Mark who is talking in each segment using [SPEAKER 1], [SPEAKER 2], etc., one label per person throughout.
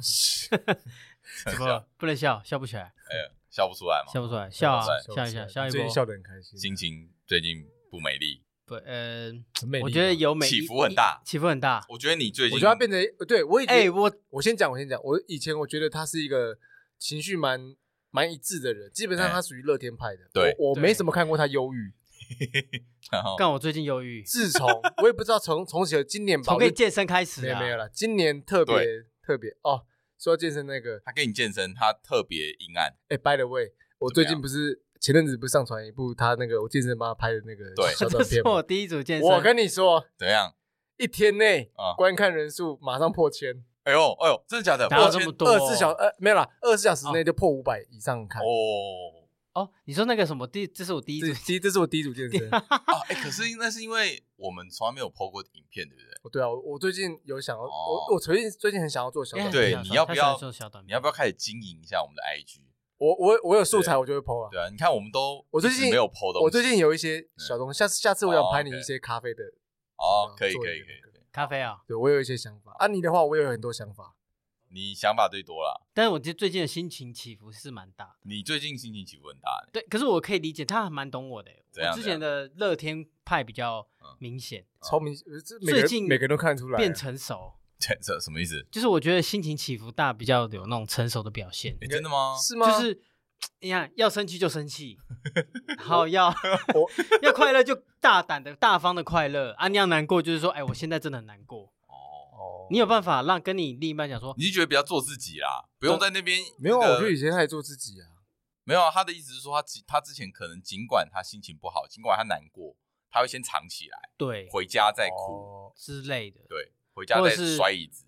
[SPEAKER 1] 西？
[SPEAKER 2] 怎么了？
[SPEAKER 3] 不能笑，笑不起来，
[SPEAKER 2] 笑不出来嘛？
[SPEAKER 3] 笑不出来，笑啊，
[SPEAKER 2] 笑
[SPEAKER 3] 笑一下，笑一
[SPEAKER 1] 最近
[SPEAKER 3] 波。
[SPEAKER 1] 笑得很开心，
[SPEAKER 2] 心情最近不美丽，
[SPEAKER 3] 不，呃，
[SPEAKER 1] 很美丽
[SPEAKER 3] 我觉得
[SPEAKER 1] 嘛，
[SPEAKER 3] 有每
[SPEAKER 2] 起
[SPEAKER 3] 一
[SPEAKER 2] 伏很大
[SPEAKER 3] 一起伏很大。
[SPEAKER 2] 我觉得你最近
[SPEAKER 1] 我觉哦得他变成对我已经
[SPEAKER 3] 哎，我
[SPEAKER 1] 我先讲，我先讲，我以前我觉得他是一个情绪蛮蛮一致的人，基本上他属于乐天派的。
[SPEAKER 2] 哎对
[SPEAKER 1] 我我
[SPEAKER 3] 对
[SPEAKER 1] 没怎么看过他忧郁。
[SPEAKER 2] 然后
[SPEAKER 3] 干，我最近忧郁，
[SPEAKER 1] 自从我也不知道从从起今年吧，
[SPEAKER 3] 从
[SPEAKER 1] 我
[SPEAKER 3] 跟
[SPEAKER 1] 就
[SPEAKER 3] 你健身开始
[SPEAKER 1] 没有
[SPEAKER 3] 啊
[SPEAKER 1] 没，有了，今年特别
[SPEAKER 2] 对
[SPEAKER 1] 特别哦。说到健身那个，
[SPEAKER 2] 他跟你健身，他特别阴暗，
[SPEAKER 1] 哎，by the way，我
[SPEAKER 2] 怎么
[SPEAKER 1] 最
[SPEAKER 2] 样
[SPEAKER 1] 近不是前阵子不是上传一部他那个我健身妈拍的那个
[SPEAKER 2] 对
[SPEAKER 1] 小 照
[SPEAKER 3] 这是
[SPEAKER 1] 片吗
[SPEAKER 3] 我第一组健身。
[SPEAKER 1] 我跟你说，
[SPEAKER 2] 怎样？
[SPEAKER 1] 一天内
[SPEAKER 2] 啊
[SPEAKER 1] 观看人数马上破千，
[SPEAKER 2] 哎呦哎呦，真的假的？
[SPEAKER 3] 哪有
[SPEAKER 2] 抱
[SPEAKER 3] 这
[SPEAKER 2] 歉
[SPEAKER 3] 么多？
[SPEAKER 1] 二十四小呃没有啦，二十四小时内就破五百以上看。
[SPEAKER 2] 哦
[SPEAKER 3] 哦，你说那个什么第，这是我第一
[SPEAKER 1] 这
[SPEAKER 3] 组，
[SPEAKER 1] 第这是我第一组健 身。哦
[SPEAKER 2] 啊！哎，可是那是因为我们从来没有 PO 过影片，对不对？
[SPEAKER 1] 我对啊，我我最近有想要，
[SPEAKER 2] 哦哎
[SPEAKER 1] 我我最近最近很想要做小
[SPEAKER 3] 因为
[SPEAKER 1] 短
[SPEAKER 3] 很
[SPEAKER 1] 片，
[SPEAKER 2] 对
[SPEAKER 3] 哎小
[SPEAKER 2] 你
[SPEAKER 3] 短
[SPEAKER 2] 要
[SPEAKER 3] 他
[SPEAKER 2] 不
[SPEAKER 3] 喜欢
[SPEAKER 2] 要
[SPEAKER 3] 做小短片
[SPEAKER 2] 你要不要开始经营一下我们的 IG？
[SPEAKER 1] 我我我有素材，我就会 PO 啊。
[SPEAKER 2] 对啊，你看我们都
[SPEAKER 1] 我最
[SPEAKER 2] 一直
[SPEAKER 1] 近
[SPEAKER 2] 没有 PO 东西，
[SPEAKER 1] 我最近有一些小东西，下次下次我想拍你一些咖啡的，
[SPEAKER 2] 哦
[SPEAKER 1] 嗯，
[SPEAKER 2] 可以
[SPEAKER 1] 做
[SPEAKER 2] 可
[SPEAKER 1] 一
[SPEAKER 2] 以
[SPEAKER 1] 个
[SPEAKER 2] 可以，可以
[SPEAKER 3] 咖啡啊？
[SPEAKER 1] 对我有一些想法啊。你的话，我也有很多想法。
[SPEAKER 2] 你想法最多啦。
[SPEAKER 3] 但是我最最近的心情起伏是蛮大的。
[SPEAKER 2] 你最近心情起伏很大，
[SPEAKER 3] 对，可是我可以理解，他还蛮懂我的欸。
[SPEAKER 2] 怎样
[SPEAKER 3] 我之前的乐天派比较
[SPEAKER 2] 嗯
[SPEAKER 3] 明显，
[SPEAKER 1] 超明，这每个
[SPEAKER 3] 最近
[SPEAKER 1] 人每个人都看得出来啊。
[SPEAKER 3] 变成熟，
[SPEAKER 2] 这这什么意思？
[SPEAKER 3] 就是我觉得心情起伏大，比较有那种成熟的表现。
[SPEAKER 2] 哎，真的吗？
[SPEAKER 1] 是吗？
[SPEAKER 3] 就是你看，要生气就 生气，然后要
[SPEAKER 1] 我
[SPEAKER 3] 要快乐就大胆的、大方的快乐啊！你要难过，就是说，哎，我现在真的很难过。
[SPEAKER 2] 哦，
[SPEAKER 1] 哦
[SPEAKER 3] 你有办法让跟你另一半讲说，
[SPEAKER 2] 你是觉得比较做自己啦，不用在那边
[SPEAKER 1] 没有啊？
[SPEAKER 2] 那
[SPEAKER 1] 我
[SPEAKER 2] 个
[SPEAKER 1] 觉得以前他也做自己啊。
[SPEAKER 2] 没有啊，他的意思是说他之，他之前可能尽管他心情不好，尽管他难过，他会先藏起来，
[SPEAKER 3] 对
[SPEAKER 2] 回家再哭，
[SPEAKER 1] 哦，
[SPEAKER 3] 之类的。
[SPEAKER 2] 对，回家
[SPEAKER 3] 或
[SPEAKER 2] 再
[SPEAKER 3] 者是
[SPEAKER 2] 摔椅子。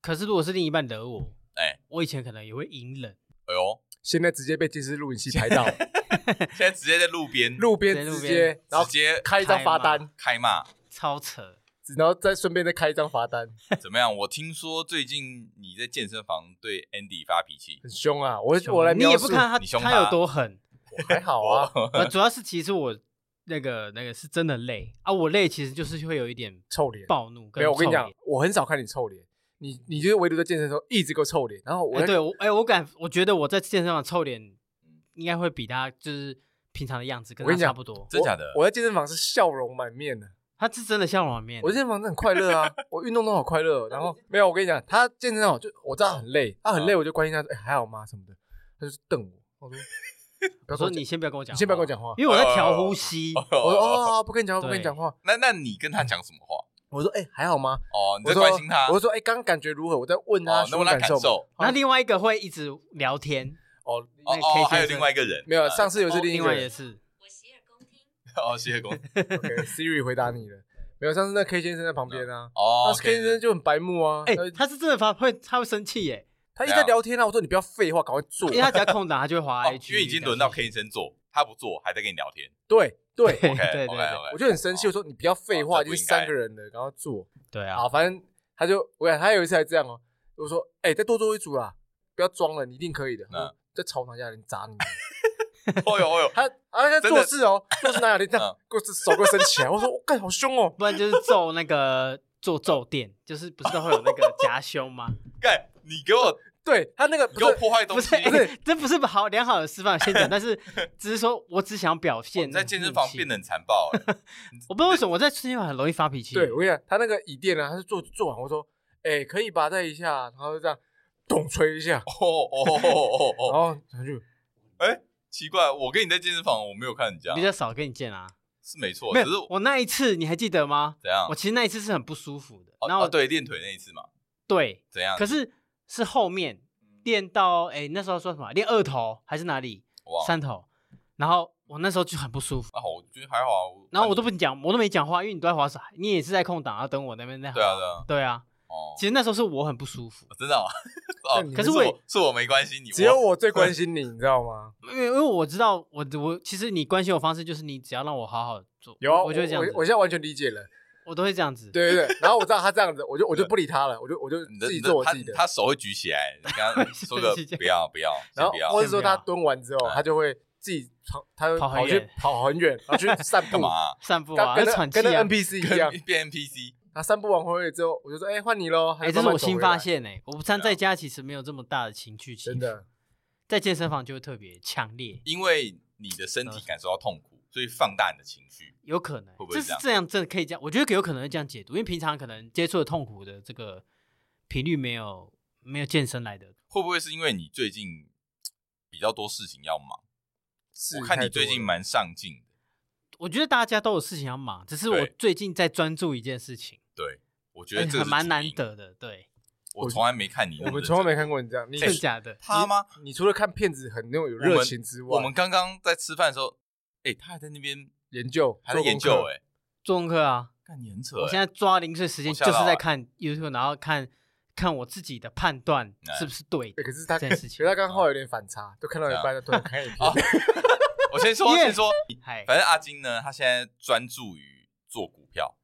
[SPEAKER 3] 可是如果是另一半惹我，
[SPEAKER 2] 哎，
[SPEAKER 3] 我以前可能也会隐忍，
[SPEAKER 2] 哎呦，
[SPEAKER 1] 现在直接被监视录影器拍 到，
[SPEAKER 2] 现在直接在路边，
[SPEAKER 1] 路边
[SPEAKER 3] 在路
[SPEAKER 1] 直
[SPEAKER 3] 边
[SPEAKER 1] 接，然后
[SPEAKER 2] 直接
[SPEAKER 1] 开一张罚单，
[SPEAKER 2] 开骂，
[SPEAKER 3] 超扯。
[SPEAKER 1] 然后再顺便再开一张罚单，
[SPEAKER 2] 怎么样？我听说最近你在健身房对 Andy 发脾气，
[SPEAKER 1] 很凶啊！我我来
[SPEAKER 3] 你也
[SPEAKER 1] 描述，
[SPEAKER 3] 不看他
[SPEAKER 2] 你凶
[SPEAKER 3] 他
[SPEAKER 2] 他
[SPEAKER 3] 有 多狠，
[SPEAKER 1] 我还好啊。
[SPEAKER 2] 哦
[SPEAKER 3] 呃，主要是其实我那个那个是真的累啊，我累其实就是会有一点
[SPEAKER 1] 臭脸，
[SPEAKER 3] 暴怒跟
[SPEAKER 1] 没有，我跟你
[SPEAKER 3] 臭
[SPEAKER 1] 讲
[SPEAKER 3] 脸，
[SPEAKER 1] 我很少看你臭脸，你你就是唯独在健身的时候一直给我臭脸，然后我
[SPEAKER 3] 哎、
[SPEAKER 1] 在、
[SPEAKER 3] 对我哎、我感我觉得我在健身房臭脸应该会比他就是平常的样子跟
[SPEAKER 1] 我
[SPEAKER 3] 他
[SPEAKER 1] 跟你讲
[SPEAKER 3] 差不多，
[SPEAKER 2] 真假的？
[SPEAKER 1] 我在健身房是笑容满面的，
[SPEAKER 3] 他是真的笑容满面。
[SPEAKER 1] 我健身房真的很快乐啊，我运动都好快乐哦、然后没有，我跟你讲，他健身房就我知道很累，他
[SPEAKER 2] 嗯
[SPEAKER 1] 很累，我就关心他说，哎、还好吗什么的，他就是瞪我，我 说不
[SPEAKER 3] 我
[SPEAKER 1] 要跟
[SPEAKER 3] 说
[SPEAKER 1] 我讲
[SPEAKER 3] 你先不要跟我讲，
[SPEAKER 1] 你先不要跟我，讲话，
[SPEAKER 3] 因为我在调呼吸。
[SPEAKER 1] 我说 哦， 好不跟你讲话，不跟你
[SPEAKER 3] 对
[SPEAKER 1] 讲话，
[SPEAKER 2] 那那你跟他讲什么话？
[SPEAKER 1] 我说哎、还好吗？
[SPEAKER 2] 哦，你
[SPEAKER 1] 我
[SPEAKER 2] 在
[SPEAKER 1] 说
[SPEAKER 2] 关心他，
[SPEAKER 1] 我说哎，刚、刚感觉如何？我在问他
[SPEAKER 2] 哦，
[SPEAKER 1] 什
[SPEAKER 2] 那
[SPEAKER 1] 么
[SPEAKER 2] 我来
[SPEAKER 1] 感
[SPEAKER 2] 感
[SPEAKER 1] 受嘛。
[SPEAKER 2] 受。
[SPEAKER 3] 然后另外一个会一直聊 天，
[SPEAKER 1] 哦，
[SPEAKER 2] 哦
[SPEAKER 3] 那个 K
[SPEAKER 2] 哦，还有
[SPEAKER 3] 先生
[SPEAKER 2] 另外一个人，
[SPEAKER 1] 没有，
[SPEAKER 2] 呃
[SPEAKER 1] 上次有是另一
[SPEAKER 3] 哦另
[SPEAKER 1] 个
[SPEAKER 3] 外
[SPEAKER 1] 人
[SPEAKER 3] 也，是
[SPEAKER 4] 我洗耳恭听。
[SPEAKER 2] 哦，谢谢公司
[SPEAKER 1] OK, Siri 回答你了。没有，上次那 K 先生在旁边啊，
[SPEAKER 2] 哦
[SPEAKER 1] 那 K 先生就很白目啊。
[SPEAKER 3] 哎、
[SPEAKER 1] 他
[SPEAKER 3] 他是真的发会他会生气 耶，
[SPEAKER 1] 他一直在聊天啊，我说你不要废话，赶快做
[SPEAKER 3] 因。哎为他只要空档他就会滑
[SPEAKER 2] 哦
[SPEAKER 3] IG，
[SPEAKER 2] 因为已经轮到
[SPEAKER 3] 聊天
[SPEAKER 2] K 先生做，他不做，还在跟你聊天。
[SPEAKER 1] 对 对，
[SPEAKER 3] 对
[SPEAKER 2] OK
[SPEAKER 3] 对
[SPEAKER 2] OK
[SPEAKER 3] 对
[SPEAKER 2] OK，
[SPEAKER 1] 我就很生气，我说你不要废话，
[SPEAKER 2] 哦
[SPEAKER 1] 已
[SPEAKER 2] 这不
[SPEAKER 1] 经
[SPEAKER 2] 应该
[SPEAKER 1] 三个人了，赶快做。
[SPEAKER 3] 对啊
[SPEAKER 1] 啊，，反正他就我想他有一次还这样哦，我说哎，再多做一组啦，不要装了，你一定可以的。
[SPEAKER 2] 嗯
[SPEAKER 1] 他说在朝堂下人砸啊你。
[SPEAKER 2] 哦呦哦呦，
[SPEAKER 1] 他啊在
[SPEAKER 2] 真的
[SPEAKER 1] 做事哦，做事哪有力，这样
[SPEAKER 2] 嗯
[SPEAKER 1] 给我手给我伸起来。我说我干好凶哦，
[SPEAKER 3] 不然就是揍那个做揍店，就是不是都会有那个 夹胸吗？
[SPEAKER 2] 干，你给我
[SPEAKER 1] 对他那个
[SPEAKER 2] 你
[SPEAKER 1] 不
[SPEAKER 2] 给我
[SPEAKER 1] 是
[SPEAKER 2] 破坏东
[SPEAKER 3] 不
[SPEAKER 2] 西
[SPEAKER 3] 是，。哎这不是好良好的示范，先讲，但是只是说我只想表
[SPEAKER 2] 哦
[SPEAKER 3] 现
[SPEAKER 2] 你
[SPEAKER 3] 那
[SPEAKER 2] 在
[SPEAKER 3] 个
[SPEAKER 2] 健身
[SPEAKER 3] 怒
[SPEAKER 2] 房
[SPEAKER 3] 气
[SPEAKER 2] 变得很残暴，哎
[SPEAKER 3] 我不知道为什么我在健身房很容易发脾气。
[SPEAKER 1] 对我跟你讲，他那个椅垫呢，他是做做完，我说哎可以吧，再一下，然后就这样咚捶一下。
[SPEAKER 2] 哦哦哦哦
[SPEAKER 1] 然
[SPEAKER 2] 哦哦，
[SPEAKER 1] 后他就
[SPEAKER 2] 哎，奇怪，我跟你在健身房，我没有看你这样
[SPEAKER 3] 比，较少跟你见啊。
[SPEAKER 2] 是没错，
[SPEAKER 3] 没
[SPEAKER 2] 只
[SPEAKER 3] 有
[SPEAKER 2] 是，
[SPEAKER 3] 我那一次你还记得吗？
[SPEAKER 2] 怎样
[SPEAKER 3] 我？其实那一次是很不舒服的。
[SPEAKER 2] 哦
[SPEAKER 3] 然后
[SPEAKER 2] 哦对练腿那一次嘛，
[SPEAKER 3] 对，
[SPEAKER 2] 怎样？
[SPEAKER 3] 可是是后面练到哎那时候说什么练二头还是哪里
[SPEAKER 2] 哇，
[SPEAKER 3] 三头，然后我那时候就很不舒服，
[SPEAKER 2] 啊，我觉得还好啊。
[SPEAKER 3] 然后我都
[SPEAKER 2] 不
[SPEAKER 3] 不讲，我都没讲话，因为你都在划手，你也是在空档，然后等我那边在
[SPEAKER 2] 对啊对啊，
[SPEAKER 3] 对啊，
[SPEAKER 2] 哦，
[SPEAKER 3] 其实那时候是我很不舒服，
[SPEAKER 2] 真的啊，哦
[SPEAKER 1] 但你
[SPEAKER 3] 可是
[SPEAKER 2] 是
[SPEAKER 3] 我也
[SPEAKER 2] 我是我没关系，你
[SPEAKER 1] 只有我最关心你，你知道吗？
[SPEAKER 3] 因为因为我知道我我其实你关心我方式就是你只要让我好好做，
[SPEAKER 1] 有啊，
[SPEAKER 3] 我就会这样子
[SPEAKER 1] 我，我现在完全理解了，
[SPEAKER 3] 我都会这样子，
[SPEAKER 1] 对对对。然后我知道他这样子，我就我就不理他了，我就我就
[SPEAKER 2] 你的
[SPEAKER 1] 自己
[SPEAKER 2] 你的
[SPEAKER 1] 做我
[SPEAKER 2] 他
[SPEAKER 1] 自己的。
[SPEAKER 2] 他手会举起来，你跟他 说个
[SPEAKER 3] 举起来
[SPEAKER 2] 不要不要，先
[SPEAKER 1] 然后
[SPEAKER 2] 不要
[SPEAKER 1] 或者说
[SPEAKER 3] 先不要哎
[SPEAKER 1] 他蹲完之后，
[SPEAKER 2] 嗯
[SPEAKER 1] 他就会自己跑，他会
[SPEAKER 3] 跑很
[SPEAKER 1] 跑去
[SPEAKER 3] 远
[SPEAKER 1] 跑很远，然后去散步
[SPEAKER 2] 干，嘛啊？
[SPEAKER 3] 散步
[SPEAKER 1] 跟
[SPEAKER 3] 啊，要
[SPEAKER 1] 跟那
[SPEAKER 3] 喘气
[SPEAKER 1] 跟那
[SPEAKER 3] 啊，
[SPEAKER 1] NPC 一 样
[SPEAKER 2] 跟，变 NPC
[SPEAKER 1] 他散步完回来之后，我就说：“哎、换你喽。”
[SPEAKER 3] 哎、
[SPEAKER 1] 还
[SPEAKER 3] 这是
[SPEAKER 1] 慢慢
[SPEAKER 3] 我
[SPEAKER 1] 走
[SPEAKER 3] 新
[SPEAKER 1] 回
[SPEAKER 3] 发
[SPEAKER 1] 来，
[SPEAKER 3] 现哎、我不但
[SPEAKER 2] 啊
[SPEAKER 3] 在家其实没有这么大的情绪起
[SPEAKER 1] 真
[SPEAKER 3] 伏，
[SPEAKER 1] 的，
[SPEAKER 3] 在健身房就会特别强烈，
[SPEAKER 2] 因为你的身
[SPEAKER 3] 嗯
[SPEAKER 2] 体感受到痛苦，所以放大你的情绪。
[SPEAKER 3] 有可能
[SPEAKER 2] 会不会
[SPEAKER 3] 这
[SPEAKER 2] 这样
[SPEAKER 3] 这样，真的可以这样，我觉得有可能会这样解读，因为平常可能接触的痛苦的这个频率没有没有健身来的
[SPEAKER 2] 会不会是因为你最近比较多事情要忙？
[SPEAKER 1] 是
[SPEAKER 2] 我看
[SPEAKER 1] 太
[SPEAKER 2] 你最
[SPEAKER 1] 多
[SPEAKER 2] 近
[SPEAKER 1] 了
[SPEAKER 2] 蛮上进的，
[SPEAKER 3] 我觉得大家都有事情要忙，只是我
[SPEAKER 2] 对
[SPEAKER 3] 最近在专注一件事情，
[SPEAKER 2] 对，我觉
[SPEAKER 3] 而
[SPEAKER 2] 得
[SPEAKER 3] 且
[SPEAKER 2] 这个
[SPEAKER 3] 很
[SPEAKER 2] 是
[SPEAKER 3] 哎蛮
[SPEAKER 2] 主
[SPEAKER 3] 难
[SPEAKER 2] 因。
[SPEAKER 3] 得的。对，
[SPEAKER 2] 我从来没看你那么
[SPEAKER 1] 我
[SPEAKER 2] 认真，
[SPEAKER 1] 们从来没看过你这样，你
[SPEAKER 2] 哎
[SPEAKER 3] 真的假的？
[SPEAKER 2] 他吗？
[SPEAKER 1] 你除了看片子很那种有
[SPEAKER 2] 我们
[SPEAKER 1] 热情之外，
[SPEAKER 2] 我们刚刚在吃饭的时候，哎，他还在那边
[SPEAKER 1] 研究
[SPEAKER 2] 还在研究，，哎，
[SPEAKER 3] 做功课啊！
[SPEAKER 2] 看你很扯
[SPEAKER 3] 我
[SPEAKER 2] 哎，
[SPEAKER 3] 现在抓零碎时间
[SPEAKER 2] 我
[SPEAKER 3] 就
[SPEAKER 2] 吓到
[SPEAKER 3] 是在看 YouTube，然后看看我自己的判断
[SPEAKER 2] 哎
[SPEAKER 3] 是不是对
[SPEAKER 1] 对，
[SPEAKER 3] 的
[SPEAKER 1] 可是他，
[SPEAKER 3] 这
[SPEAKER 1] 可
[SPEAKER 3] 件事
[SPEAKER 1] 是
[SPEAKER 3] 情。
[SPEAKER 1] 他刚好有点反差，就看到一半，他 突然看一
[SPEAKER 2] 啊
[SPEAKER 1] 片，
[SPEAKER 2] 我先 说
[SPEAKER 3] Yeah
[SPEAKER 2] 先说，
[SPEAKER 3] 嗨，
[SPEAKER 2] 反正阿金呢，他现在专注于做股票，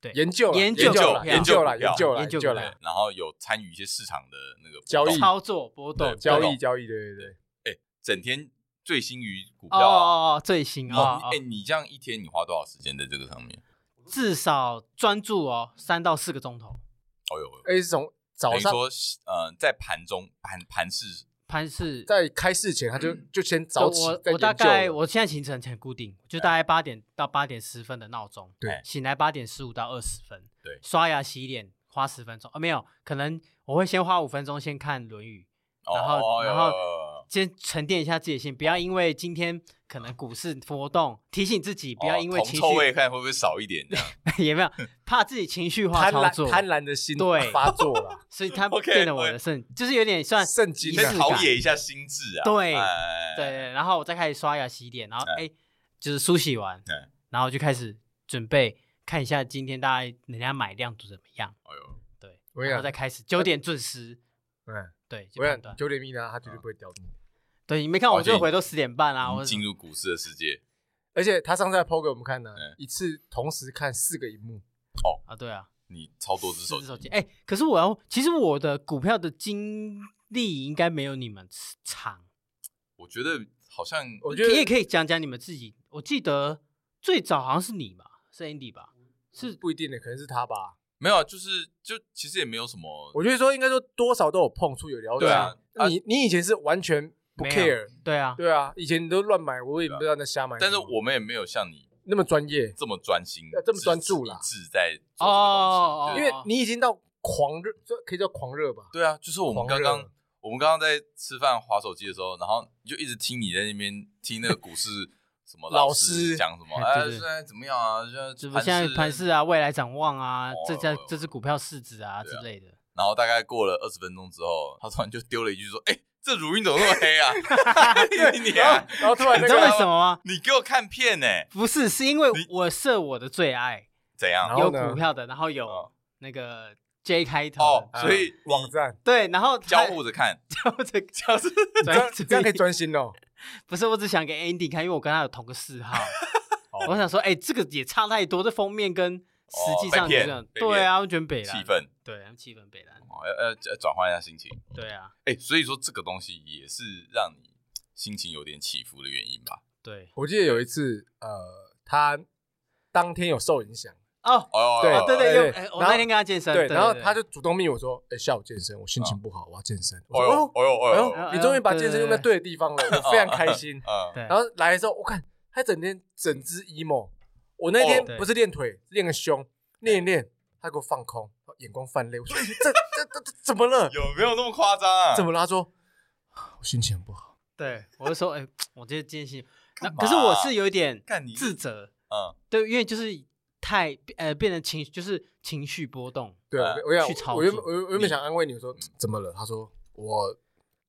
[SPEAKER 3] 对，
[SPEAKER 1] 研究啦
[SPEAKER 3] 研
[SPEAKER 1] 究
[SPEAKER 3] 究
[SPEAKER 1] 啦
[SPEAKER 3] 股票
[SPEAKER 1] 研究啦
[SPEAKER 2] 研
[SPEAKER 1] 研
[SPEAKER 2] 究
[SPEAKER 1] 究
[SPEAKER 3] 股
[SPEAKER 1] 啦
[SPEAKER 3] 票
[SPEAKER 1] 研究
[SPEAKER 3] 对啊
[SPEAKER 1] 啦，
[SPEAKER 2] 然后有参与一些市场的那个
[SPEAKER 1] 交易
[SPEAKER 2] 波动
[SPEAKER 3] 操作波动
[SPEAKER 2] 对
[SPEAKER 1] 交
[SPEAKER 2] 懂
[SPEAKER 1] 易交易，对对对，
[SPEAKER 2] 哎，整天醉心于股票
[SPEAKER 3] 哦
[SPEAKER 2] 啊。
[SPEAKER 3] 哦哦，最新
[SPEAKER 2] 哦
[SPEAKER 3] 哦，，
[SPEAKER 2] 哎，
[SPEAKER 3] 哦
[SPEAKER 2] 你这样一天你花多少时间在这个上面？
[SPEAKER 3] 至少专注哦三到四个钟头，
[SPEAKER 2] 哦呦，
[SPEAKER 1] 而且是从早
[SPEAKER 2] 等于
[SPEAKER 1] 上
[SPEAKER 2] 说，呃，在盘中盘盘市
[SPEAKER 3] 盘是。
[SPEAKER 1] 在开市前，他就
[SPEAKER 2] 嗯
[SPEAKER 1] 就先早起
[SPEAKER 3] 我
[SPEAKER 1] 在
[SPEAKER 3] 我大
[SPEAKER 1] 研究
[SPEAKER 3] 概
[SPEAKER 1] 了，
[SPEAKER 3] 我现在行程很固定，就大概八点到八点十分的闹钟，
[SPEAKER 1] 对
[SPEAKER 3] 醒来八点十五到二十分，
[SPEAKER 2] 对
[SPEAKER 3] 刷牙洗脸花十分钟，哦没有，可能我会先花五分钟先看《论语》，
[SPEAKER 2] 哦
[SPEAKER 3] 然后
[SPEAKER 2] 哦
[SPEAKER 3] 然
[SPEAKER 2] 有
[SPEAKER 3] 后
[SPEAKER 2] 有有有
[SPEAKER 3] 先沉淀一下自己的心，不要因为今天可能股市波动，提醒自己不要
[SPEAKER 2] 哦
[SPEAKER 3] 因为
[SPEAKER 2] 铜
[SPEAKER 3] 情
[SPEAKER 2] 臭味
[SPEAKER 3] 绪、
[SPEAKER 2] 看会不会少一点这样？
[SPEAKER 3] 也没有怕自己情绪化
[SPEAKER 1] 贪
[SPEAKER 3] 操作
[SPEAKER 1] 婪，贪婪的心
[SPEAKER 3] 对
[SPEAKER 1] 发作
[SPEAKER 3] ，
[SPEAKER 1] 了
[SPEAKER 3] 所 以它
[SPEAKER 2] OK，
[SPEAKER 3] 变得我
[SPEAKER 2] 对
[SPEAKER 3] 的肾，就是有点算
[SPEAKER 1] 肾
[SPEAKER 3] 仪
[SPEAKER 1] 精
[SPEAKER 3] 式
[SPEAKER 2] 先
[SPEAKER 1] 啊，
[SPEAKER 3] 感
[SPEAKER 2] 陶冶一下心智啊。
[SPEAKER 3] 对
[SPEAKER 2] 哎
[SPEAKER 3] 对，对然后我再开始刷牙洗脸，然后哎、
[SPEAKER 2] 哎
[SPEAKER 3] 就是梳洗完
[SPEAKER 2] 哎，
[SPEAKER 3] 然后就开始准备看一下今天大概人家买量度怎么样，
[SPEAKER 2] 哎呦，
[SPEAKER 3] 对，
[SPEAKER 1] 我跟你
[SPEAKER 3] 然后
[SPEAKER 1] 讲
[SPEAKER 3] 再开始九点准时，
[SPEAKER 1] 嗯，
[SPEAKER 3] 对，就
[SPEAKER 1] 我
[SPEAKER 3] 判
[SPEAKER 1] 想
[SPEAKER 3] 断。
[SPEAKER 1] 九点密呢，他绝
[SPEAKER 2] 嗯
[SPEAKER 1] 对不会屌你，
[SPEAKER 3] 对，你没看
[SPEAKER 2] 哇
[SPEAKER 3] 我这
[SPEAKER 2] 就
[SPEAKER 3] 回都十点半啦，
[SPEAKER 2] 已
[SPEAKER 3] 啊我
[SPEAKER 2] 经进入股市的世界。
[SPEAKER 1] 而且他上次还 PO 给我们看呢
[SPEAKER 2] 嗯，
[SPEAKER 1] 一次同时看四个荧幕，
[SPEAKER 3] 啊，对啊，
[SPEAKER 2] 你超多只手
[SPEAKER 3] 四
[SPEAKER 2] 机，
[SPEAKER 3] 手机。哎、可是我要，其实我的股票的经历应该没有你们长。
[SPEAKER 2] 我觉得好像
[SPEAKER 1] 我觉得
[SPEAKER 3] 你也可以讲讲你们自己。我记得最早好像是你吧，是 Andy 吧？是
[SPEAKER 1] 不一定的，可能是他吧。
[SPEAKER 2] 没有啊，就是就其实也没有什么，
[SPEAKER 1] 我觉得说应该说多少都有碰触有了解。
[SPEAKER 2] 对啊啊
[SPEAKER 1] 你你以前是完全不
[SPEAKER 3] 没有
[SPEAKER 1] care，
[SPEAKER 3] 对啊，
[SPEAKER 1] 对啊，以前你都乱买，我也不知道你在瞎买什
[SPEAKER 2] 但
[SPEAKER 1] 么。
[SPEAKER 2] 是我们也没有像你
[SPEAKER 1] 那么专业，
[SPEAKER 2] 这么专心
[SPEAKER 1] 要，这么专注啦
[SPEAKER 2] 一致在做这个东西
[SPEAKER 3] 哦哦哦
[SPEAKER 2] 对
[SPEAKER 1] 因为你已经到狂热，这可以叫狂热吧？
[SPEAKER 2] 对啊，就是我们刚
[SPEAKER 1] 狂热
[SPEAKER 2] 刚我们刚刚在吃饭划手机的时候，然后你就一直听你在那边听那个股市什么
[SPEAKER 1] 老
[SPEAKER 2] 师
[SPEAKER 1] 师
[SPEAKER 2] 讲什么，
[SPEAKER 3] 哎
[SPEAKER 2] 哎，
[SPEAKER 3] 对对
[SPEAKER 2] 现在怎么样啊？
[SPEAKER 3] 这
[SPEAKER 2] 现
[SPEAKER 3] 不
[SPEAKER 2] 在
[SPEAKER 3] 现在盘势，啊，未来展望啊，
[SPEAKER 2] 哦
[SPEAKER 3] 这家
[SPEAKER 2] 有有
[SPEAKER 3] 这只股票市值啊之
[SPEAKER 2] 对啊
[SPEAKER 3] 类的。
[SPEAKER 2] 然后大概过了二十分钟之后，他突然就丢了一句说：“哎，这如云怎么那么黑 啊？”你啊，
[SPEAKER 1] 然后突然
[SPEAKER 3] 你
[SPEAKER 1] 那
[SPEAKER 3] 知道
[SPEAKER 1] 个
[SPEAKER 3] 为 什么吗？
[SPEAKER 2] 你给我看片呢？
[SPEAKER 3] 不是，是因为
[SPEAKER 2] 你
[SPEAKER 3] 我设我的最爱
[SPEAKER 2] 怎样
[SPEAKER 1] 然？后
[SPEAKER 3] 有
[SPEAKER 1] 呢
[SPEAKER 3] 股票的，然后有
[SPEAKER 2] 哦
[SPEAKER 3] 那个 J 开头
[SPEAKER 2] 哦
[SPEAKER 3] 的，
[SPEAKER 2] 所以
[SPEAKER 1] 网站，
[SPEAKER 3] 对，然后
[SPEAKER 2] 交
[SPEAKER 3] 他
[SPEAKER 2] 互着看，
[SPEAKER 3] 交互着
[SPEAKER 2] 这样子
[SPEAKER 1] 这样
[SPEAKER 3] 专注
[SPEAKER 1] 这样可以
[SPEAKER 3] 力
[SPEAKER 1] 专心哦。
[SPEAKER 3] 不是，我只想给 Andy 看，因为我跟他有同个嗜好。我想说，哎、这个也差太多，这封面跟实际上
[SPEAKER 2] 被
[SPEAKER 3] 就
[SPEAKER 2] 骗
[SPEAKER 3] 这样。
[SPEAKER 2] 被
[SPEAKER 3] 对
[SPEAKER 2] 骗
[SPEAKER 3] 啊，我卷北
[SPEAKER 2] 气
[SPEAKER 3] 蓝，
[SPEAKER 2] 氛，
[SPEAKER 3] 对，他们气氛北蓝，
[SPEAKER 2] 哦要要要转换一下心情。
[SPEAKER 3] 对啊，
[SPEAKER 2] 哎，所以说这个东西也是让你心情有点起伏的原因吧？
[SPEAKER 3] 对。
[SPEAKER 1] 我记得有一次，呃，他当天有受影响，
[SPEAKER 3] 哦，
[SPEAKER 2] 哦，
[SPEAKER 1] 对
[SPEAKER 2] 哦
[SPEAKER 3] 啊对对，
[SPEAKER 1] 对
[SPEAKER 3] 有，
[SPEAKER 1] 对
[SPEAKER 3] 哎我
[SPEAKER 1] 然后
[SPEAKER 3] 那天跟他健身，
[SPEAKER 1] 对，
[SPEAKER 3] 对，
[SPEAKER 1] 然后
[SPEAKER 3] 对
[SPEAKER 1] 他就，主动密我说：“哎，下午健身，我心情
[SPEAKER 2] 嗯
[SPEAKER 1] 不好，我要健身。”我
[SPEAKER 2] 哦
[SPEAKER 1] 说
[SPEAKER 2] 呦，
[SPEAKER 1] 哦：“
[SPEAKER 2] 哦呦，
[SPEAKER 1] 哎
[SPEAKER 2] 哦
[SPEAKER 1] 呦
[SPEAKER 2] 呦，
[SPEAKER 1] 你终于把
[SPEAKER 3] 哎呦
[SPEAKER 1] 健身用在对的地方了，我非常开心。”
[SPEAKER 2] 嗯，
[SPEAKER 3] 对，
[SPEAKER 1] 然后来的时候，我看他整天整只 emo。我那天
[SPEAKER 3] 哦
[SPEAKER 1] 不是练腿，练个胸，练一练，他给我放空，眼光泛泪。我说：“哎这这这这怎么 了？
[SPEAKER 2] 有没有那么夸张啊？
[SPEAKER 1] 怎么了？”他说：“我心情不好。
[SPEAKER 3] 对我就说，哎，我这健身，那
[SPEAKER 2] 干嘛
[SPEAKER 3] 可是我是有一点
[SPEAKER 2] 干你
[SPEAKER 3] 自责，
[SPEAKER 2] 嗯，
[SPEAKER 3] 对，因为就是太呃变成情，就是情绪波动，”
[SPEAKER 1] 对，
[SPEAKER 2] 啊
[SPEAKER 1] 我我想
[SPEAKER 3] 呃去操
[SPEAKER 1] 我原
[SPEAKER 3] 作
[SPEAKER 1] 本我原
[SPEAKER 2] 你
[SPEAKER 1] 本想安慰你，我
[SPEAKER 3] 嗯
[SPEAKER 1] 说：“怎么了？”他说：“我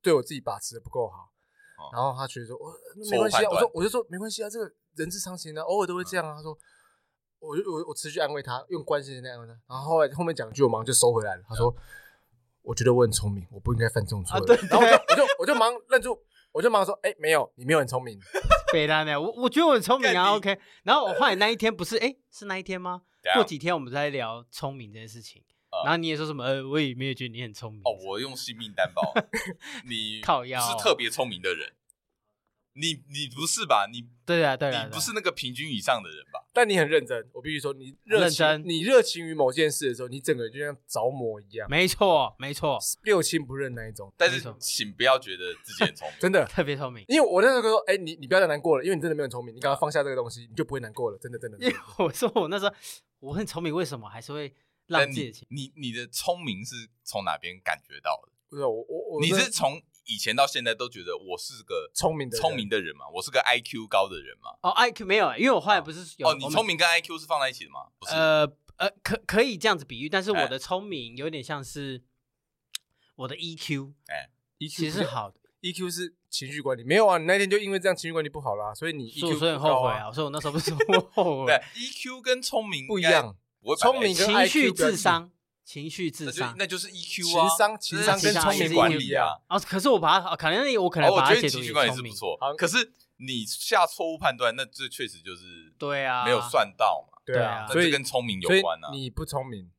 [SPEAKER 1] 对我自己把持的不够好。
[SPEAKER 2] 哦”
[SPEAKER 1] 然后他觉得说：“我
[SPEAKER 2] 误
[SPEAKER 1] 没关系啊。”
[SPEAKER 2] 判断
[SPEAKER 1] 我说：“我就说没关系啊，这个人之常情啊，偶尔都会这样
[SPEAKER 3] 嗯
[SPEAKER 1] 啊。”他说。我就我我持续安慰他，用关心的那样安慰他，然后后来后面讲一句，我马上就收回来了。他说：“我觉得我很聪明，我不应该犯这种错误。
[SPEAKER 3] 嗯啊对
[SPEAKER 1] 然后我就我就我就忙愣住，我就忙说：“哎、没有，你没有很聪明。
[SPEAKER 3] 北蓝的，我我觉得我很聪明
[SPEAKER 2] 干
[SPEAKER 3] 啊
[SPEAKER 2] 你
[SPEAKER 3] ，OK。然后我后来那一天不是，哎，是那一天吗？
[SPEAKER 2] 怎样
[SPEAKER 3] 过几天我们在聊聪明这件事情，
[SPEAKER 2] 啊哦
[SPEAKER 3] 然后你也说什么，呃，我也没有觉得你很聪明
[SPEAKER 2] 哦，我用性命担保，你
[SPEAKER 3] 靠腰
[SPEAKER 2] 是特别聪明的人，你你不是吧？你
[SPEAKER 3] 对啊，对啊，对啊
[SPEAKER 2] 你不是那个平均以上的人吧？
[SPEAKER 1] 但你很认真，我必须说，你热情，
[SPEAKER 3] 认真
[SPEAKER 1] 你热情于某件事的时候，你整个人就像着魔一样，
[SPEAKER 3] 没错，没错，
[SPEAKER 1] 六亲不认那一种，
[SPEAKER 2] 但
[SPEAKER 3] 没
[SPEAKER 2] 是
[SPEAKER 3] 错
[SPEAKER 2] 请不要觉得自己很 聪明，
[SPEAKER 1] 真的。
[SPEAKER 3] 特别聪明。
[SPEAKER 1] 因为我那时候就说，哎、你你不要再难过了，因为你真的没有很聪明，你赶快放下这个东西，你就不会难过了，真的真的。
[SPEAKER 3] 因为我说我那时候我很聪明，为什么还是会让
[SPEAKER 2] 但
[SPEAKER 3] 自己的情
[SPEAKER 2] 你你你的聪明是从哪边感觉到的？
[SPEAKER 1] 不是我我我
[SPEAKER 2] 你
[SPEAKER 1] 真
[SPEAKER 2] 是
[SPEAKER 1] 的
[SPEAKER 2] 从以前到现在都觉得我是个
[SPEAKER 1] 聪明的人
[SPEAKER 2] 聪明的人嘛？我是个 IQ 高的人嘛？
[SPEAKER 3] 哦 IQ 没有，因为我后来不是有
[SPEAKER 2] 哦，你聪，明跟 IQ 是放在一起的吗？不
[SPEAKER 3] 我
[SPEAKER 2] 是，
[SPEAKER 3] 们呃呃，可可以这样子比喻，但是
[SPEAKER 2] 哎
[SPEAKER 3] 我的聪明有点像是我的 EQ，
[SPEAKER 1] EQ
[SPEAKER 3] 其实是好的，
[SPEAKER 1] EQ E 是情绪管理，没有啊，你那天就因为这样情绪管理不好啦，所以你
[SPEAKER 2] ，E
[SPEAKER 3] 所以
[SPEAKER 1] EQ
[SPEAKER 3] 我所以很
[SPEAKER 1] 不高
[SPEAKER 3] 后悔啊，我说我那时候不是我后
[SPEAKER 2] 对
[SPEAKER 3] 悔，
[SPEAKER 2] ，EQ 跟聪明
[SPEAKER 1] 不一
[SPEAKER 2] 应该
[SPEAKER 1] 样，
[SPEAKER 2] 不会摆在
[SPEAKER 1] 聪明
[SPEAKER 2] 一起
[SPEAKER 1] 跟
[SPEAKER 3] 情绪
[SPEAKER 1] IQ 表
[SPEAKER 3] 智
[SPEAKER 1] 现
[SPEAKER 3] 商，情绪
[SPEAKER 2] 那
[SPEAKER 3] 智
[SPEAKER 2] 就
[SPEAKER 3] 商。
[SPEAKER 2] 那就是 EQ
[SPEAKER 1] 情
[SPEAKER 2] 啊，
[SPEAKER 1] 商
[SPEAKER 2] 这
[SPEAKER 1] 情商
[SPEAKER 2] 是
[SPEAKER 3] 跟
[SPEAKER 2] 情
[SPEAKER 3] 聪明
[SPEAKER 2] 绪
[SPEAKER 3] 也
[SPEAKER 2] 管
[SPEAKER 3] 不一
[SPEAKER 2] 理啊
[SPEAKER 1] 样。
[SPEAKER 3] 哦，可是我把它，可能我可能
[SPEAKER 2] 哦，我
[SPEAKER 3] 把
[SPEAKER 2] 觉
[SPEAKER 3] 它
[SPEAKER 2] 得
[SPEAKER 3] 解
[SPEAKER 2] 情
[SPEAKER 3] 读
[SPEAKER 2] 绪
[SPEAKER 3] 也
[SPEAKER 2] 管理是
[SPEAKER 3] 聪
[SPEAKER 2] 不
[SPEAKER 3] 明，
[SPEAKER 2] 错
[SPEAKER 1] 好，
[SPEAKER 2] 可是你下错误判断，那这确实就是
[SPEAKER 3] 对啊，
[SPEAKER 2] 没有算到嘛，
[SPEAKER 1] 对
[SPEAKER 3] 对啊
[SPEAKER 1] 啊，
[SPEAKER 2] 那
[SPEAKER 1] 所
[SPEAKER 2] 这
[SPEAKER 1] 以
[SPEAKER 2] 跟聪明有
[SPEAKER 1] 所以
[SPEAKER 2] 关啊。
[SPEAKER 1] 你不聪明，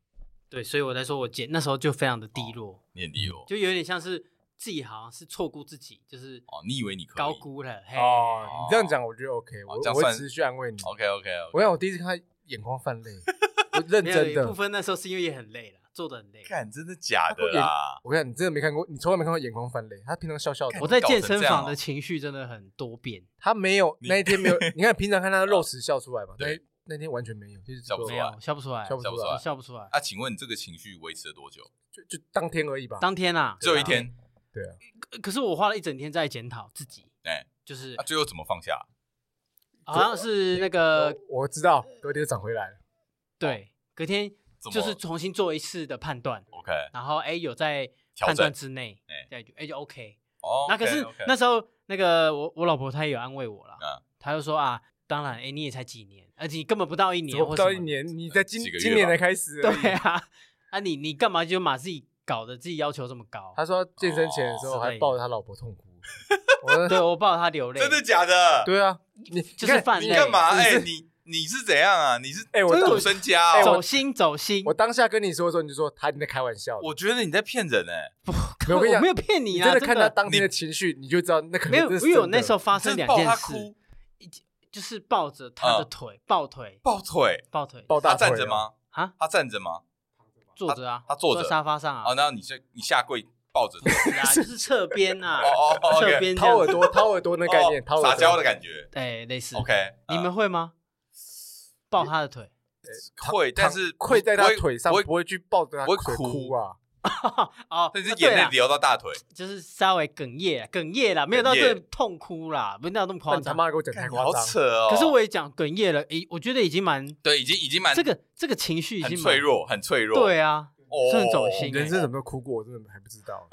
[SPEAKER 3] 对，所以我在说我姐那时候就非常的低落，
[SPEAKER 2] 念力哦，
[SPEAKER 3] 就有点像是自己好像是错估自己，就是
[SPEAKER 2] 哦，你以为你可以
[SPEAKER 3] 高估了，嘿，
[SPEAKER 1] 哦，你这样
[SPEAKER 2] 哦
[SPEAKER 1] 讲我觉得 OK，我
[SPEAKER 2] 这样
[SPEAKER 1] 我会
[SPEAKER 2] 算哦
[SPEAKER 1] 持续安慰你。
[SPEAKER 2] ？OK OK，
[SPEAKER 1] 我想我第一次看他眼眶泛泪，我认
[SPEAKER 3] 没有
[SPEAKER 1] 真
[SPEAKER 3] 一部
[SPEAKER 1] 的。
[SPEAKER 3] 分那时候是因为也很累了，做的很累。
[SPEAKER 2] 看真的假的啦？
[SPEAKER 1] 我跟你讲，你真的没看过，你从来没看过眼眶泛泪。他平常笑笑的
[SPEAKER 3] 我，在
[SPEAKER 2] 搞
[SPEAKER 3] 健
[SPEAKER 2] 成
[SPEAKER 3] 身
[SPEAKER 2] 这样
[SPEAKER 3] 房
[SPEAKER 2] 哦
[SPEAKER 3] 的情绪真的很多变，
[SPEAKER 1] 他没有
[SPEAKER 2] 你
[SPEAKER 1] 那一天 没有。你看平常看他肉食笑出来嘛，那
[SPEAKER 2] 对
[SPEAKER 1] 那天完全没有，就是
[SPEAKER 2] 笑不出
[SPEAKER 3] 没
[SPEAKER 2] 来
[SPEAKER 3] 有笑不出来，
[SPEAKER 1] 笑不
[SPEAKER 2] 笑
[SPEAKER 1] 出
[SPEAKER 2] 不出
[SPEAKER 1] 来
[SPEAKER 2] 来
[SPEAKER 3] 我，笑不出来。
[SPEAKER 2] 啊，请问你这个情绪维持了多久？
[SPEAKER 1] 就就当天而已吧。
[SPEAKER 3] 当天啊，
[SPEAKER 2] 只有一天，
[SPEAKER 1] 对啊，
[SPEAKER 3] 可可是我花了一整天在检讨自己，
[SPEAKER 2] 哎，
[SPEAKER 3] 就是
[SPEAKER 2] 啊，最后怎么放下？
[SPEAKER 3] 好像是那
[SPEAKER 2] 哦
[SPEAKER 3] 个
[SPEAKER 1] 我我知道，隔天就长回来了。
[SPEAKER 3] 对，隔天
[SPEAKER 2] 怎么
[SPEAKER 3] 就是重新做一次的判断，
[SPEAKER 2] OK，
[SPEAKER 3] 然后哎有在
[SPEAKER 2] 调
[SPEAKER 3] 判断
[SPEAKER 2] 整
[SPEAKER 3] 之内
[SPEAKER 2] 哎，
[SPEAKER 3] 对，就哎就 OK。
[SPEAKER 2] 哦，
[SPEAKER 3] 那可是
[SPEAKER 2] OK，OK
[SPEAKER 3] 那时候那个我我老婆她也有安慰我啦
[SPEAKER 2] 嗯，
[SPEAKER 3] 她就说啊，当然哎你也才几年，而且你根本不到一年
[SPEAKER 1] 我
[SPEAKER 3] 或
[SPEAKER 1] 不
[SPEAKER 3] 什么
[SPEAKER 1] 到
[SPEAKER 3] 的，
[SPEAKER 1] 一年，你在今
[SPEAKER 2] 呃几个月吧
[SPEAKER 1] 今年才开始。
[SPEAKER 3] 对，啊，啊你你干嘛就把自己搞得自己要求这么高？
[SPEAKER 1] 他说他健身前的时候
[SPEAKER 3] 哦
[SPEAKER 1] 还抱着他老婆痛哭。我说
[SPEAKER 3] 对我抱着他流泪，
[SPEAKER 2] 真的假的？
[SPEAKER 1] 对啊，你
[SPEAKER 3] 就
[SPEAKER 1] 你
[SPEAKER 3] 是
[SPEAKER 1] 看
[SPEAKER 3] 犯
[SPEAKER 2] 你
[SPEAKER 3] 累
[SPEAKER 2] 干嘛？
[SPEAKER 1] 你是
[SPEAKER 2] 哎，你你是怎样啊？你是
[SPEAKER 1] 哎我
[SPEAKER 2] 赌身家
[SPEAKER 1] 哎
[SPEAKER 2] 哦？
[SPEAKER 3] 走心走心，
[SPEAKER 1] 我当下跟你说的时候，你就说他你在开玩笑的。
[SPEAKER 2] 我觉得你在骗人哎，
[SPEAKER 1] 没有我跟你讲
[SPEAKER 3] 没有骗你
[SPEAKER 1] 你
[SPEAKER 3] 啊，
[SPEAKER 1] 真
[SPEAKER 3] 真
[SPEAKER 1] 的看他当天的情绪，你就知道那可能
[SPEAKER 3] 没有，
[SPEAKER 1] 真
[SPEAKER 3] 因
[SPEAKER 1] 是
[SPEAKER 3] 为我
[SPEAKER 1] 真的
[SPEAKER 3] 那时候发生
[SPEAKER 2] 真的
[SPEAKER 3] 两
[SPEAKER 2] 抱
[SPEAKER 3] 件
[SPEAKER 2] 他
[SPEAKER 3] 事
[SPEAKER 2] 哭，
[SPEAKER 3] 一就是抱着他的
[SPEAKER 2] 嗯
[SPEAKER 3] 腿，抱腿，
[SPEAKER 2] 抱腿，
[SPEAKER 3] 抱腿，
[SPEAKER 1] 抱大
[SPEAKER 2] 他
[SPEAKER 1] 腿
[SPEAKER 2] 站着吗？
[SPEAKER 3] 啊，
[SPEAKER 2] 他站着吗？
[SPEAKER 3] 坐着啊，
[SPEAKER 2] 他坐着
[SPEAKER 3] 在沙发上啊
[SPEAKER 2] 哦，，然后你下你下跪抱着他，
[SPEAKER 3] 是啊，就是侧边啊
[SPEAKER 2] 哦，哦 哦
[SPEAKER 3] 侧
[SPEAKER 2] ，OK，
[SPEAKER 3] 边这
[SPEAKER 1] 掏
[SPEAKER 3] 样
[SPEAKER 1] 耳
[SPEAKER 3] 子，
[SPEAKER 1] 朵，掏耳朵那概念，
[SPEAKER 2] 哦
[SPEAKER 1] 掏耳朵
[SPEAKER 2] 撒娇的感觉。
[SPEAKER 3] 哎，类似
[SPEAKER 2] OK，呃
[SPEAKER 3] 你们会吗？抱他的腿，
[SPEAKER 2] 会，但是不
[SPEAKER 1] 跪在
[SPEAKER 2] 不
[SPEAKER 1] 他
[SPEAKER 2] 会
[SPEAKER 1] 腿上
[SPEAKER 2] 不会，，
[SPEAKER 1] 不会去抱着他
[SPEAKER 2] 不会
[SPEAKER 1] 腿
[SPEAKER 2] 哭
[SPEAKER 1] 哭啊。
[SPEAKER 3] 哦，
[SPEAKER 2] 但是
[SPEAKER 3] 啊
[SPEAKER 2] 眼
[SPEAKER 3] 对
[SPEAKER 2] 泪
[SPEAKER 3] 啦，
[SPEAKER 2] 流到大腿。
[SPEAKER 3] 就是稍微哽咽啦，哽咽啦，没有到
[SPEAKER 2] 哽咽
[SPEAKER 3] 这痛哭啦，没有到那么
[SPEAKER 1] 那
[SPEAKER 3] 夸
[SPEAKER 1] 你他
[SPEAKER 3] 张。
[SPEAKER 1] 妈给我讲太
[SPEAKER 2] 干
[SPEAKER 1] 夸
[SPEAKER 2] 好
[SPEAKER 1] 张，
[SPEAKER 2] 扯哦！
[SPEAKER 3] 可是我也讲哽咽了，诶，我觉得已经蛮
[SPEAKER 2] 对已经已经蛮
[SPEAKER 3] 这个这个情绪已经
[SPEAKER 2] 很
[SPEAKER 3] 蛮
[SPEAKER 2] 脆，弱，很脆弱。
[SPEAKER 3] 对啊，
[SPEAKER 2] 哦，
[SPEAKER 3] 是很走心
[SPEAKER 1] 人生怎么都哭过，我真的还不知道。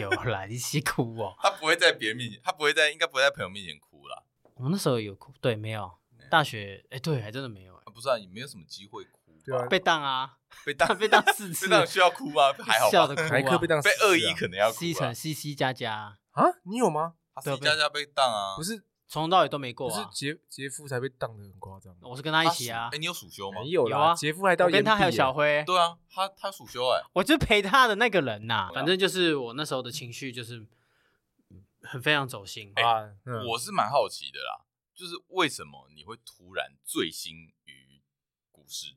[SPEAKER 3] 有啦，一起哭哦。
[SPEAKER 2] 他不会在别人面前，他不会在应该不会在朋友面前哭啦。
[SPEAKER 3] 我那时候有哭，对，没有。大学，哎，对，还真的没有，诶
[SPEAKER 2] 啊不是啊，也没有什么机会哭吧。
[SPEAKER 1] 对啊，
[SPEAKER 3] 被当啊，
[SPEAKER 2] 呃被当
[SPEAKER 3] 被当四次
[SPEAKER 2] 被，当需要哭吗？ 还好
[SPEAKER 3] 笑
[SPEAKER 2] 吧
[SPEAKER 3] 的。 哭
[SPEAKER 1] 哪一科
[SPEAKER 3] 啊
[SPEAKER 1] 被，当
[SPEAKER 2] 被恶意
[SPEAKER 1] 可
[SPEAKER 2] 可能要哭
[SPEAKER 3] 西
[SPEAKER 2] 啊
[SPEAKER 3] 城。西西加加，
[SPEAKER 1] 啊？你有吗？
[SPEAKER 2] 他
[SPEAKER 3] 对
[SPEAKER 2] 自己家家被当啊。
[SPEAKER 1] 不是
[SPEAKER 3] 从头到尾都没
[SPEAKER 1] 不
[SPEAKER 3] 过
[SPEAKER 1] 是
[SPEAKER 3] 啊。
[SPEAKER 1] 杰杰夫才被当的很夸张，
[SPEAKER 3] 我是跟他一起啊
[SPEAKER 2] 哎，，你有暑休吗
[SPEAKER 1] 没？有
[SPEAKER 3] 有啊
[SPEAKER 1] 啦，杰夫还到
[SPEAKER 3] 我跟他
[SPEAKER 1] 岩壁
[SPEAKER 3] 还有
[SPEAKER 1] 耶
[SPEAKER 3] 小 辉，
[SPEAKER 2] 对啊，他他暑休哎，
[SPEAKER 3] 我就是陪他的那个人呐。反正就是我那时候的情绪就是很非常走心。
[SPEAKER 1] 啊，嗯
[SPEAKER 2] 我是蛮好奇的啦，就是为什么你会突然醉心于股市？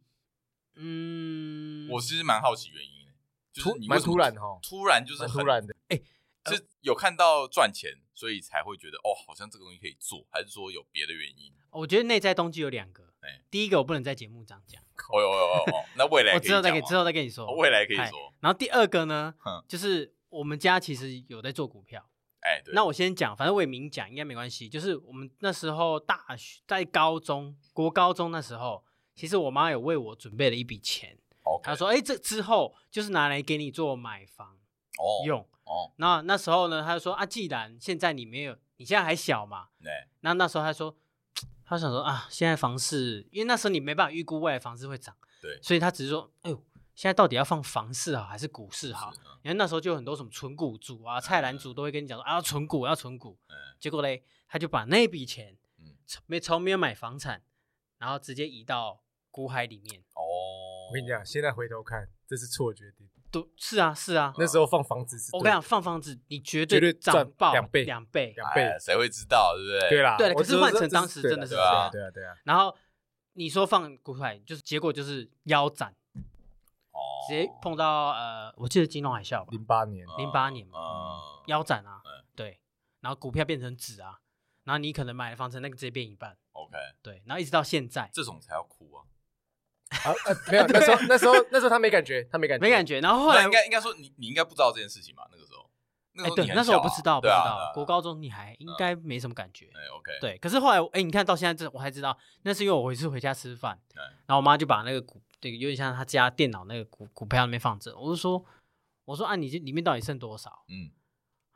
[SPEAKER 3] 嗯，
[SPEAKER 2] 我其实蛮好奇原因的，就是
[SPEAKER 1] 突
[SPEAKER 2] 你为
[SPEAKER 1] 蛮
[SPEAKER 2] 什么
[SPEAKER 1] 突然的哈，
[SPEAKER 2] 突然就是
[SPEAKER 1] 蛮
[SPEAKER 2] 很
[SPEAKER 1] 突然的。
[SPEAKER 2] 是有看到赚钱，所以才会觉得哦，好像这个东西可以做，还是说有别的原因？
[SPEAKER 3] 我觉得内在动机有两个
[SPEAKER 2] 哎，
[SPEAKER 3] 第一个我不能在节目上讲，
[SPEAKER 2] 哦哟哟哦，那未来
[SPEAKER 3] 我
[SPEAKER 2] 可以
[SPEAKER 3] 之后再
[SPEAKER 2] 讲
[SPEAKER 3] 给
[SPEAKER 2] 吗
[SPEAKER 3] 之后再跟你说
[SPEAKER 2] 哦。未来可以
[SPEAKER 3] 哎
[SPEAKER 2] 说，
[SPEAKER 3] 然后第二个呢
[SPEAKER 2] 哼，
[SPEAKER 3] 就是我们家其实有在做股票。
[SPEAKER 2] 哎，对，
[SPEAKER 3] 那我先讲，反正我也明讲，应该没关系。就是我们那时候大学在高中国高中那时候，其实我妈有为我准备了一笔钱，
[SPEAKER 2] OK
[SPEAKER 3] 她说：“哎、这之后就是拿来给你做买房
[SPEAKER 2] 哦
[SPEAKER 3] 用。
[SPEAKER 2] 哦，
[SPEAKER 3] 那那时候呢，她就说：“啊，既然现在你没有，你现在还小嘛。
[SPEAKER 2] 对，”
[SPEAKER 3] 那那时候她说，她想说啊，现在房市，因为那时候你没办法预估未来房市会涨，
[SPEAKER 2] 对
[SPEAKER 3] 所以她只是说：“哎呦，现在到底要放房市好还是股市好？”
[SPEAKER 2] 是嗯
[SPEAKER 3] 因为那时候就有很多什么纯股族啊、菜篮族都会跟你讲说啊，要纯股要纯股。
[SPEAKER 2] 嗯
[SPEAKER 3] 结果嘞，他就把那笔钱，
[SPEAKER 2] 嗯
[SPEAKER 3] 从没从没有买房产，然后直接移到股海里面。
[SPEAKER 2] 哦，
[SPEAKER 1] 我跟你，讲，现在回头看，这是错决定。
[SPEAKER 3] 都是啊是啊。
[SPEAKER 1] 那时候放房子是
[SPEAKER 3] 我跟你讲，放房子你绝
[SPEAKER 1] 绝对赚
[SPEAKER 3] 涨爆
[SPEAKER 1] 两倍
[SPEAKER 3] 两倍。
[SPEAKER 1] 两倍，
[SPEAKER 2] 哎谁会知道，对不对？
[SPEAKER 1] 对啦，
[SPEAKER 3] 对
[SPEAKER 1] 我
[SPEAKER 3] 可是
[SPEAKER 1] 就
[SPEAKER 3] 换
[SPEAKER 1] 说
[SPEAKER 3] 成
[SPEAKER 1] 这
[SPEAKER 3] 当时
[SPEAKER 1] 对
[SPEAKER 3] 真
[SPEAKER 1] 啦
[SPEAKER 3] 的是
[SPEAKER 1] 对啊，
[SPEAKER 2] 这
[SPEAKER 1] 对啊，对啊，
[SPEAKER 3] 然后你说放股海，就是结果就是腰斩，
[SPEAKER 2] 哦，
[SPEAKER 3] 直接碰到呃，我记得金融海啸吧，
[SPEAKER 1] 零哦八年
[SPEAKER 2] 嗯
[SPEAKER 3] 08年
[SPEAKER 2] 嗯，
[SPEAKER 3] 腰斩啊
[SPEAKER 2] 嗯，
[SPEAKER 3] 对，然后股票变成纸啊，然后你可能买的房子那个直接变一半，
[SPEAKER 2] OK，
[SPEAKER 3] 对，然后一直到现在
[SPEAKER 2] 这种才要哭啊。
[SPEAKER 1] 啊，呃没有，那时候那时候那时候他没感觉，他没感觉，
[SPEAKER 3] 没感觉，然后后
[SPEAKER 2] 那
[SPEAKER 3] 来
[SPEAKER 2] 应该应该说你你应该不知道这件事情吧？那个时候，那个
[SPEAKER 3] 哎
[SPEAKER 2] 时候
[SPEAKER 3] 对
[SPEAKER 2] 你，很
[SPEAKER 3] 那时候
[SPEAKER 2] 小
[SPEAKER 3] 我不
[SPEAKER 2] 啊
[SPEAKER 3] 知道不知
[SPEAKER 2] 对啊
[SPEAKER 3] 道，
[SPEAKER 2] 对
[SPEAKER 3] 国
[SPEAKER 2] 啊
[SPEAKER 3] 高中你还应该没什么感觉，
[SPEAKER 2] 哎 OK，
[SPEAKER 3] 对，可是后来我哎，你看到现在这我还知道，那是因为我有一次回家吃饭，
[SPEAKER 2] 对
[SPEAKER 3] 然后我妈就把那个股这个有点像她家电脑那个股股票那边放着，我就说我说啊你这里面到底剩多少？
[SPEAKER 2] 嗯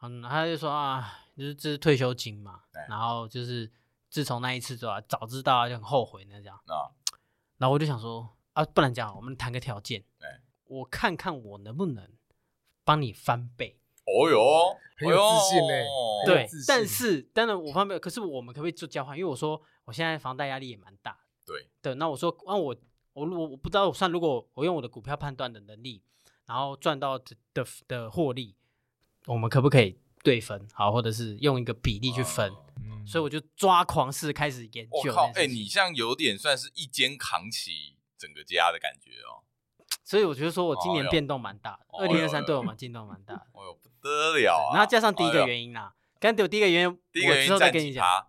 [SPEAKER 3] 嗯，他就说啊，就是这是退休金嘛
[SPEAKER 2] 对，
[SPEAKER 3] 然后就是自从那一次之后啊，早知道啊就很后悔那这样。
[SPEAKER 2] 那
[SPEAKER 3] 然后我就想说啊，不然这样，我们谈个条件
[SPEAKER 2] 对，
[SPEAKER 3] 我看看我能不能帮你翻倍。
[SPEAKER 2] 哦哟，
[SPEAKER 1] 很有自信欸
[SPEAKER 2] 哦
[SPEAKER 1] 很有
[SPEAKER 3] 对
[SPEAKER 1] 自，
[SPEAKER 3] 但
[SPEAKER 1] 信
[SPEAKER 3] 是当然我翻倍，可是我们可不可以做交换？因为我说我现在房贷压力也蛮大的，
[SPEAKER 2] 对
[SPEAKER 3] 对，那我说那、我我如果我不知道，我算如果我用我的股票判断的能力，然后赚到的的的获利，我们可不可以对分？好，或者是用一个比例去分？
[SPEAKER 2] 嗯
[SPEAKER 1] 嗯
[SPEAKER 3] 所以我就抓狂式开始研
[SPEAKER 2] 我
[SPEAKER 3] 究。
[SPEAKER 2] 靠，哎，你，像有点算是一肩扛起整个家的感觉哦，
[SPEAKER 3] 所以我觉得说我今
[SPEAKER 2] 哦
[SPEAKER 3] 年
[SPEAKER 2] 哟
[SPEAKER 3] 变动蛮大的，
[SPEAKER 2] 哦
[SPEAKER 3] 二
[SPEAKER 2] 哟
[SPEAKER 3] 零二三对我们变动蛮大的。
[SPEAKER 2] 哦哟不得了啊！
[SPEAKER 3] 然后加上第一
[SPEAKER 2] 哎
[SPEAKER 3] 个
[SPEAKER 2] 呦，
[SPEAKER 3] 原因啦，刚才有第一个原因，
[SPEAKER 2] 第一个
[SPEAKER 3] 我
[SPEAKER 2] 原
[SPEAKER 3] 之后
[SPEAKER 2] 因
[SPEAKER 3] 再
[SPEAKER 2] 占
[SPEAKER 3] 跟你
[SPEAKER 2] 几
[SPEAKER 3] 讲。
[SPEAKER 2] 趴？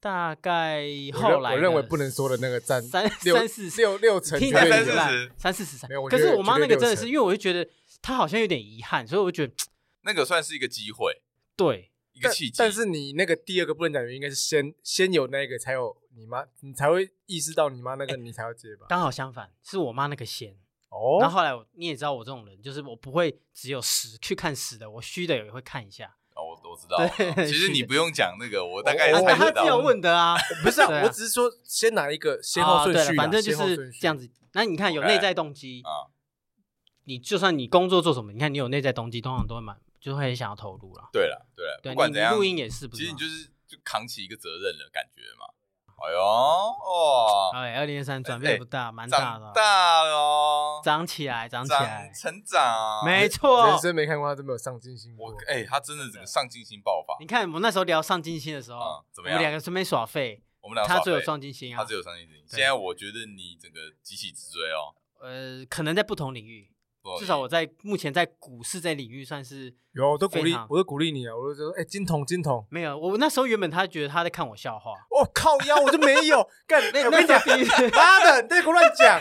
[SPEAKER 3] 大概
[SPEAKER 1] 我认
[SPEAKER 3] 后来
[SPEAKER 1] 我认为不能说的那个占
[SPEAKER 3] 三
[SPEAKER 1] 六
[SPEAKER 3] 三四十，
[SPEAKER 1] 六六成
[SPEAKER 3] 听
[SPEAKER 1] 之
[SPEAKER 3] 起来
[SPEAKER 1] 类
[SPEAKER 2] 三四
[SPEAKER 1] 的，
[SPEAKER 3] 很
[SPEAKER 2] 十
[SPEAKER 3] 烂三四十三
[SPEAKER 1] 没有我。
[SPEAKER 3] 可
[SPEAKER 1] 觉得
[SPEAKER 3] 是我妈那个真的
[SPEAKER 1] 绝对六
[SPEAKER 3] 是，
[SPEAKER 1] 成
[SPEAKER 3] 因为我就觉得她好像有点遗憾，所以我就觉得
[SPEAKER 2] 那个算是一个机会，
[SPEAKER 3] 对
[SPEAKER 2] 一个
[SPEAKER 1] 但
[SPEAKER 2] 契机。
[SPEAKER 1] 但是你那个第二个不能讲的原因，应该是先先有那个，才有你妈，你才会意识到你妈那个，你才要接吧。
[SPEAKER 3] 刚好相反，是我妈那个先。
[SPEAKER 1] 哦，
[SPEAKER 3] 然后后来我你也知道我这种人，就是我不会只有实去看实的，我虚的也会看一下。
[SPEAKER 2] 哦，我我知道
[SPEAKER 3] 对。
[SPEAKER 2] 其实你
[SPEAKER 3] 是
[SPEAKER 2] 不用讲那个，我大概
[SPEAKER 1] 哎
[SPEAKER 2] 也
[SPEAKER 1] 我
[SPEAKER 3] 啊
[SPEAKER 2] 猜
[SPEAKER 3] 她
[SPEAKER 2] 得
[SPEAKER 3] 自己有
[SPEAKER 2] 到。
[SPEAKER 3] 问的啊，
[SPEAKER 1] 不是、啊，
[SPEAKER 3] 对啊
[SPEAKER 1] 我只是说先拿一个先后
[SPEAKER 3] 啊
[SPEAKER 1] 顺
[SPEAKER 3] 对了
[SPEAKER 1] 序啦、
[SPEAKER 3] 反正就
[SPEAKER 1] 先后顺
[SPEAKER 3] 是
[SPEAKER 1] 序
[SPEAKER 3] 这样。子。那你看有
[SPEAKER 2] OK
[SPEAKER 3] 内在动机
[SPEAKER 2] 啊，
[SPEAKER 3] 你就算你工作做什么，你看你有内在动机，通常都会蛮就会想要投入了。
[SPEAKER 2] 对了对了，
[SPEAKER 3] 对，
[SPEAKER 2] 不管
[SPEAKER 3] 你
[SPEAKER 2] 怎
[SPEAKER 3] 你
[SPEAKER 2] 样，
[SPEAKER 3] 录音也是，不
[SPEAKER 2] 其
[SPEAKER 3] 是
[SPEAKER 2] 实
[SPEAKER 3] 吗
[SPEAKER 2] 你就是就扛起一个责任了，感觉嘛。哎呦哦，
[SPEAKER 3] 哎，二零二三转
[SPEAKER 2] 哎
[SPEAKER 3] 变不大，蛮大
[SPEAKER 2] 长
[SPEAKER 3] 的，啊
[SPEAKER 2] 大了哦，
[SPEAKER 3] 长起来，长起来
[SPEAKER 2] 长，成长，
[SPEAKER 3] 没。错
[SPEAKER 1] 人。生没看过他这么有上进心过
[SPEAKER 2] 我。哎，他真的整个上进心爆发
[SPEAKER 3] 你看我们那时候聊上进心的时
[SPEAKER 2] 啊
[SPEAKER 3] 候，，
[SPEAKER 2] 怎
[SPEAKER 3] 我
[SPEAKER 2] 么
[SPEAKER 3] 们两
[SPEAKER 2] 样？
[SPEAKER 3] 个顺便耍废，
[SPEAKER 2] 我们俩
[SPEAKER 3] 他
[SPEAKER 2] 耍
[SPEAKER 3] 最有
[SPEAKER 2] 废，
[SPEAKER 3] 上进心
[SPEAKER 2] 他
[SPEAKER 3] 啊
[SPEAKER 2] 最。有上进心。
[SPEAKER 3] 对
[SPEAKER 2] 现在我觉得你整个急起直追哦，
[SPEAKER 3] 呃，可能在不同领域，
[SPEAKER 2] 不容易
[SPEAKER 3] 至少我在目前在股市这领域算是
[SPEAKER 1] 有啊，我都鼓
[SPEAKER 3] 非
[SPEAKER 1] 励
[SPEAKER 3] 常，
[SPEAKER 1] 我都鼓励你啊！我就说，哎、金童，金童，
[SPEAKER 3] 没有。我那时候原本他觉得他在看我笑话，
[SPEAKER 1] 我、靠腰，我就没有 干。
[SPEAKER 3] 那
[SPEAKER 1] 哎我跟你
[SPEAKER 3] 那时
[SPEAKER 1] 讲，
[SPEAKER 3] 候第一次
[SPEAKER 1] 妈的，你在给我乱讲，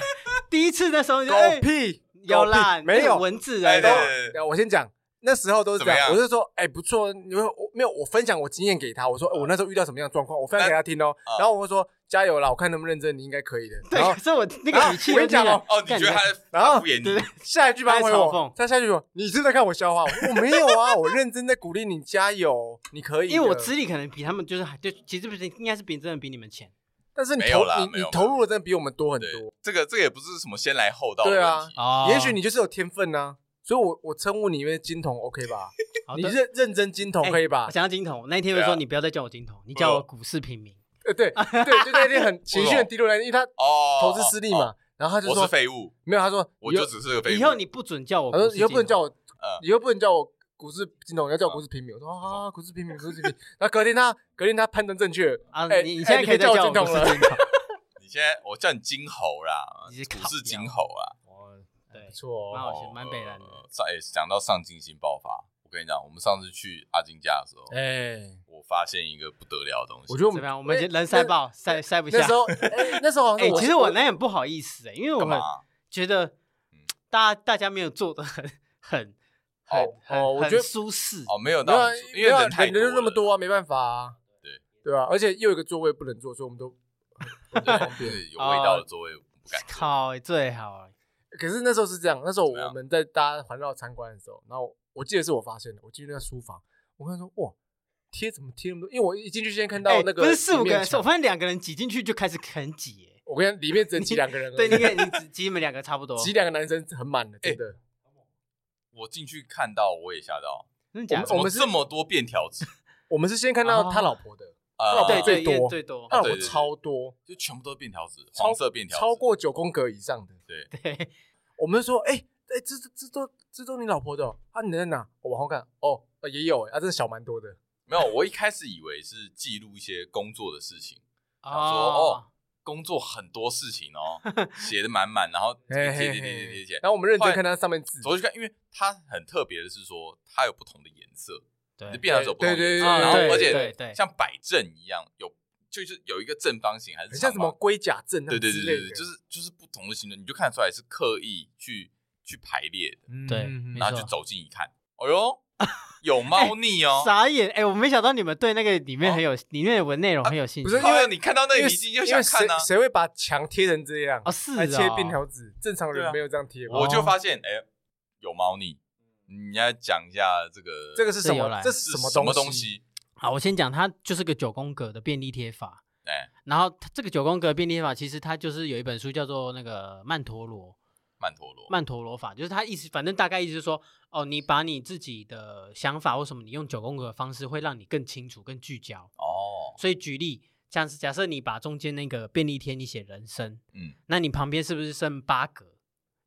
[SPEAKER 3] 第一次那时候就 哎
[SPEAKER 1] 狗屁，
[SPEAKER 3] 有
[SPEAKER 1] 狗
[SPEAKER 3] 啦，
[SPEAKER 1] 屁没
[SPEAKER 3] 那个
[SPEAKER 1] 有。
[SPEAKER 3] 文字
[SPEAKER 2] 哎
[SPEAKER 3] 而已
[SPEAKER 2] 对
[SPEAKER 3] 嘛。
[SPEAKER 2] 对对
[SPEAKER 1] 啊我先讲，那时候都是这样，
[SPEAKER 2] 怎么样
[SPEAKER 1] 我就说，哎、不错，你们我没有，我分享我经验给他，我说、
[SPEAKER 2] 嗯
[SPEAKER 1] 哎我那时候遇到什么样的状况，我分享给他听哦，
[SPEAKER 2] 那
[SPEAKER 1] 然后我会说加油啦，我看那么认真，你应该可以的。
[SPEAKER 3] 对，
[SPEAKER 1] 然后
[SPEAKER 3] 可是我那
[SPEAKER 1] 然后
[SPEAKER 3] 个语气
[SPEAKER 1] 我跟
[SPEAKER 3] 有
[SPEAKER 1] 你讲
[SPEAKER 3] 点
[SPEAKER 1] 哦
[SPEAKER 2] 哦，你觉得他在
[SPEAKER 1] 然后
[SPEAKER 2] 他敷衍你？
[SPEAKER 1] 下一句吧，
[SPEAKER 3] 他
[SPEAKER 1] 回
[SPEAKER 3] 在嘲
[SPEAKER 1] 我
[SPEAKER 3] 讽，
[SPEAKER 1] 他下一句说你是在看我笑话，我说我没有啊，我认真在鼓励你加油，你可以的。
[SPEAKER 3] 因为我资历可能比他们就是还就其实不是应该是比真的比你们浅
[SPEAKER 1] 但是你
[SPEAKER 2] 没
[SPEAKER 1] 投
[SPEAKER 2] 有啦没有
[SPEAKER 1] 你你
[SPEAKER 2] 没有
[SPEAKER 1] 投入的真的比我们多很
[SPEAKER 2] 对
[SPEAKER 1] 多，，
[SPEAKER 2] 这个这个也不是什么先来后到的
[SPEAKER 1] 对啊
[SPEAKER 2] 问题。
[SPEAKER 3] 哦
[SPEAKER 1] 也许你就是有天分呐、所以我我称呼你为金童，OK 吧？
[SPEAKER 3] 好
[SPEAKER 1] 你
[SPEAKER 3] 对
[SPEAKER 1] 认认真金童
[SPEAKER 3] 哎
[SPEAKER 1] 可以吧
[SPEAKER 3] 我？想到金童，那一天
[SPEAKER 2] 对啊
[SPEAKER 3] 就说你不要再叫我金童，你叫我股市平民。
[SPEAKER 1] 呃，对对，就那 天很情绪很低落，因为他
[SPEAKER 2] 哦，
[SPEAKER 1] 投资失利
[SPEAKER 2] 哦，
[SPEAKER 1] 嘛，然后他就
[SPEAKER 2] 我是
[SPEAKER 1] 说
[SPEAKER 2] 废物，
[SPEAKER 1] 没有，他说
[SPEAKER 2] 我
[SPEAKER 1] 以后
[SPEAKER 2] 就只是个废物。
[SPEAKER 3] 以后你不准叫我
[SPEAKER 1] 他
[SPEAKER 3] 股
[SPEAKER 1] 说
[SPEAKER 3] 市金童，
[SPEAKER 1] 以后不能叫我
[SPEAKER 2] 嗯，
[SPEAKER 1] 以后不能叫我股市金童，要叫我股市平民。我说啊，股市平民，股市平民。然后隔天他隔天他判断正确，
[SPEAKER 3] 啊，
[SPEAKER 1] 哎
[SPEAKER 3] 你你
[SPEAKER 1] 哎
[SPEAKER 3] 现在
[SPEAKER 1] 你
[SPEAKER 3] 可以
[SPEAKER 1] 可以
[SPEAKER 3] 再
[SPEAKER 1] 叫我
[SPEAKER 3] 叫
[SPEAKER 1] 金童
[SPEAKER 3] 我股市
[SPEAKER 1] 了
[SPEAKER 3] 金童。
[SPEAKER 2] 你现在我叫你金猴啦，
[SPEAKER 3] 你是
[SPEAKER 2] 股
[SPEAKER 3] 烤
[SPEAKER 2] 市
[SPEAKER 3] 掉
[SPEAKER 2] 金猴啊。
[SPEAKER 3] 哦，对
[SPEAKER 1] 不，错
[SPEAKER 3] 蛮
[SPEAKER 1] 哦，
[SPEAKER 3] 好笑，蛮北蓝的。
[SPEAKER 2] 呃上诶讲到上进心爆发，我跟你讲，我们上次去阿金家的时候，
[SPEAKER 1] 哎，
[SPEAKER 2] 我发现一个不得了的东西。
[SPEAKER 1] 我觉得我
[SPEAKER 3] 怎么
[SPEAKER 1] 们
[SPEAKER 3] 样？我们
[SPEAKER 1] 哎
[SPEAKER 3] 人塞爆，塞塞不
[SPEAKER 1] 那
[SPEAKER 3] 下
[SPEAKER 1] 时。候哎那时候好像
[SPEAKER 3] 哎
[SPEAKER 1] 是，
[SPEAKER 3] 其实我那也很不好意思哎，因为我
[SPEAKER 2] 干
[SPEAKER 3] 们
[SPEAKER 2] 嘛？
[SPEAKER 3] 觉得
[SPEAKER 2] 嗯
[SPEAKER 3] 大家大家没有做的很很很
[SPEAKER 1] 哦哦，我
[SPEAKER 3] 很
[SPEAKER 1] 觉得
[SPEAKER 3] 舒适。
[SPEAKER 2] 哦，没有
[SPEAKER 1] 没有
[SPEAKER 2] 到
[SPEAKER 1] 啊，，
[SPEAKER 2] 因为
[SPEAKER 1] 没有啊
[SPEAKER 2] 人太
[SPEAKER 1] 人就那么
[SPEAKER 2] 了，
[SPEAKER 1] 多啊，没办法啊。
[SPEAKER 2] 对
[SPEAKER 1] 对啊，而且又有一个座位不能坐，所以我们都
[SPEAKER 2] 就是有味道的座位不
[SPEAKER 3] 哦
[SPEAKER 2] 敢坐。
[SPEAKER 3] 靠，最好了
[SPEAKER 1] 可是那时候是这样，那时候
[SPEAKER 2] 怎么样
[SPEAKER 1] 我们在大家环绕参观的时候，然后我记得是我发现的，我进去那个书房，我看说哇，贴怎么贴那么多？因为我一进去先看到
[SPEAKER 3] 哎
[SPEAKER 1] 那个
[SPEAKER 3] 不是四五个
[SPEAKER 1] 里面
[SPEAKER 3] 人，
[SPEAKER 1] 墙
[SPEAKER 3] 我发现两个人挤进去就开始很挤哎。
[SPEAKER 1] 我跟你讲，里面只能挤两个人而已，
[SPEAKER 3] 对，你看你挤挤你们两个差不多，
[SPEAKER 1] 挤两个男生很满
[SPEAKER 2] 哎
[SPEAKER 1] 的，真的。
[SPEAKER 2] 我进去看到，我也吓到，
[SPEAKER 3] 真的假
[SPEAKER 2] 怎
[SPEAKER 1] 我
[SPEAKER 3] 的？
[SPEAKER 2] 么
[SPEAKER 1] 们是
[SPEAKER 2] 这么多便条纸？
[SPEAKER 1] 我们是先看到他老婆的，
[SPEAKER 2] 啊，
[SPEAKER 1] 我
[SPEAKER 3] 哦对
[SPEAKER 1] 们
[SPEAKER 3] 对，
[SPEAKER 1] 最多
[SPEAKER 3] 因为最多。
[SPEAKER 1] 他老
[SPEAKER 2] 哦对
[SPEAKER 1] 婆
[SPEAKER 2] 对对
[SPEAKER 1] 超多，
[SPEAKER 2] 就全部都是便条纸，
[SPEAKER 1] 超
[SPEAKER 2] 黄色便条纸，
[SPEAKER 1] 超过九宫格以上的。
[SPEAKER 2] 对
[SPEAKER 3] 对，
[SPEAKER 1] 我们就说，哎哎，这这这都这都你老婆的哦啊？你在哪？我往后看，哦，呃也有哎，啊，这小蛮多的。
[SPEAKER 2] 没有，我一开始以为是记录一些工作的事情，
[SPEAKER 3] 啊
[SPEAKER 2] 想说哦，工作很多事情 哦，写的满满，然后贴贴贴贴贴贴。
[SPEAKER 1] 然后我们认真看它上面字，
[SPEAKER 2] 走过去看，因为它很特别的是说，它有不同的颜色，
[SPEAKER 3] 对
[SPEAKER 2] 就，变成有不同的颜色，
[SPEAKER 1] 对对对
[SPEAKER 2] 然后
[SPEAKER 1] 对
[SPEAKER 2] 而
[SPEAKER 3] 对
[SPEAKER 2] 且
[SPEAKER 3] 对
[SPEAKER 2] 像摆正一样，有就是有一个正方形还是
[SPEAKER 1] 很像
[SPEAKER 2] 长
[SPEAKER 1] 什
[SPEAKER 2] 方
[SPEAKER 1] 么龟甲阵那
[SPEAKER 2] 对
[SPEAKER 1] 种
[SPEAKER 2] 对
[SPEAKER 1] 之
[SPEAKER 2] 对
[SPEAKER 1] 类
[SPEAKER 2] 对
[SPEAKER 1] 的，
[SPEAKER 2] 对，就是就是不同的形状，你就看得出来是刻意去去排列的，
[SPEAKER 1] 嗯
[SPEAKER 3] 对
[SPEAKER 1] 嗯嗯
[SPEAKER 3] 没
[SPEAKER 2] 然后
[SPEAKER 3] 错
[SPEAKER 2] 就走近一看，哎 呦，有猫腻哦，
[SPEAKER 3] 傻眼！哎，我没想到你们对那个里面
[SPEAKER 2] 哦啊
[SPEAKER 3] 很有，里面的内容很有兴
[SPEAKER 1] 不
[SPEAKER 3] 趣。
[SPEAKER 1] 是
[SPEAKER 2] 因为你看到那
[SPEAKER 1] 哎因为
[SPEAKER 2] 里，你就想看啊
[SPEAKER 1] 因为谁，谁会把墙贴成这样
[SPEAKER 3] 哦是
[SPEAKER 1] 还切
[SPEAKER 3] 哦
[SPEAKER 1] 便条纸，正常
[SPEAKER 2] 对啊
[SPEAKER 1] 人没有这样贴吧。
[SPEAKER 2] 我就发现哎，有猫腻，你要讲一下这个
[SPEAKER 1] 这个是什
[SPEAKER 3] 这由
[SPEAKER 1] 么
[SPEAKER 3] 来？
[SPEAKER 1] 这
[SPEAKER 2] 是
[SPEAKER 1] 是
[SPEAKER 2] 什
[SPEAKER 1] 什么
[SPEAKER 2] 么
[SPEAKER 1] 东
[SPEAKER 2] 东？西？
[SPEAKER 3] 好，我先讲，它就是个九宫格的便利贴法。
[SPEAKER 2] 哎，
[SPEAKER 3] 然后它这个九宫格便利贴法，其实它就是有一本书叫做那个曼陀罗，
[SPEAKER 2] 曼陀罗，
[SPEAKER 3] 曼陀罗法，就是它意思，反正大概意思是说，哦，你把你自己的想法或什么，你用九宫格的方式，会让你更清楚、更聚焦。
[SPEAKER 2] 哦，
[SPEAKER 3] 所以举例，像是假设你把中间那个便利贴你写人生，
[SPEAKER 2] 嗯，
[SPEAKER 3] 那你旁边是不是剩八格？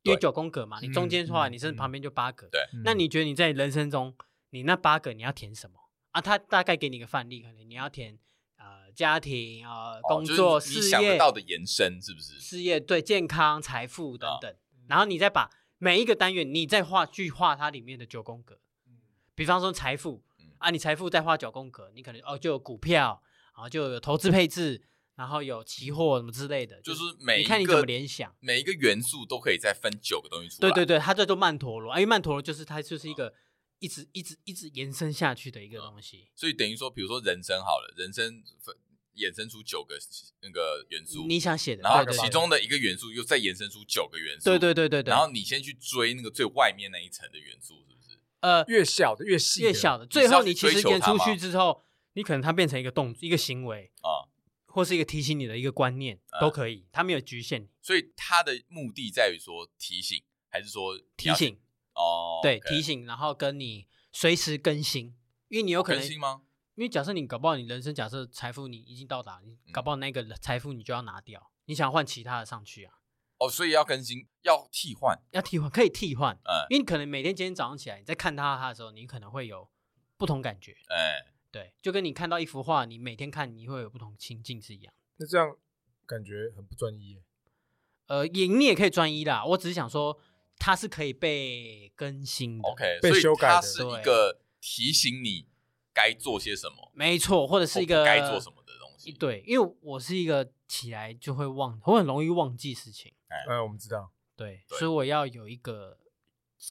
[SPEAKER 3] 因为
[SPEAKER 2] 对
[SPEAKER 3] 九宫格嘛，你中间的话，
[SPEAKER 1] 嗯
[SPEAKER 3] 你剩
[SPEAKER 1] 嗯
[SPEAKER 3] 旁边就八格。
[SPEAKER 2] 对
[SPEAKER 3] 那你觉得你在人生中，你那八个你要填什么啊？他大概给你一个范例，可能你要填呃家庭啊、呃
[SPEAKER 2] 哦
[SPEAKER 3] 工
[SPEAKER 2] 就是
[SPEAKER 3] 作、
[SPEAKER 2] 你
[SPEAKER 3] 事
[SPEAKER 2] 你想
[SPEAKER 3] 业
[SPEAKER 2] 得、到的延伸是不是？
[SPEAKER 3] 事业对健康、财富等等，
[SPEAKER 2] 嗯
[SPEAKER 3] 然后你再把每一个单元，你再画去画它里面的九宫格。比方说财富
[SPEAKER 2] 嗯
[SPEAKER 3] 啊，你财富再画九宫格，你可能哦就有股票，然后就有投资配置，然后有期货什么之类的，
[SPEAKER 2] 就是每
[SPEAKER 3] 你看
[SPEAKER 2] 一
[SPEAKER 3] 你
[SPEAKER 2] 个
[SPEAKER 3] 怎么联想。
[SPEAKER 2] 每一个元素都可以再分九个东西出来，啊
[SPEAKER 3] 对对对，它叫做曼陀罗，啊因为曼陀罗就是它就是一个一直一直一直延伸下去的一个东西。
[SPEAKER 2] 所以等于说，比如说人生好了，人生分衍生出九个那个元素，
[SPEAKER 3] 你想写的，
[SPEAKER 2] 然后
[SPEAKER 3] 对对
[SPEAKER 2] 其中的一个元素又再延伸出九个元素，
[SPEAKER 3] 对对对对对，
[SPEAKER 2] 然后你先去追那个最外面那一层的元素，是不是？
[SPEAKER 3] 呃
[SPEAKER 1] 越小的越细，
[SPEAKER 3] 越小的，
[SPEAKER 2] 是要
[SPEAKER 3] 最后
[SPEAKER 2] 去
[SPEAKER 3] 你其
[SPEAKER 2] 追
[SPEAKER 3] 实
[SPEAKER 2] 求
[SPEAKER 3] 演
[SPEAKER 2] 它
[SPEAKER 3] 出
[SPEAKER 2] 吗
[SPEAKER 3] 去之后，你可能它变成一个动一个行为
[SPEAKER 2] 啊
[SPEAKER 3] 或是一个提醒你的一个观念
[SPEAKER 2] 啊
[SPEAKER 3] 都可以，它没有局限你
[SPEAKER 2] 所以它的目的在于说提醒，还是说你
[SPEAKER 3] 提
[SPEAKER 2] 要
[SPEAKER 3] 醒，
[SPEAKER 2] 哦？
[SPEAKER 3] 对
[SPEAKER 2] OK
[SPEAKER 3] 提醒，然后跟你随时更新，因为你有可
[SPEAKER 2] 更
[SPEAKER 3] 能
[SPEAKER 2] 新吗？
[SPEAKER 3] 因为假设你搞不好你人生假设财富你已经到达，你
[SPEAKER 2] 嗯
[SPEAKER 3] 搞不好那个财富你就要拿掉，你想换其他的上去啊，
[SPEAKER 2] 哦，所以要更新，要替换，
[SPEAKER 3] 要替换可以替换，
[SPEAKER 2] 嗯，
[SPEAKER 3] 因为你可能每天今天早上起来你在看它它的时候，你可能会有不同感觉，
[SPEAKER 2] 哎，
[SPEAKER 3] 对，就跟你看到一幅画，你每天看你会有不同情境是一样。
[SPEAKER 1] 那这样感觉很不专一耶。
[SPEAKER 3] 呃，也你也可以专一啦，我只是想说它是可以被更新的。
[SPEAKER 2] ，OK，
[SPEAKER 1] 被
[SPEAKER 2] 所以
[SPEAKER 1] 修改
[SPEAKER 2] 它
[SPEAKER 1] 的
[SPEAKER 2] 是
[SPEAKER 3] 对
[SPEAKER 2] 一个提醒你该做些什么，
[SPEAKER 3] 没错，或者是一个
[SPEAKER 2] 或不该做什么的东西。
[SPEAKER 3] 对，因为我是一个起来就会忘，我很容易忘记事情。
[SPEAKER 1] 呃，我们知道，
[SPEAKER 3] 对，
[SPEAKER 2] 对
[SPEAKER 3] 所以我要有一个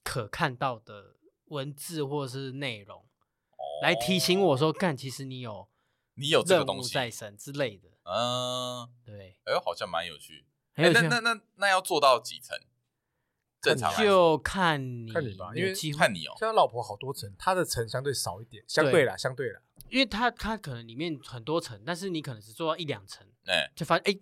[SPEAKER 3] 可看到的文字或是内容
[SPEAKER 2] 哦，
[SPEAKER 3] 来提醒我说，干，其实你有
[SPEAKER 2] 你有这
[SPEAKER 3] 任
[SPEAKER 2] 个东
[SPEAKER 3] 务
[SPEAKER 2] 西，
[SPEAKER 3] 在身之类的。
[SPEAKER 2] 嗯，
[SPEAKER 3] 对，
[SPEAKER 2] 哎呦，好像蛮有趣。
[SPEAKER 3] 很有
[SPEAKER 2] 哎
[SPEAKER 3] 趣
[SPEAKER 2] 那
[SPEAKER 3] 啊。
[SPEAKER 2] 那那那要做到几层？正常来说
[SPEAKER 3] 就看你
[SPEAKER 1] 看你吧因
[SPEAKER 3] 有
[SPEAKER 1] 为
[SPEAKER 3] 机会
[SPEAKER 2] 看你哦
[SPEAKER 1] 像，他老婆好多层，他的层相对少一点，相对啦，相对啦，
[SPEAKER 3] 因为它它可能里面很多层，但是你可能只做到一两层，
[SPEAKER 2] 哎，
[SPEAKER 3] 就发现哎、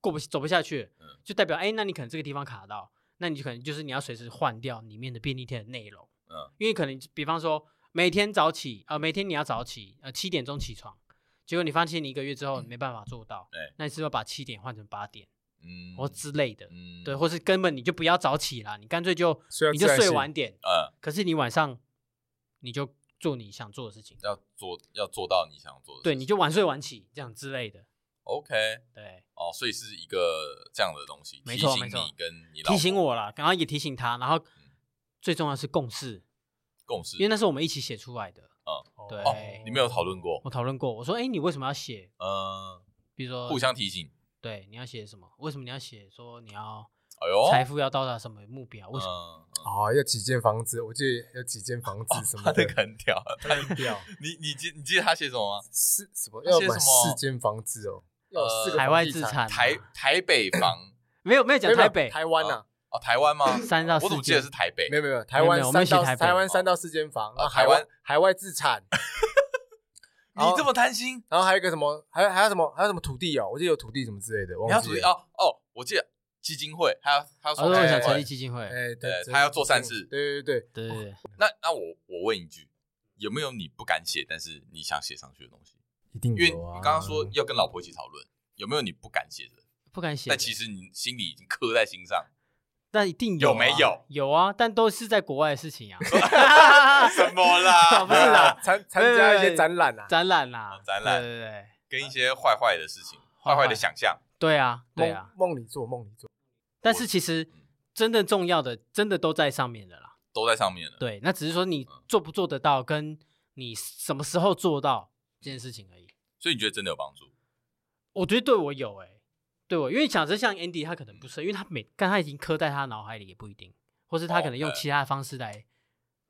[SPEAKER 3] 过不走不下去
[SPEAKER 2] 嗯，
[SPEAKER 3] 就代表哎、那你可能这个地方卡到，那你就可能就是你要随时换掉里面的便利贴的内容，
[SPEAKER 2] 嗯，
[SPEAKER 3] 因为可能比方说每天早起啊、呃每天你要早起，呃，七点钟起床，结果你发现你一个月之后你没办法做到，
[SPEAKER 2] 嗯对
[SPEAKER 3] 那你是不是要把七点换成八点
[SPEAKER 2] 嗯，
[SPEAKER 3] 或之类的，
[SPEAKER 2] 嗯，
[SPEAKER 3] 对，或是根本你就不要早起啦，你干脆就
[SPEAKER 1] 所以要
[SPEAKER 3] 你就
[SPEAKER 1] 自然
[SPEAKER 3] 睡
[SPEAKER 1] 醒
[SPEAKER 3] 晚点，
[SPEAKER 2] 嗯，
[SPEAKER 3] 可是你晚上你就做你想做的事情，
[SPEAKER 2] 要做要做到你想做的事情，
[SPEAKER 3] 对，你就晚睡晚起这样之类的，
[SPEAKER 2] OK
[SPEAKER 3] 对。
[SPEAKER 2] 哦，所以是一个这样的东西，
[SPEAKER 3] 没
[SPEAKER 2] 提
[SPEAKER 3] 错
[SPEAKER 2] 醒
[SPEAKER 3] 没错
[SPEAKER 2] 你跟你老
[SPEAKER 3] 提醒
[SPEAKER 2] 婆
[SPEAKER 3] 我啦，然后也提醒他，然后最重要是共识，
[SPEAKER 2] 共识
[SPEAKER 3] 因为那是我们一起写出来的。对
[SPEAKER 2] 哦，你们有讨论过
[SPEAKER 3] 我，讨论过，我说，哎，你为什么要写？
[SPEAKER 2] 嗯，
[SPEAKER 3] 比如说
[SPEAKER 2] 互相提醒，
[SPEAKER 3] 对，你要写什么？为什么你要写说你要
[SPEAKER 2] 哎呦，
[SPEAKER 3] 财富要到达什么目标？为什么？
[SPEAKER 2] 嗯，嗯
[SPEAKER 1] 啊，要几间房子，我记得有几间房子什
[SPEAKER 2] 哦他
[SPEAKER 1] 么
[SPEAKER 2] 那
[SPEAKER 1] 的
[SPEAKER 2] 个，很屌，他
[SPEAKER 1] 很屌，
[SPEAKER 2] 你你记你记得他写什么吗？
[SPEAKER 1] 四什么
[SPEAKER 2] 那
[SPEAKER 1] 要
[SPEAKER 2] 些
[SPEAKER 1] 买
[SPEAKER 2] 什么
[SPEAKER 1] 四间房子哦，要
[SPEAKER 2] 呃
[SPEAKER 1] 有四个
[SPEAKER 3] 海
[SPEAKER 1] 房
[SPEAKER 3] 外
[SPEAKER 1] 地
[SPEAKER 3] 资产啊
[SPEAKER 2] 台台北房
[SPEAKER 3] 没有没有讲
[SPEAKER 1] 没有没有
[SPEAKER 3] 台北
[SPEAKER 1] 台湾啊，
[SPEAKER 2] 哦，台湾吗？
[SPEAKER 3] 三到四
[SPEAKER 2] 我
[SPEAKER 3] 间，
[SPEAKER 2] 怎么记得是台北
[SPEAKER 1] 没？有没有，台
[SPEAKER 3] 没有
[SPEAKER 1] 湾
[SPEAKER 3] 没有我
[SPEAKER 1] 三
[SPEAKER 3] 们写
[SPEAKER 1] 到
[SPEAKER 3] 台北
[SPEAKER 1] 台湾
[SPEAKER 2] 哦
[SPEAKER 1] 三到四间房，然后
[SPEAKER 2] 台
[SPEAKER 1] 海
[SPEAKER 2] 湾
[SPEAKER 1] 外海外资产，
[SPEAKER 2] 你
[SPEAKER 1] 哦
[SPEAKER 2] 这么贪心？
[SPEAKER 1] 然后还有一个什么，还有还有什么还有什么土地哦，我记得有土地什么之类的，
[SPEAKER 2] 你
[SPEAKER 1] 忘
[SPEAKER 2] 要
[SPEAKER 1] 记
[SPEAKER 2] 注意
[SPEAKER 1] 了。
[SPEAKER 2] 哦哦，我记得基金会，他要他要
[SPEAKER 3] 哦？我
[SPEAKER 2] 说
[SPEAKER 1] 哎
[SPEAKER 3] 想
[SPEAKER 1] 哎
[SPEAKER 3] 成
[SPEAKER 1] 哎
[SPEAKER 3] 立基金会，
[SPEAKER 2] 对
[SPEAKER 1] 哎，对，
[SPEAKER 2] 他要做善事
[SPEAKER 1] 对对对对，
[SPEAKER 3] 对对对，
[SPEAKER 2] 那那我我问一句，有没有你不敢写，但是你想写上去的东西？
[SPEAKER 1] 一定
[SPEAKER 2] 因为
[SPEAKER 1] 有
[SPEAKER 2] 你
[SPEAKER 1] 啊
[SPEAKER 2] 刚刚说要跟老婆一起讨论，有没有你不敢写的？
[SPEAKER 3] 不敢写的。
[SPEAKER 2] 但其实你心里已经刻在心上，
[SPEAKER 3] 但一定有、啊、
[SPEAKER 2] 有没有？
[SPEAKER 3] 有啊，但都是在国外的事情啊，
[SPEAKER 2] 什么啦？
[SPEAKER 3] 不是啦，
[SPEAKER 1] 参参加一些展览啊，
[SPEAKER 3] 展览啦，
[SPEAKER 2] 展览
[SPEAKER 3] 对对对，
[SPEAKER 2] 跟一些坏坏的事情、坏坏的想象，
[SPEAKER 3] 对啊，对
[SPEAKER 1] 梦
[SPEAKER 3] 啊。
[SPEAKER 1] 梦里做梦里做，
[SPEAKER 3] 但是其实真的重要的，真的都在上面的啦。
[SPEAKER 2] 都在上面了。
[SPEAKER 3] 对，那只是说你
[SPEAKER 1] 嗯
[SPEAKER 3] 做不做得到，跟你什么时候做到这件事情而已。
[SPEAKER 2] 所以你觉得真的有帮助？
[SPEAKER 3] 我觉得对我有哎、对我，因为假设像 Andy 他可能不
[SPEAKER 1] 嗯
[SPEAKER 3] 是，因为他每但他已经刻在他脑海里也不一定，或是他可能用
[SPEAKER 2] 哦对
[SPEAKER 3] 其他的方式来、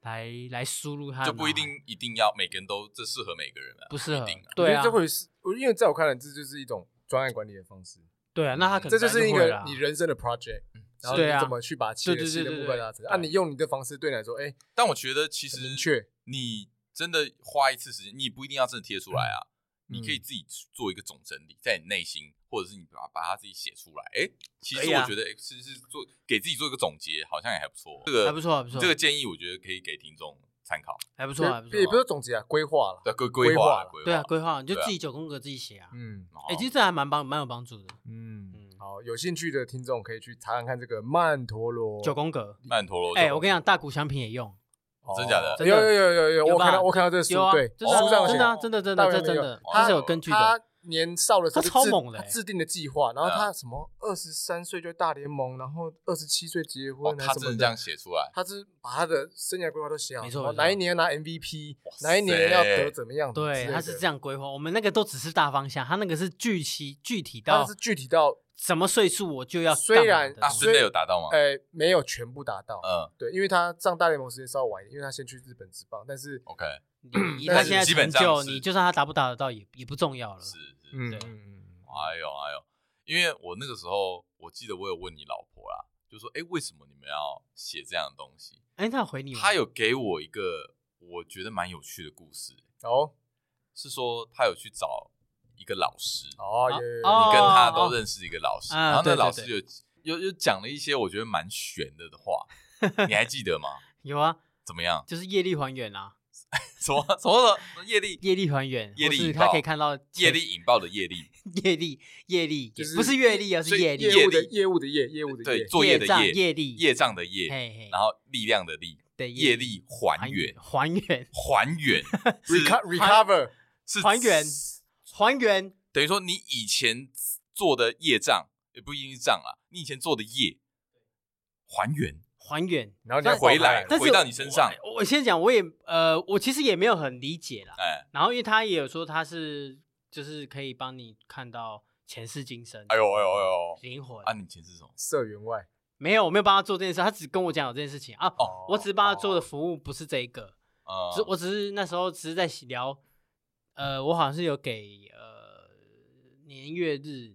[SPEAKER 3] 来来输入他的
[SPEAKER 2] 就
[SPEAKER 3] 脑
[SPEAKER 2] 不
[SPEAKER 3] 海
[SPEAKER 2] 一定一定要每个人都这适合每个人啊，
[SPEAKER 3] 啊不适合
[SPEAKER 2] 一定啊。
[SPEAKER 3] 对
[SPEAKER 1] 我觉得
[SPEAKER 3] 啊
[SPEAKER 1] 这，会是，我因为在我看来，这就是一种专案管理的方式，
[SPEAKER 3] 对啊，那他可能
[SPEAKER 1] 嗯这就是一
[SPEAKER 3] 本来会
[SPEAKER 1] 个
[SPEAKER 3] 啦
[SPEAKER 1] 你人生的 project，然后
[SPEAKER 3] 对
[SPEAKER 1] 你
[SPEAKER 3] 啊
[SPEAKER 1] 怎么去把其
[SPEAKER 3] 对
[SPEAKER 1] 的
[SPEAKER 3] 对
[SPEAKER 1] 新的
[SPEAKER 3] 对对
[SPEAKER 1] 部分
[SPEAKER 3] 对
[SPEAKER 1] 达成？啊，
[SPEAKER 3] 对
[SPEAKER 1] 你用你的方式对你来说，哎，
[SPEAKER 2] 但我觉得其实
[SPEAKER 1] 很明确，
[SPEAKER 2] 你真的花一次时间，你不一定要真的贴出来啊，你
[SPEAKER 3] 嗯
[SPEAKER 2] 可以自己做一个总整理，在你内心，或者是你把把它自己写出来。哎，其
[SPEAKER 3] 可
[SPEAKER 2] 实
[SPEAKER 3] 以啊
[SPEAKER 2] 我觉得，哎，是是做给自己做一个总结，好像也还不错。这个
[SPEAKER 3] 还不错还不错
[SPEAKER 2] 这个建议我觉得可以给听众参考。
[SPEAKER 3] 还不
[SPEAKER 1] 也
[SPEAKER 3] 错还不错
[SPEAKER 1] 也，不是总结啊，规划了，
[SPEAKER 2] 对，规规
[SPEAKER 1] 规划
[SPEAKER 2] 划
[SPEAKER 1] 啦
[SPEAKER 2] 规划，
[SPEAKER 3] 对啊，规划你就
[SPEAKER 2] 对啊
[SPEAKER 3] 自己九宫格自己写啊，
[SPEAKER 1] 嗯
[SPEAKER 3] 哎、
[SPEAKER 2] 哎，
[SPEAKER 3] 其实这还蛮帮蛮有帮助的，
[SPEAKER 1] 嗯
[SPEAKER 3] 嗯，
[SPEAKER 1] 好，有兴趣的听众可以去查看看这个曼陀罗
[SPEAKER 3] 九宫格，
[SPEAKER 2] 曼陀罗，哦
[SPEAKER 3] 哎、我跟你讲，大谷翔平也用，
[SPEAKER 1] 哦
[SPEAKER 2] 真假的
[SPEAKER 3] 真的
[SPEAKER 1] 有有有有有，
[SPEAKER 3] 有
[SPEAKER 1] 我看
[SPEAKER 3] 吧
[SPEAKER 1] 到我看到这个书
[SPEAKER 3] 有啊，，
[SPEAKER 1] 对，
[SPEAKER 3] 真的啊
[SPEAKER 1] 书上有
[SPEAKER 3] 真
[SPEAKER 1] 写
[SPEAKER 3] 的啊真的真的
[SPEAKER 1] 大
[SPEAKER 3] 这
[SPEAKER 1] 原本
[SPEAKER 3] 真
[SPEAKER 1] 有
[SPEAKER 3] 的，
[SPEAKER 2] 他
[SPEAKER 3] 这是有根据
[SPEAKER 1] 他
[SPEAKER 3] 的，
[SPEAKER 1] 年少的时候
[SPEAKER 3] 他
[SPEAKER 1] 就
[SPEAKER 3] 超
[SPEAKER 1] 制
[SPEAKER 3] 猛的欸
[SPEAKER 1] 他制定的计划，然后
[SPEAKER 2] 嗯
[SPEAKER 1] 他什么二十三岁就大联盟，然后二十七岁结
[SPEAKER 2] 哦
[SPEAKER 1] 婚，还
[SPEAKER 2] 他
[SPEAKER 1] 是
[SPEAKER 2] 真
[SPEAKER 1] 什么
[SPEAKER 2] 的这样写出来，
[SPEAKER 1] 他是把他的生涯规划都写好，
[SPEAKER 3] 没错
[SPEAKER 1] 然后
[SPEAKER 3] 没错
[SPEAKER 1] 哪一年拿 MVP，
[SPEAKER 2] 哇塞
[SPEAKER 1] 哪一年要得怎么样，
[SPEAKER 3] 对，他是这
[SPEAKER 1] 样，
[SPEAKER 3] 样规划。我们那个都只是大方向，他那个是具体具体
[SPEAKER 1] 他
[SPEAKER 3] 到
[SPEAKER 1] 是具体到，
[SPEAKER 3] 什么岁数我就要干嘛的。
[SPEAKER 1] 虽然
[SPEAKER 2] 啊，
[SPEAKER 1] 所以
[SPEAKER 2] 真的有达到吗？
[SPEAKER 3] 哎
[SPEAKER 1] 呃，没有全部达到，
[SPEAKER 2] 嗯
[SPEAKER 1] 对，因为他上大联盟时间稍晚一点，因为他先去日本职棒，但是，
[SPEAKER 2] ，OK，
[SPEAKER 3] 你以
[SPEAKER 1] 但
[SPEAKER 3] 他
[SPEAKER 1] 是
[SPEAKER 3] 现在
[SPEAKER 2] 基
[SPEAKER 3] 成
[SPEAKER 2] 本上
[SPEAKER 3] 就是你就算他达不达得到也也不重要了。
[SPEAKER 2] 是是，
[SPEAKER 1] 嗯
[SPEAKER 3] 对
[SPEAKER 1] 嗯嗯，
[SPEAKER 2] 哎呦哎呦，因为我那个时候，我记得我有问你老婆啦，就说，哎、为什么你们要写这样的东西？
[SPEAKER 3] 哎，那回你吗
[SPEAKER 2] 她有给我一个我觉得蛮有趣的故事，
[SPEAKER 1] 哦
[SPEAKER 2] 是说她有去找一个老师，
[SPEAKER 1] 哦，有
[SPEAKER 3] 哦
[SPEAKER 2] 你跟她都认识一个老师，
[SPEAKER 3] 哦
[SPEAKER 2] 然后那
[SPEAKER 3] 啊
[SPEAKER 2] 个
[SPEAKER 3] 对对
[SPEAKER 2] 老师有又又讲了一些我觉得蛮玄的的 话，你还记得吗？
[SPEAKER 3] 有啊，
[SPEAKER 2] 怎么样？
[SPEAKER 3] 就是业力还原啊，
[SPEAKER 2] 什么什么什么业力
[SPEAKER 3] 业力还原，
[SPEAKER 2] 业力
[SPEAKER 3] 或是
[SPEAKER 2] 引
[SPEAKER 3] 他
[SPEAKER 2] 爆
[SPEAKER 3] 可以看到
[SPEAKER 2] 业力引爆的业力，
[SPEAKER 3] 业力业力
[SPEAKER 1] 就是
[SPEAKER 3] 不是阅历，而
[SPEAKER 2] 所
[SPEAKER 3] 是
[SPEAKER 2] 以
[SPEAKER 3] 业力
[SPEAKER 2] 业
[SPEAKER 1] 业务的
[SPEAKER 2] 力
[SPEAKER 1] 业务的业业务的
[SPEAKER 2] 对
[SPEAKER 1] 业，
[SPEAKER 2] 作业的
[SPEAKER 3] 障
[SPEAKER 2] 业
[SPEAKER 3] 业力
[SPEAKER 2] 业障的业，
[SPEAKER 3] 嘿嘿
[SPEAKER 2] 然后力量的力，
[SPEAKER 3] 的
[SPEAKER 2] 业力还原。
[SPEAKER 3] 还原
[SPEAKER 2] 还 原是
[SPEAKER 1] reco- recover
[SPEAKER 2] 是
[SPEAKER 3] 还原还原
[SPEAKER 2] 等于说你以前做的业障也不一定是障啊，你以前做的业还原
[SPEAKER 3] 还原，
[SPEAKER 1] 然后你要
[SPEAKER 3] 但
[SPEAKER 2] 回来
[SPEAKER 3] 但是
[SPEAKER 2] 回到你身上
[SPEAKER 3] 我我先讲，我也呃，我其实也没有很理解啦。
[SPEAKER 2] 哎
[SPEAKER 3] 然后因为他也有说他是就是可以帮你看到前世今生，
[SPEAKER 2] 哎呦哎呦哎呦
[SPEAKER 3] 灵魂、
[SPEAKER 2] 啊！你以前是什么？
[SPEAKER 1] 社员外
[SPEAKER 3] 没有，我没有帮他做这件事，他只跟我讲有这件事情啊，
[SPEAKER 2] 哦
[SPEAKER 3] 我只是帮他做的服务不是这一个，
[SPEAKER 2] 呃
[SPEAKER 3] 只我只是那时候只是在聊，呃，我好像是有给呃年月日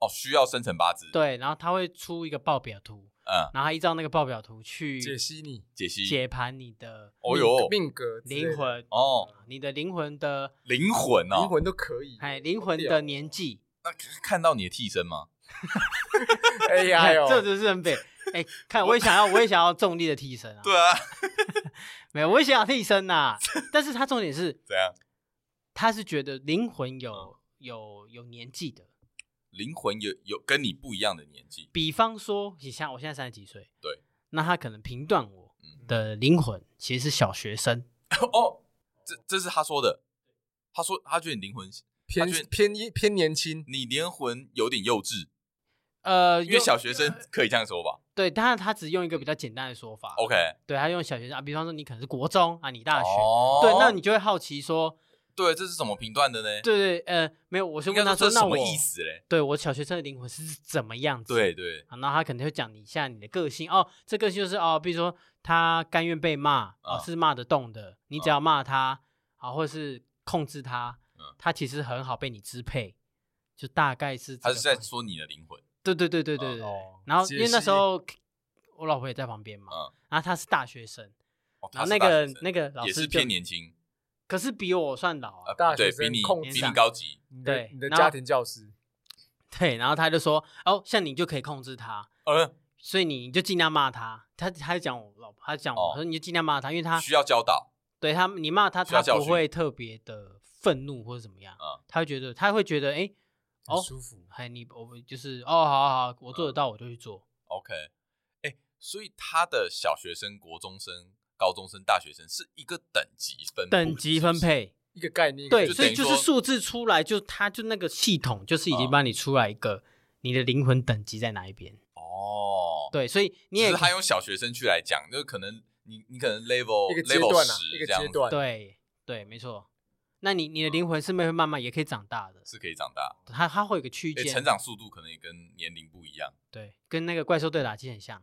[SPEAKER 2] 哦，需要生辰八字，，
[SPEAKER 3] 对，然后他会出一个报表图，
[SPEAKER 2] 嗯，
[SPEAKER 3] 然后他依照那个报表图去
[SPEAKER 1] 解析你
[SPEAKER 2] 解析，
[SPEAKER 3] 解盘你的
[SPEAKER 2] 哦呦，
[SPEAKER 1] 命格之类的
[SPEAKER 3] 灵魂，
[SPEAKER 2] 哦，
[SPEAKER 3] 你的灵魂的
[SPEAKER 2] 灵魂哦，
[SPEAKER 1] 灵魂都可以，
[SPEAKER 3] 哎灵魂的年纪。
[SPEAKER 2] 那看到你的替身吗？
[SPEAKER 1] 哎呀哎呦，
[SPEAKER 3] 这就是很北。哎、看我也想要，我也想要重力的替身啊！
[SPEAKER 2] 对啊，
[SPEAKER 3] 没有，我也想要替 身呐、但是他重点是，
[SPEAKER 2] 怎样？
[SPEAKER 3] 他是觉得灵魂
[SPEAKER 2] 嗯
[SPEAKER 3] 有有有年纪的。
[SPEAKER 2] 灵魂有有跟你不一样的年纪，
[SPEAKER 3] 比方说，你像我现在三十几岁，
[SPEAKER 2] 对，
[SPEAKER 3] 那他可能评断我的灵魂其实是小学生，
[SPEAKER 2] 哦，这这是他说的，他说他觉得你灵魂，
[SPEAKER 1] 偏
[SPEAKER 2] 他觉得
[SPEAKER 1] 偏偏年轻，
[SPEAKER 2] 你灵魂有点幼稚，
[SPEAKER 3] 呃，
[SPEAKER 2] 嗯因为
[SPEAKER 3] 用
[SPEAKER 2] 小学生可以这样说吧
[SPEAKER 3] 对，当然他只用一个比较简单的说法
[SPEAKER 2] ？OK，
[SPEAKER 3] 对他用小学生啊，比方说你可能是国中啊，你大学，
[SPEAKER 2] 哦
[SPEAKER 3] 对，那你就会好奇说，
[SPEAKER 2] 对这是怎么评断的呢？
[SPEAKER 3] 对对，呃，没有，我就
[SPEAKER 2] 应
[SPEAKER 3] 问
[SPEAKER 2] 该
[SPEAKER 3] 他
[SPEAKER 2] 这
[SPEAKER 3] 说，
[SPEAKER 2] 是
[SPEAKER 3] 那
[SPEAKER 2] 什
[SPEAKER 3] 我
[SPEAKER 2] 么意思嘞？
[SPEAKER 3] 对我小学生的灵魂是怎么样子？
[SPEAKER 2] 对对，
[SPEAKER 3] 啊，那他可能会讲你一下你的个性哦，这个性就是哦，比如说他甘愿被骂哦
[SPEAKER 2] 啊，
[SPEAKER 3] 是骂得动的，你只要骂他啊，或是控制他
[SPEAKER 2] 嗯，
[SPEAKER 3] 他其实很好被你支配，就大概是这
[SPEAKER 2] 他
[SPEAKER 3] 个
[SPEAKER 2] 是在
[SPEAKER 3] 方
[SPEAKER 2] 说你的灵魂，
[SPEAKER 3] 对对对对对对对
[SPEAKER 1] 哦
[SPEAKER 3] 然后
[SPEAKER 1] 解
[SPEAKER 3] 因为那
[SPEAKER 1] 析
[SPEAKER 3] 时候我老婆也在旁边嘛，
[SPEAKER 2] 嗯，
[SPEAKER 3] 然后她是大学生，
[SPEAKER 2] 哦
[SPEAKER 3] 然
[SPEAKER 2] 他
[SPEAKER 3] 后
[SPEAKER 2] 是
[SPEAKER 3] 那
[SPEAKER 2] 大
[SPEAKER 3] 个
[SPEAKER 2] 学生
[SPEAKER 3] 那个老
[SPEAKER 2] 也
[SPEAKER 3] 师
[SPEAKER 2] 是
[SPEAKER 3] 就
[SPEAKER 2] 偏年轻，
[SPEAKER 3] 可是比我算老啊，
[SPEAKER 2] 呃，
[SPEAKER 1] 大
[SPEAKER 2] 对
[SPEAKER 1] 学
[SPEAKER 2] 比
[SPEAKER 1] 生
[SPEAKER 2] 你
[SPEAKER 1] 控
[SPEAKER 2] 比
[SPEAKER 3] 制
[SPEAKER 2] 你高级，
[SPEAKER 1] 你的
[SPEAKER 3] 对
[SPEAKER 1] 你的
[SPEAKER 3] 然后
[SPEAKER 1] 家庭教师，
[SPEAKER 3] 对，然后他就说哦，像你就可以控制他，
[SPEAKER 2] 呃，
[SPEAKER 3] 所以你你就尽量骂他，他他就讲我老婆，他讲我，
[SPEAKER 2] 哦
[SPEAKER 3] 说你就尽量骂他，因为他
[SPEAKER 2] 需要教导，
[SPEAKER 3] 对他，你骂他，
[SPEAKER 2] 需要
[SPEAKER 3] 他
[SPEAKER 2] 教
[SPEAKER 3] 不
[SPEAKER 2] 训
[SPEAKER 3] 会特别的愤怒或者怎么样，
[SPEAKER 2] 嗯
[SPEAKER 3] 他会觉得他会觉得，哎、
[SPEAKER 1] 很
[SPEAKER 3] 哦，
[SPEAKER 1] 舒服，
[SPEAKER 2] 嗯
[SPEAKER 3] 哎，你我就是哦，好好好，我做得到，我就去做。
[SPEAKER 2] ，OK，哎，所以他的小学生、国中生、高中生、大学生是一个等级分布
[SPEAKER 3] 等级分，
[SPEAKER 2] 是不是
[SPEAKER 3] 配，
[SPEAKER 1] 一个概念，
[SPEAKER 3] 对，
[SPEAKER 2] 就
[SPEAKER 3] 所
[SPEAKER 2] 等
[SPEAKER 3] 以
[SPEAKER 2] 于
[SPEAKER 3] 就是
[SPEAKER 2] 说
[SPEAKER 3] 数字出来，就它就那个系统就是已经
[SPEAKER 2] 嗯
[SPEAKER 3] 帮你出来一个你的灵魂等级在哪一边。
[SPEAKER 2] 哦。
[SPEAKER 3] 对，所以你
[SPEAKER 2] 只
[SPEAKER 3] 也
[SPEAKER 2] 是他用小学生去来讲，就可能你你可能 level
[SPEAKER 1] 一个阶
[SPEAKER 2] level
[SPEAKER 1] 段啊，
[SPEAKER 2] 十
[SPEAKER 1] 一个
[SPEAKER 2] 这样
[SPEAKER 1] 阶
[SPEAKER 2] 子，
[SPEAKER 1] 段，
[SPEAKER 3] 对对，没错。那你你的灵魂是不是会慢慢也可以长大的？
[SPEAKER 2] 嗯是可以长大，
[SPEAKER 3] 它它会有一个区
[SPEAKER 2] 诶
[SPEAKER 3] 间，
[SPEAKER 2] 成长速度可能也跟年龄不一样。
[SPEAKER 3] 对，跟那个怪兽对打机 很像。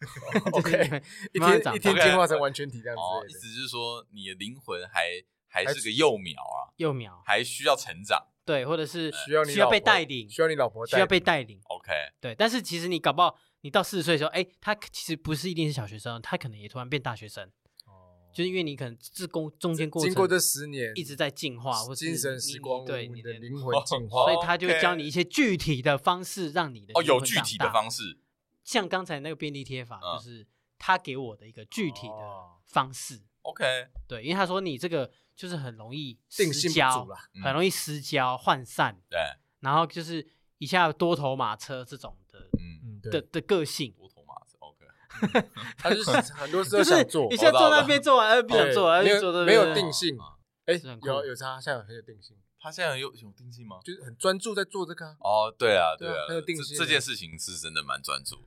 [SPEAKER 3] 就
[SPEAKER 1] OK
[SPEAKER 3] 是
[SPEAKER 1] 一
[SPEAKER 3] 你会慢慢
[SPEAKER 1] 天
[SPEAKER 3] 长
[SPEAKER 1] 一天
[SPEAKER 3] 大
[SPEAKER 2] ，OK
[SPEAKER 1] 进化成完全体这样
[SPEAKER 2] 哦，意
[SPEAKER 1] 子
[SPEAKER 2] 思就是说你的灵魂还还是个幼苗啊，
[SPEAKER 3] 幼苗，
[SPEAKER 2] 还需要成长。
[SPEAKER 3] 对，或者是
[SPEAKER 1] 需要你
[SPEAKER 3] 需要
[SPEAKER 1] 老
[SPEAKER 3] 被
[SPEAKER 1] 婆
[SPEAKER 3] 带领，
[SPEAKER 1] 需要你老婆带
[SPEAKER 3] 需要被带领。
[SPEAKER 2] OK，
[SPEAKER 3] 对，但是其实你搞不好，你到四十岁的时候，哎，他其实不是一定是小学生，他可能也突然变大学生，就是因为你可能自工中间过
[SPEAKER 1] 哦
[SPEAKER 3] 程
[SPEAKER 1] 经过这十年
[SPEAKER 3] 一直在进化，或是
[SPEAKER 1] 精神
[SPEAKER 3] 你
[SPEAKER 1] 时
[SPEAKER 3] 你
[SPEAKER 1] 光屋，
[SPEAKER 3] 对
[SPEAKER 1] 你
[SPEAKER 3] 你
[SPEAKER 1] 的
[SPEAKER 3] 的，
[SPEAKER 1] 灵魂进化，
[SPEAKER 2] 哦
[SPEAKER 3] 所以他就会教
[SPEAKER 2] OK
[SPEAKER 3] 你一些具体的方式，让你的
[SPEAKER 2] 哦，
[SPEAKER 3] 灵
[SPEAKER 2] 有
[SPEAKER 3] 魂
[SPEAKER 2] 具
[SPEAKER 3] 长
[SPEAKER 2] 体的
[SPEAKER 3] 大
[SPEAKER 2] 方式，
[SPEAKER 3] 像刚才那个便利贴法，
[SPEAKER 2] 嗯
[SPEAKER 3] 就是他给我的一个具体的
[SPEAKER 1] 哦
[SPEAKER 3] 方式。
[SPEAKER 2] OK，
[SPEAKER 3] 对，因为他说你这个就是很容易
[SPEAKER 1] 定
[SPEAKER 3] 失
[SPEAKER 1] 性不
[SPEAKER 3] 焦
[SPEAKER 1] 足，啦。
[SPEAKER 2] 嗯
[SPEAKER 3] 很容易失焦、涣散，
[SPEAKER 2] 对，
[SPEAKER 3] 然后就是一下头头马车这种的
[SPEAKER 2] 嗯，
[SPEAKER 1] 嗯，
[SPEAKER 3] 的
[SPEAKER 1] 对，
[SPEAKER 3] 的个性，
[SPEAKER 2] 多头马子 OK，
[SPEAKER 1] 他就是 很多事
[SPEAKER 3] 就
[SPEAKER 1] 都
[SPEAKER 3] 是
[SPEAKER 1] 想做
[SPEAKER 3] 一，
[SPEAKER 2] 些
[SPEAKER 3] 下坐
[SPEAKER 2] 我知道
[SPEAKER 3] 那边做完，又不想
[SPEAKER 1] 对
[SPEAKER 3] 做完，
[SPEAKER 1] 没
[SPEAKER 3] 又
[SPEAKER 1] 有
[SPEAKER 3] 做这
[SPEAKER 1] 没
[SPEAKER 3] 边
[SPEAKER 1] 有定性
[SPEAKER 2] 啊，
[SPEAKER 1] 哎
[SPEAKER 3] 是很，酷
[SPEAKER 1] 有有差，现在很有定性，
[SPEAKER 2] 他现在有有定性 吗？
[SPEAKER 1] 就是很专注在做这个啊。
[SPEAKER 2] 哦，对啊，
[SPEAKER 1] 对啊
[SPEAKER 2] 啊，
[SPEAKER 1] 很有
[SPEAKER 2] 这
[SPEAKER 1] 定性
[SPEAKER 2] 这
[SPEAKER 1] 的
[SPEAKER 2] 件事情是真的蛮专注的。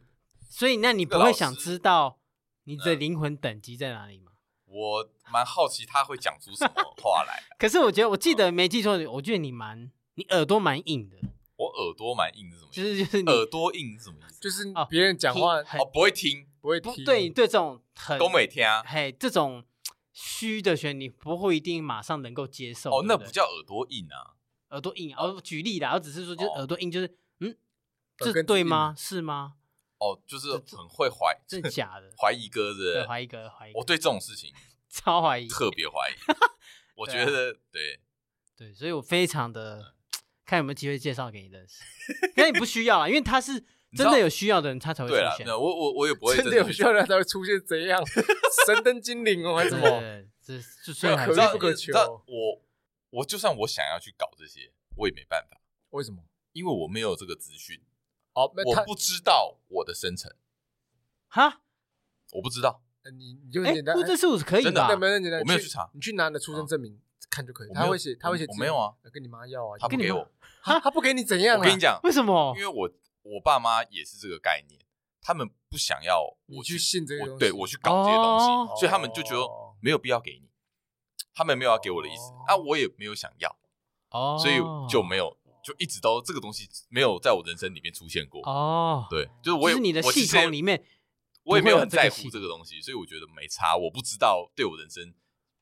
[SPEAKER 3] 所以那你不
[SPEAKER 2] 这个
[SPEAKER 3] 会
[SPEAKER 2] 老
[SPEAKER 3] 想
[SPEAKER 2] 师
[SPEAKER 3] 知道你的灵魂等级在哪里吗？
[SPEAKER 2] 我蛮好奇他会讲出什么话来。啊
[SPEAKER 3] 可是我觉得，我记得没记错，我觉得你蛮你耳朵蛮硬的，
[SPEAKER 2] 我耳朵蛮硬是什么意
[SPEAKER 3] 就
[SPEAKER 2] 思？
[SPEAKER 3] 是就是你
[SPEAKER 2] 耳朵硬是什么意思？
[SPEAKER 1] 就是
[SPEAKER 3] 哦
[SPEAKER 1] 别人讲话
[SPEAKER 3] 听很
[SPEAKER 2] 哦，不会听，
[SPEAKER 1] 不会
[SPEAKER 3] 不
[SPEAKER 1] 听，
[SPEAKER 3] 对你对这种很
[SPEAKER 2] 都没听啊。
[SPEAKER 3] 嘿这种虚的旋律不会一定马上能够接受
[SPEAKER 2] 哦，
[SPEAKER 3] 对
[SPEAKER 2] 那
[SPEAKER 3] 不
[SPEAKER 2] 不
[SPEAKER 3] 对
[SPEAKER 2] 叫耳朵硬啊。
[SPEAKER 3] 耳朵硬啊。我举例啦，我只是说就是
[SPEAKER 2] 哦
[SPEAKER 3] 耳朵硬，就是嗯，
[SPEAKER 1] 耳
[SPEAKER 3] 这
[SPEAKER 1] 根子
[SPEAKER 3] 对
[SPEAKER 1] 硬
[SPEAKER 3] 吗？是吗？
[SPEAKER 2] 哦，就是
[SPEAKER 3] 这
[SPEAKER 2] 很会怀？
[SPEAKER 3] 真的假的
[SPEAKER 2] 怀疑哥
[SPEAKER 3] 对，
[SPEAKER 2] 的。
[SPEAKER 3] 怀疑哥，怀疑哥
[SPEAKER 2] 我，对这种事情
[SPEAKER 3] 超怀疑。
[SPEAKER 2] 特别怀疑。我
[SPEAKER 3] 对
[SPEAKER 2] 觉
[SPEAKER 3] 啊
[SPEAKER 2] 得对，
[SPEAKER 3] 对，所以我非常的看有没有机会介绍给你认识。那你不需要啊，因为他是
[SPEAKER 2] 你知
[SPEAKER 3] 真
[SPEAKER 2] 道
[SPEAKER 3] 的有需要的人，他才会出
[SPEAKER 2] 对了，
[SPEAKER 3] 现。
[SPEAKER 2] 那我我我也不会
[SPEAKER 1] 真的
[SPEAKER 2] 地
[SPEAKER 1] 有需要的才会出现怎样神灯精灵哦，还是什
[SPEAKER 3] 对
[SPEAKER 1] 么？
[SPEAKER 3] 对，对
[SPEAKER 2] 没
[SPEAKER 3] 这就所以
[SPEAKER 2] 有
[SPEAKER 3] 还
[SPEAKER 1] 可
[SPEAKER 2] 你
[SPEAKER 3] 是
[SPEAKER 2] 知道
[SPEAKER 1] 遇不可
[SPEAKER 2] 你知道
[SPEAKER 1] 求
[SPEAKER 2] 我我就算我想要去搞这些，我也没办法，
[SPEAKER 1] 为什么？
[SPEAKER 2] 因为我没有这个资讯，
[SPEAKER 1] 哦，那他
[SPEAKER 2] 我不知道我的生成，
[SPEAKER 3] 哈，
[SPEAKER 2] 我不知道，
[SPEAKER 1] 呃你你就很
[SPEAKER 3] 哎，
[SPEAKER 1] 简单，
[SPEAKER 3] 不，这是我可以
[SPEAKER 2] 真的啊
[SPEAKER 3] 吧
[SPEAKER 1] 那？没有很简单，
[SPEAKER 2] 我没有去查嗯
[SPEAKER 1] 你去拿你的出生证明看就可以，他会写，他会写
[SPEAKER 2] 我
[SPEAKER 1] 字，
[SPEAKER 2] 没有啊
[SPEAKER 1] 呃，跟你妈要啊，
[SPEAKER 2] 他不
[SPEAKER 3] 跟你
[SPEAKER 2] 给
[SPEAKER 3] 妈
[SPEAKER 2] 我。
[SPEAKER 1] 他他不给你怎样啊？
[SPEAKER 2] 我跟你讲，
[SPEAKER 3] 为什么
[SPEAKER 2] 因？为我我爸妈也是这个概念，他们不想要
[SPEAKER 1] 你
[SPEAKER 2] 我
[SPEAKER 1] 去信这个
[SPEAKER 2] 我
[SPEAKER 1] 东西，
[SPEAKER 2] 对我去搞这些东西，
[SPEAKER 3] 哦
[SPEAKER 2] 所以他们就觉得没有必要给你，他们没有要给我的意思，
[SPEAKER 1] 哦
[SPEAKER 2] 啊，我也没有想要，
[SPEAKER 3] 哦，
[SPEAKER 2] 所以就没有，就一直都这个东西没有在我人生里面出现过。
[SPEAKER 3] 哦，
[SPEAKER 2] 对，就是我
[SPEAKER 3] 就
[SPEAKER 2] 也
[SPEAKER 3] 是你的
[SPEAKER 2] 我其
[SPEAKER 3] 系
[SPEAKER 2] 实也
[SPEAKER 3] 统里面
[SPEAKER 2] 我也没有很
[SPEAKER 3] 不会
[SPEAKER 2] 在
[SPEAKER 3] 有这
[SPEAKER 2] 乎
[SPEAKER 3] 个系
[SPEAKER 2] 这
[SPEAKER 3] 统
[SPEAKER 2] 个东西，所以我觉得没差。我不知道对我人生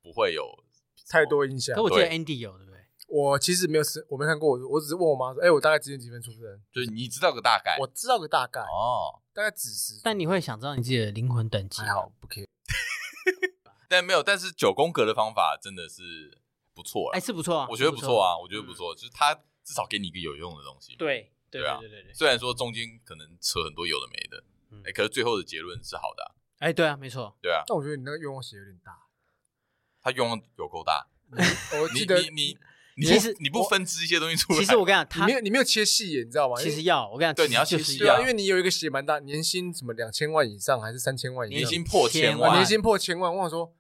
[SPEAKER 2] 不会有
[SPEAKER 1] 太多影响
[SPEAKER 3] 可。我记得
[SPEAKER 2] 对
[SPEAKER 3] Andy 有对不对？
[SPEAKER 1] 我其实没有是，我没看过，我我只是问我妈说，哎，我大概几点几分出生？
[SPEAKER 2] 就是你知道个大概
[SPEAKER 1] 我知道个大概，
[SPEAKER 2] 哎哦，
[SPEAKER 1] 大概几时。
[SPEAKER 3] 但你会想知道你自己的灵魂等级
[SPEAKER 2] 哎
[SPEAKER 1] 还？好不 care，
[SPEAKER 2] 但没有，但是九宫格的方法真的是不错啦
[SPEAKER 3] 哎，是不错啊，
[SPEAKER 2] 我觉得
[SPEAKER 3] 是
[SPEAKER 2] 不错啊，我觉得
[SPEAKER 3] 嗯
[SPEAKER 2] 不错，就是它至少给你一个有用的东西。，
[SPEAKER 3] 对对
[SPEAKER 2] 对啊
[SPEAKER 3] 对对对，
[SPEAKER 2] 虽然说中间可能扯很多有的没的，
[SPEAKER 3] 嗯
[SPEAKER 2] 哎，可是最后的结论是好的啊，
[SPEAKER 3] 哎，对啊，没错，
[SPEAKER 2] 对啊，
[SPEAKER 1] 但我觉得你那个愿望写有点大。
[SPEAKER 2] 它用量有够大。
[SPEAKER 1] 我
[SPEAKER 2] 你
[SPEAKER 1] 记得
[SPEAKER 2] 你你你
[SPEAKER 3] 其
[SPEAKER 2] 不
[SPEAKER 3] 实
[SPEAKER 2] 你不分支一些东西出来，
[SPEAKER 3] 其实我跟你讲，
[SPEAKER 1] 你
[SPEAKER 3] 他
[SPEAKER 1] 没有你没有切细眼，你知道吗？因
[SPEAKER 3] 其
[SPEAKER 1] 为
[SPEAKER 3] 实要我跟你讲，
[SPEAKER 2] 对
[SPEAKER 3] 其
[SPEAKER 2] 你要
[SPEAKER 3] 实就
[SPEAKER 2] 去
[SPEAKER 3] 是
[SPEAKER 2] 试
[SPEAKER 1] 对啊，
[SPEAKER 2] 要
[SPEAKER 1] 因为你有一个写蛮大，年薪什么两千万以上还是三千万以上？
[SPEAKER 2] 年薪破千
[SPEAKER 1] 哇，
[SPEAKER 2] 万，
[SPEAKER 1] 年薪破千万，我想说，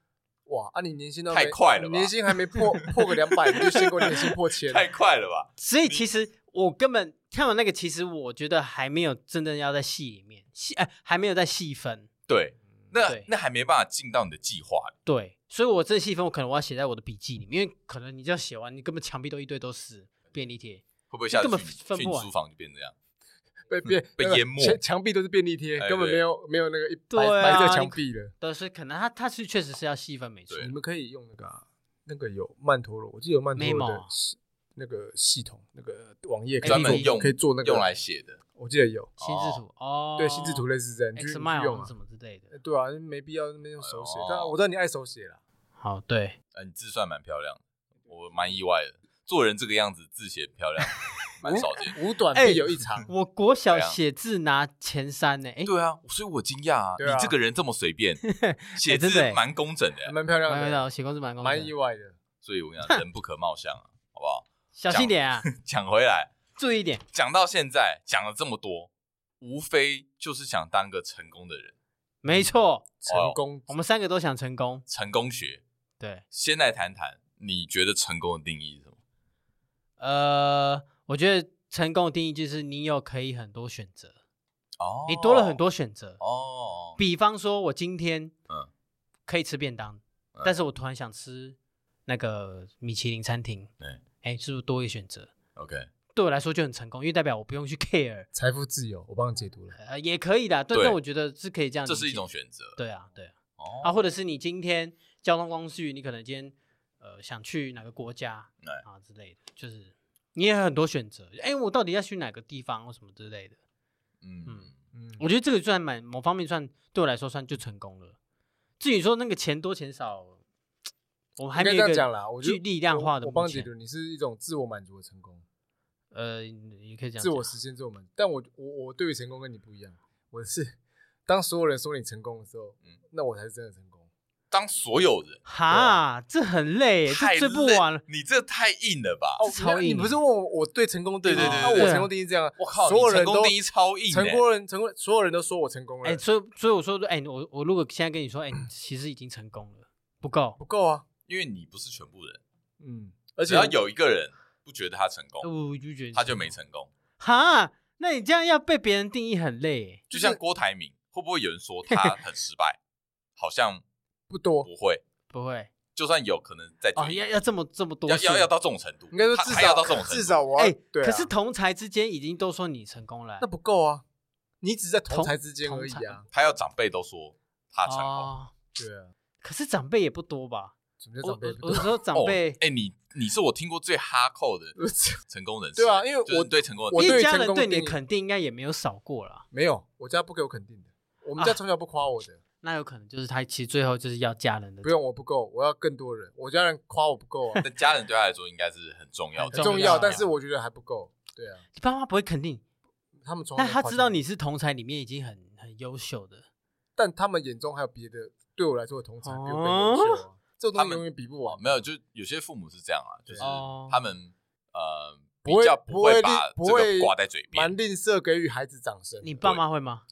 [SPEAKER 1] 哇，啊，你年薪都还没
[SPEAKER 2] 太快了吧
[SPEAKER 1] 你年薪还没破破个两百，你就先给我年薪破千，
[SPEAKER 2] 太快了吧？
[SPEAKER 3] 所以其实我根本看完那个，其实我觉得还没有真正要在戏里面戏，哎、还没有在细分。
[SPEAKER 2] 对，嗯那
[SPEAKER 3] 嗯对
[SPEAKER 2] 那还没办法进到你的计划里。
[SPEAKER 3] 对，所以我这细分我可能我要写在我的笔记里面，因为可能你这样写完，你根本墙壁都一堆都是便利贴。
[SPEAKER 2] 会不会下次
[SPEAKER 3] 根本
[SPEAKER 2] 去
[SPEAKER 3] 分
[SPEAKER 2] 去
[SPEAKER 3] 不
[SPEAKER 2] 你
[SPEAKER 3] 完
[SPEAKER 2] 书房就变这样？
[SPEAKER 1] 被被
[SPEAKER 2] 被
[SPEAKER 1] 那个
[SPEAKER 2] 淹没
[SPEAKER 1] 墙墙壁都是便利贴，
[SPEAKER 2] 哎
[SPEAKER 1] 根本
[SPEAKER 2] 对
[SPEAKER 1] 没有没有那个一
[SPEAKER 3] 对
[SPEAKER 1] 白
[SPEAKER 3] 啊
[SPEAKER 1] 白色墙壁了。
[SPEAKER 3] 对，所以可能他他是确实是要细分没错。
[SPEAKER 2] 对
[SPEAKER 1] 你们可以用那个啊那个有曼陀罗，我记得有曼陀罗
[SPEAKER 3] Memo
[SPEAKER 1] 的
[SPEAKER 3] 啊
[SPEAKER 1] 系那个系统，那个网页可以
[SPEAKER 2] 专门
[SPEAKER 1] 做
[SPEAKER 2] 用
[SPEAKER 1] 可以做那个
[SPEAKER 2] 用来，写的，
[SPEAKER 1] 我记得有
[SPEAKER 3] 心智图哦，
[SPEAKER 1] 对心智图类似这样，你去你
[SPEAKER 3] X
[SPEAKER 1] 去
[SPEAKER 3] mile
[SPEAKER 1] 用
[SPEAKER 3] 啊
[SPEAKER 1] 啊
[SPEAKER 3] 什。么之类的。
[SPEAKER 1] 对啊，没必要那边用手写
[SPEAKER 2] 哎呦，
[SPEAKER 1] 但我知道你爱手写啦。
[SPEAKER 3] 好，对，
[SPEAKER 2] 呃，你字算蛮漂亮的，我蛮意外的。做人这个样子，字写漂亮，蛮少见。
[SPEAKER 1] 五短
[SPEAKER 3] 哎
[SPEAKER 1] 必有一长，
[SPEAKER 3] 我国小
[SPEAKER 2] 对啊
[SPEAKER 3] 写字拿前三呢、哎、
[SPEAKER 2] 对啊，所以我惊讶啊，
[SPEAKER 1] 对啊
[SPEAKER 2] 你这个人这么随便，写字
[SPEAKER 3] 真的欸
[SPEAKER 2] 蛮工整的
[SPEAKER 1] 还
[SPEAKER 2] 欸。
[SPEAKER 1] 蛮漂亮
[SPEAKER 3] 蛮有
[SPEAKER 1] 的，
[SPEAKER 3] 道，写公字蛮公
[SPEAKER 1] 啊蛮意
[SPEAKER 3] 正，
[SPEAKER 1] 外的。
[SPEAKER 2] 所以我跟你讲，人不可貌相啊，好不好？
[SPEAKER 3] 小心点啊，
[SPEAKER 2] 讲回来，
[SPEAKER 3] 注意一点。
[SPEAKER 2] 讲到现在讲了这么多，无非就是想当个成功的人，
[SPEAKER 3] 没错，
[SPEAKER 1] 成功
[SPEAKER 3] 我们三个都想成功。
[SPEAKER 2] 成功学，
[SPEAKER 3] 对，
[SPEAKER 2] 先来谈谈你觉得成功的定义是什么？
[SPEAKER 3] 呃，我觉得成功的定义就是你有可以很多选择，
[SPEAKER 2] 哦，
[SPEAKER 3] 你多了很多选择。
[SPEAKER 2] 哦，
[SPEAKER 3] 比方说，我今天
[SPEAKER 2] 嗯
[SPEAKER 3] 可以吃便当，
[SPEAKER 2] 嗯
[SPEAKER 3] 但是我突然想吃那个米其林餐厅，
[SPEAKER 2] 对
[SPEAKER 3] 哎，是不是多一个选择？
[SPEAKER 2] ，OK，
[SPEAKER 3] 对我来说就很成功，因为代表我不用去 care，
[SPEAKER 1] 财富自由，我帮你解读了。
[SPEAKER 3] 呃，也可以的。对，
[SPEAKER 2] 对
[SPEAKER 3] 但我觉得是可以这样理
[SPEAKER 2] 这
[SPEAKER 3] 解，
[SPEAKER 2] 是一种选择，
[SPEAKER 3] 对啊，对啊。
[SPEAKER 2] 哦，
[SPEAKER 3] 啊，或者是你今天交通工具，你可能今天呃想去哪个国家
[SPEAKER 1] 哎
[SPEAKER 2] 对
[SPEAKER 3] 啊之类的，就是你也有很多选择。哎，我到底要去哪个地方或什么之类的？
[SPEAKER 2] 嗯
[SPEAKER 3] 嗯，
[SPEAKER 1] 嗯，
[SPEAKER 3] 我觉得这个算蛮某方面算对我来说算就成功了。至于说那个钱多钱少，我们还
[SPEAKER 1] 应该
[SPEAKER 3] 没
[SPEAKER 1] 这
[SPEAKER 3] 有
[SPEAKER 1] 样
[SPEAKER 3] 一
[SPEAKER 1] 讲
[SPEAKER 3] 个
[SPEAKER 1] 啦。我觉
[SPEAKER 3] 具
[SPEAKER 1] 得
[SPEAKER 3] 力量化的
[SPEAKER 1] 我我帮
[SPEAKER 3] 目
[SPEAKER 1] 你解
[SPEAKER 3] 前。
[SPEAKER 1] 读，你是一种自我满足的成功，
[SPEAKER 3] 呃，也可以这样
[SPEAKER 1] 自我
[SPEAKER 3] 讲
[SPEAKER 1] 实现自我满足。但我我我对于成功跟你不一样，我是当所有人说你成功的时候，
[SPEAKER 2] 嗯
[SPEAKER 1] 那我才是真的成功。
[SPEAKER 2] 当所有人
[SPEAKER 3] 哈，这很累，
[SPEAKER 2] 太
[SPEAKER 3] 这追不
[SPEAKER 2] 累
[SPEAKER 3] 完了。
[SPEAKER 2] 你这太硬了吧？
[SPEAKER 1] 哦，
[SPEAKER 3] 超
[SPEAKER 1] 你
[SPEAKER 3] 硬
[SPEAKER 1] 不是问我我对成功定义，
[SPEAKER 2] 对
[SPEAKER 3] 对对
[SPEAKER 1] 那
[SPEAKER 3] 对
[SPEAKER 1] 我
[SPEAKER 3] 对
[SPEAKER 1] 成功定义是这样，
[SPEAKER 2] 我靠，
[SPEAKER 1] 所有
[SPEAKER 2] 你
[SPEAKER 1] 人
[SPEAKER 2] 成
[SPEAKER 1] 都
[SPEAKER 2] 功定义超硬
[SPEAKER 1] 成
[SPEAKER 2] 欸，
[SPEAKER 1] 功人成功，所有人都说我成功了，
[SPEAKER 3] 哎，所以所以我说，哎，我我如果现在跟你说，哎，你其实已经成功了，不够。
[SPEAKER 1] 不够啊，
[SPEAKER 2] 因为你不是全部人，
[SPEAKER 1] 嗯，而
[SPEAKER 2] 只
[SPEAKER 1] 且
[SPEAKER 2] 要有一个人不觉得他成
[SPEAKER 3] 呃
[SPEAKER 2] 功，
[SPEAKER 3] 我就觉得
[SPEAKER 2] 他就没
[SPEAKER 3] 功
[SPEAKER 2] 成功。
[SPEAKER 3] 哈，那你这样要被别人定义很累欸耶。
[SPEAKER 2] 就像郭台铭，会不会有人说他很失败？好像
[SPEAKER 1] 不多，
[SPEAKER 2] 不会，
[SPEAKER 3] 不会
[SPEAKER 2] 就算有可能在
[SPEAKER 3] 哦，要要这么这么多
[SPEAKER 2] 要
[SPEAKER 3] 数
[SPEAKER 2] 要要到这种程度，
[SPEAKER 1] 应该说
[SPEAKER 2] 他
[SPEAKER 1] 至
[SPEAKER 2] 他要到
[SPEAKER 1] 少
[SPEAKER 2] 这种程度，
[SPEAKER 1] 至少我要
[SPEAKER 3] 哎、
[SPEAKER 1] 对啊，
[SPEAKER 3] 可是同才之间已经都说你成功了，
[SPEAKER 1] 那不够啊，你只是在同
[SPEAKER 3] 同
[SPEAKER 1] 才之间
[SPEAKER 3] 同
[SPEAKER 1] 而已
[SPEAKER 3] 才
[SPEAKER 1] 啊，
[SPEAKER 2] 他要长辈都说他成功。
[SPEAKER 3] 哦，
[SPEAKER 1] 对啊，
[SPEAKER 3] 可是长辈也不多吧？
[SPEAKER 1] 什么叫长辈
[SPEAKER 3] 我
[SPEAKER 1] 不
[SPEAKER 3] 我我
[SPEAKER 1] 对啊？
[SPEAKER 3] 说长辈，
[SPEAKER 2] 哦哎，你你是我听过最哈扣的成功人士，
[SPEAKER 1] 对 啊因为
[SPEAKER 2] 就是
[SPEAKER 1] 我
[SPEAKER 2] 对成功的
[SPEAKER 1] 我
[SPEAKER 3] 因
[SPEAKER 2] 定
[SPEAKER 1] 对
[SPEAKER 3] 为
[SPEAKER 2] 义
[SPEAKER 3] 家
[SPEAKER 1] 成
[SPEAKER 3] 人
[SPEAKER 1] 功
[SPEAKER 3] 对你
[SPEAKER 1] 定
[SPEAKER 3] 的
[SPEAKER 1] 义
[SPEAKER 3] 肯定应该也没有少过啦。
[SPEAKER 1] 没有，我家不给我肯定的，我们家
[SPEAKER 3] 啊
[SPEAKER 1] 从小不夸我的，
[SPEAKER 3] 那有可能就是他其实最后就是要家人的
[SPEAKER 1] 不用我不够，我要更多人，我家人夸我不够啊，
[SPEAKER 2] 但家人对他来说应该是很重要
[SPEAKER 3] 很
[SPEAKER 2] 的，
[SPEAKER 1] 很重
[SPEAKER 3] 要
[SPEAKER 1] 要，
[SPEAKER 3] 啊
[SPEAKER 1] 但是我觉得还不够，对啊，
[SPEAKER 3] 你爸妈不会肯定，
[SPEAKER 1] 他们从来
[SPEAKER 3] 但
[SPEAKER 1] 没
[SPEAKER 3] 他
[SPEAKER 1] 夸
[SPEAKER 3] 知道
[SPEAKER 1] 奖我
[SPEAKER 3] 你，是同才里面已经很很优秀的，
[SPEAKER 1] 但他们眼中还有别的，对我来说的同才比我更优秀
[SPEAKER 3] 哦
[SPEAKER 1] 啊，这种
[SPEAKER 2] 他
[SPEAKER 1] 东西
[SPEAKER 2] 们
[SPEAKER 1] 永远比不完
[SPEAKER 2] 哦，。没有，就有些父母是这样啊，就是
[SPEAKER 3] 哦
[SPEAKER 2] 他们呃比
[SPEAKER 1] 不会
[SPEAKER 2] 较
[SPEAKER 1] 不
[SPEAKER 2] 会
[SPEAKER 1] 会
[SPEAKER 2] 把
[SPEAKER 1] 不
[SPEAKER 2] 这个
[SPEAKER 1] 会
[SPEAKER 2] 挂在嘴
[SPEAKER 1] 蛮
[SPEAKER 2] 边。
[SPEAKER 1] 吝啬给予孩子掌声的。
[SPEAKER 3] 你爸妈会吗？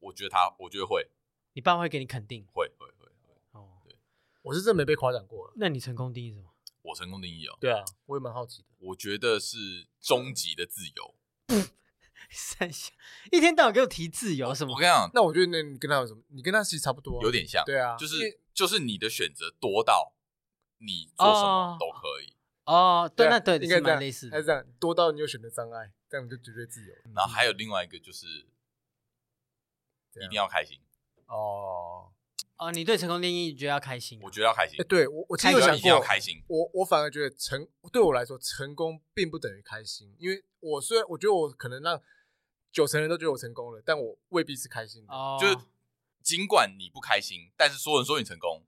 [SPEAKER 2] 我觉得他，我觉得会
[SPEAKER 3] 你爸会给你肯定
[SPEAKER 2] 会会会会，
[SPEAKER 3] 哦？
[SPEAKER 1] 我是真没被夸奖过了。
[SPEAKER 3] 那你成功定义是什么？
[SPEAKER 2] 我成功定义哦，
[SPEAKER 1] 对啊，我也蛮好奇的。
[SPEAKER 2] 我觉得是终极的自由。
[SPEAKER 3] 三小一天到晚给我提自由什
[SPEAKER 2] 我
[SPEAKER 3] 么
[SPEAKER 2] 跟你？讲，
[SPEAKER 1] 那我觉得那你跟他有什么？你跟他其实差不多啊，
[SPEAKER 2] 有点像，
[SPEAKER 1] 对啊，
[SPEAKER 2] 就
[SPEAKER 1] 因为
[SPEAKER 2] 是就是你的选择多到你做什么
[SPEAKER 3] 哦
[SPEAKER 2] 都可以，
[SPEAKER 3] 哦，对，
[SPEAKER 1] 啊
[SPEAKER 3] 那对
[SPEAKER 1] 应
[SPEAKER 3] 是
[SPEAKER 1] 该这
[SPEAKER 3] 蛮
[SPEAKER 1] 样，
[SPEAKER 3] 类似
[SPEAKER 1] 还
[SPEAKER 3] 的
[SPEAKER 1] 是。这样，多到你有选择障碍，这样你就绝对自由。
[SPEAKER 2] 然后还有另外一个就是
[SPEAKER 1] 这
[SPEAKER 2] 一
[SPEAKER 1] 嗯样
[SPEAKER 2] 定要开心，
[SPEAKER 1] 哦，
[SPEAKER 3] 哦，你对成功定义你觉得要开心啊、
[SPEAKER 2] 我觉得要开心
[SPEAKER 1] 哎，，对我我其实
[SPEAKER 3] 开
[SPEAKER 1] 有
[SPEAKER 3] 心
[SPEAKER 1] 想
[SPEAKER 2] 一定要
[SPEAKER 1] 过，
[SPEAKER 2] 开心，
[SPEAKER 1] 我我反而觉得成对我来说，成功并不等于开心，因为我虽然我觉得我可能让九成人都觉得我成功了，但我未必是开心的。
[SPEAKER 3] 哦，
[SPEAKER 2] 就是尽管你不开心，但是所有人说你成功，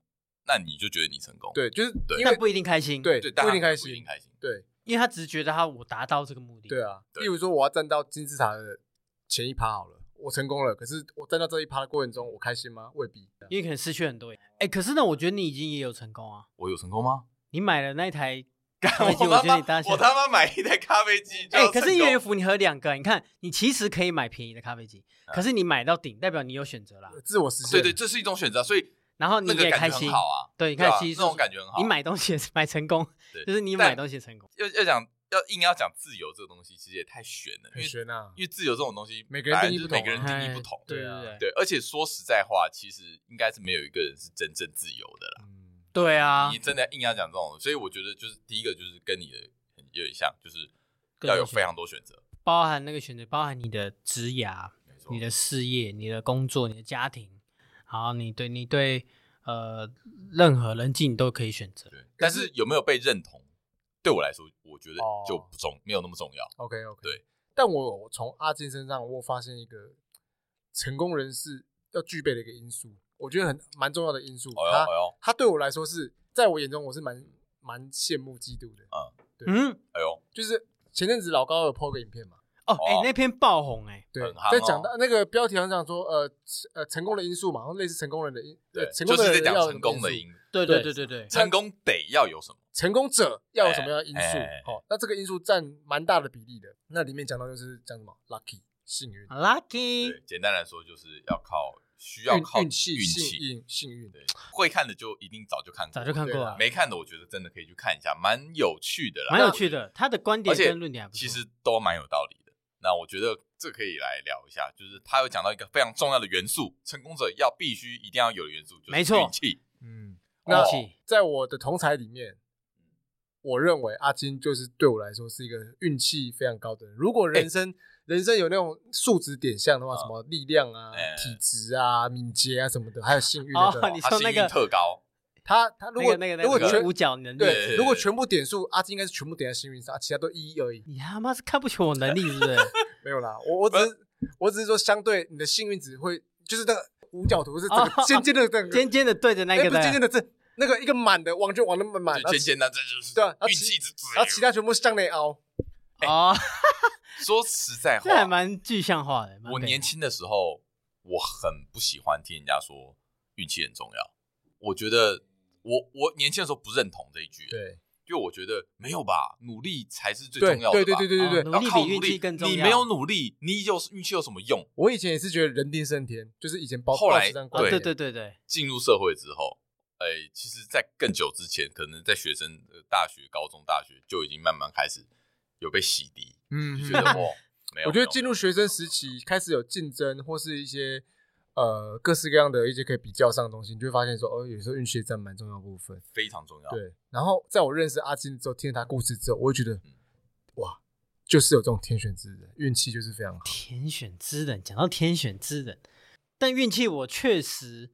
[SPEAKER 2] 那你就觉得你成功，
[SPEAKER 1] 对，就是
[SPEAKER 2] 对
[SPEAKER 1] 因
[SPEAKER 3] 但
[SPEAKER 1] 为
[SPEAKER 3] 不一定开心，
[SPEAKER 1] 对
[SPEAKER 2] 对，但
[SPEAKER 1] 不一
[SPEAKER 2] 他
[SPEAKER 1] 定
[SPEAKER 2] 可能
[SPEAKER 1] 开
[SPEAKER 2] 不一定
[SPEAKER 1] 心，
[SPEAKER 2] 开心，
[SPEAKER 1] 对
[SPEAKER 3] 因为他只是觉得他我达到这个目的，
[SPEAKER 1] 对啊，
[SPEAKER 2] 对
[SPEAKER 1] 例如说我要站到金字塔的前一趴好了，我成功了，可是我站到这一趴的过程中，我开心吗？未必。
[SPEAKER 3] 因为可能失去很多。哎，可是呢，我觉得你已经也有成功啊，
[SPEAKER 2] 我有成功吗？
[SPEAKER 3] 你买了那 一台咖啡机，
[SPEAKER 2] 我
[SPEAKER 3] 我
[SPEAKER 2] 妈
[SPEAKER 3] 觉得你
[SPEAKER 2] 妈
[SPEAKER 3] 当
[SPEAKER 2] 我他妈买一台咖啡机就
[SPEAKER 3] 哎
[SPEAKER 2] 要，
[SPEAKER 3] 可
[SPEAKER 2] 成
[SPEAKER 3] 是一
[SPEAKER 2] 功
[SPEAKER 3] 元服你喝两个，你看你其实可以买便宜的咖啡机，
[SPEAKER 2] 嗯
[SPEAKER 3] 可是你买到顶，代表你有选择啦，
[SPEAKER 1] 自我实现。
[SPEAKER 2] 对对，这是一种选择，所以
[SPEAKER 3] 然后你
[SPEAKER 2] 呃那个
[SPEAKER 3] 也
[SPEAKER 2] 感
[SPEAKER 3] 开
[SPEAKER 2] 觉很
[SPEAKER 3] 心，
[SPEAKER 2] 好啊，
[SPEAKER 3] 对，你
[SPEAKER 2] 对
[SPEAKER 3] 看
[SPEAKER 2] 啊
[SPEAKER 3] 其实
[SPEAKER 2] 那种感觉很好，
[SPEAKER 3] 你买东西也是买成功
[SPEAKER 2] 对，
[SPEAKER 3] 就是你
[SPEAKER 2] 但
[SPEAKER 3] 买东西也成功，
[SPEAKER 2] 要要讲要硬要讲自由这个东西，其实也太悬了，因
[SPEAKER 1] 很
[SPEAKER 2] 为
[SPEAKER 1] 悬啊
[SPEAKER 2] 因。为自由这种东西，
[SPEAKER 1] 每个人定义不同啊
[SPEAKER 2] 本来就是每个人定义不同
[SPEAKER 3] 哎。对
[SPEAKER 1] 对啊
[SPEAKER 3] 对对
[SPEAKER 2] 对，而且说实在话，其实应该是没有一个人是真正自由的啦。
[SPEAKER 1] 嗯，
[SPEAKER 3] 对啊
[SPEAKER 2] 你，真的硬要讲这种，所以我觉得就是第一个就是跟你的很有点像，就是要有非常多选择。
[SPEAKER 3] 包含那个选择，包含你的职涯，
[SPEAKER 2] 没错
[SPEAKER 3] 你，的事业、你的工作、你的家庭，然后你对你对呃任何人际你都可以选择。
[SPEAKER 2] 对。但是有没有被认同，对我来说，我觉得
[SPEAKER 1] 哦
[SPEAKER 2] 就不重，没有那么重要。
[SPEAKER 1] OK OK。
[SPEAKER 2] 对，
[SPEAKER 1] 但我我从阿金身上，我发现一个成功人士要具备的一个因素，我觉得很蛮重要的因素。
[SPEAKER 2] 哎呦
[SPEAKER 1] 他
[SPEAKER 2] 哎呦
[SPEAKER 1] 他对我来说是，在我眼中我是蛮蛮羡慕嫉妒的。对
[SPEAKER 3] 嗯，
[SPEAKER 2] 哎呦，
[SPEAKER 1] 就是前阵子老高有 PO 个影片嘛，
[SPEAKER 3] 哦，
[SPEAKER 2] 哦
[SPEAKER 3] 哎、那篇爆红哎、
[SPEAKER 1] 对
[SPEAKER 2] 很夯，
[SPEAKER 1] 在
[SPEAKER 2] 哦
[SPEAKER 1] 讲到那个标题上讲说，呃呃，成功的因素嘛，然后类似成功人的因，
[SPEAKER 2] 对
[SPEAKER 1] 呃，成
[SPEAKER 2] 就
[SPEAKER 1] 功的
[SPEAKER 2] 是在
[SPEAKER 1] 人
[SPEAKER 2] 讲
[SPEAKER 1] 要有什
[SPEAKER 2] 成
[SPEAKER 1] 么因
[SPEAKER 2] 功的
[SPEAKER 1] 素
[SPEAKER 2] 因，
[SPEAKER 3] 对
[SPEAKER 1] 对
[SPEAKER 3] 对对对，
[SPEAKER 2] 成功得要有什么？
[SPEAKER 1] 成功者要有什么样的因
[SPEAKER 2] 哎
[SPEAKER 1] 素
[SPEAKER 2] 哎哎？
[SPEAKER 1] 哦，那这个因素占蛮大的比例的。那里面讲到就是讲什么 lucky 幸运，
[SPEAKER 3] ，lucky
[SPEAKER 2] 对，简单来说就是要靠需要靠
[SPEAKER 1] 运气、幸
[SPEAKER 2] 气。
[SPEAKER 1] 运、幸运。
[SPEAKER 2] 对，会看的就一定早就看过，啊
[SPEAKER 3] 早就看过
[SPEAKER 1] 对
[SPEAKER 3] 了，
[SPEAKER 2] 没看的我觉得真的可以去看一下，蛮有趣的啦，
[SPEAKER 3] 蛮有趣的。他的观点
[SPEAKER 2] 而且
[SPEAKER 3] 跟论点还不错
[SPEAKER 2] 其实都蛮有道理的。那我觉得这可以来聊一下，就是他有讲到一个非常重要的元素，成功者要必须一定要有的元素，就是
[SPEAKER 3] 没错
[SPEAKER 2] 运气。
[SPEAKER 1] 嗯，
[SPEAKER 3] 运
[SPEAKER 1] 那
[SPEAKER 3] 气
[SPEAKER 1] 在我的同才里面，我认为阿金就是对我来说是一个运气非常高的人。如果
[SPEAKER 3] 哎
[SPEAKER 1] 人生、人生有那种数值点项的话，
[SPEAKER 2] 嗯
[SPEAKER 1] 什么力量啊、
[SPEAKER 2] 哎
[SPEAKER 1] 体质啊、敏捷啊什么的，还有幸运
[SPEAKER 3] 哦
[SPEAKER 1] 的、对吧
[SPEAKER 3] 你
[SPEAKER 2] 他
[SPEAKER 3] 说
[SPEAKER 2] 幸
[SPEAKER 3] 那个
[SPEAKER 2] 运特高，
[SPEAKER 1] 他他如
[SPEAKER 3] 那
[SPEAKER 1] 果、
[SPEAKER 3] 个那个
[SPEAKER 1] 如果
[SPEAKER 3] 那个
[SPEAKER 1] 全
[SPEAKER 3] 五角能力，
[SPEAKER 2] 对对
[SPEAKER 1] 对，
[SPEAKER 2] 对
[SPEAKER 1] 如果全部点数，阿金应该是全部点在幸运上，其他都一一而已。
[SPEAKER 3] 你他妈是看不起我能力是不 是？
[SPEAKER 1] 没有啦，我我只是我只是说，相对你的幸运值会就是那个五角图是整
[SPEAKER 3] 哦
[SPEAKER 1] 个尖尖的整个，
[SPEAKER 3] 尖尖的对着啊那
[SPEAKER 1] 哎
[SPEAKER 3] 个
[SPEAKER 1] 不是尖尖
[SPEAKER 3] 的，
[SPEAKER 1] 的这那个一个满的往就往那么满，
[SPEAKER 2] 就
[SPEAKER 1] 然后
[SPEAKER 2] 简简单单就是
[SPEAKER 1] 对啊然后
[SPEAKER 2] 运
[SPEAKER 1] 其
[SPEAKER 2] 气之子。
[SPEAKER 1] 然后其他全部向内凹。
[SPEAKER 3] 哦，
[SPEAKER 2] 说实在
[SPEAKER 3] 这还
[SPEAKER 2] 话，
[SPEAKER 3] 蛮具象化的。蛮
[SPEAKER 2] 我
[SPEAKER 3] 北
[SPEAKER 2] 年轻的时候我很不喜欢听人家说运气很重要，我觉得我我年轻的时候不认同这一句，
[SPEAKER 1] 对，
[SPEAKER 2] 因为我觉得没有吧，努力才是最
[SPEAKER 1] 对
[SPEAKER 2] 重要的吧。
[SPEAKER 1] 对对对对
[SPEAKER 3] 哦
[SPEAKER 1] 对对，
[SPEAKER 3] 努力
[SPEAKER 2] 要靠
[SPEAKER 3] 比运气更重要。
[SPEAKER 2] 你没有努力，你有运气有什么用？
[SPEAKER 1] 我以前也是觉得人定胜天，就是以前包
[SPEAKER 2] 后来
[SPEAKER 1] 报纸上
[SPEAKER 3] 啊，
[SPEAKER 1] 观
[SPEAKER 2] 对
[SPEAKER 1] 点
[SPEAKER 3] 对对对对，
[SPEAKER 2] 进入社会之后，哎、其实，在更久之前，可能在学生、呃大学、高中、大学就已经慢慢开始有被洗涤，
[SPEAKER 1] 嗯，
[SPEAKER 2] 就觉得
[SPEAKER 1] 嗯
[SPEAKER 2] 哦，没有。
[SPEAKER 1] 我觉
[SPEAKER 2] 没有
[SPEAKER 1] 得进入学生时，期开始有竞争或是一些呃各式各样的一些可以比较上的东西，你就会发现说，哦，有时候运气也占蛮重要的部分。
[SPEAKER 2] 非常重要。
[SPEAKER 1] 对，然后在我认识阿金之后，听了他故事之后，我会觉得
[SPEAKER 2] 嗯，
[SPEAKER 1] 哇，就是有这种天选之人，运气就是非常好。
[SPEAKER 3] 天选之人，讲到天选之人，但运气我确实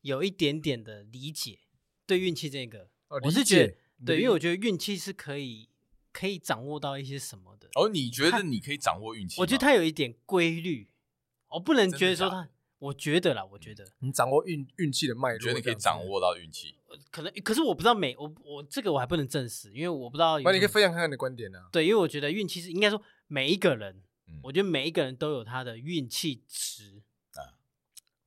[SPEAKER 3] 有一点点的理解，对运气这个，
[SPEAKER 1] 哦
[SPEAKER 3] 我
[SPEAKER 1] 理
[SPEAKER 3] 是觉得
[SPEAKER 1] 解
[SPEAKER 3] 对，
[SPEAKER 2] 嗯
[SPEAKER 1] 理
[SPEAKER 3] 因为我觉得运气是可以可以掌握到一些什么的。
[SPEAKER 2] 哦，你觉得你可以掌握运气吗？
[SPEAKER 3] 我觉得它有一点规律，我不能
[SPEAKER 2] 真的嗯
[SPEAKER 3] 觉得说
[SPEAKER 2] 假
[SPEAKER 3] 它，我觉得啦，我觉得
[SPEAKER 1] 你掌握运运气的脉
[SPEAKER 2] 你
[SPEAKER 1] 络，
[SPEAKER 2] 觉得你可以掌。握到运气，
[SPEAKER 3] 可能，可是我不知道每我我这个我还不能证实，因为我不知道有
[SPEAKER 1] 那你可以
[SPEAKER 3] 什么
[SPEAKER 1] 分享看看你的观点啊。
[SPEAKER 3] 对，因为我觉得运气是应该说每一个人，
[SPEAKER 2] 嗯
[SPEAKER 3] 我觉得每一个人都有他的运气值
[SPEAKER 2] 啊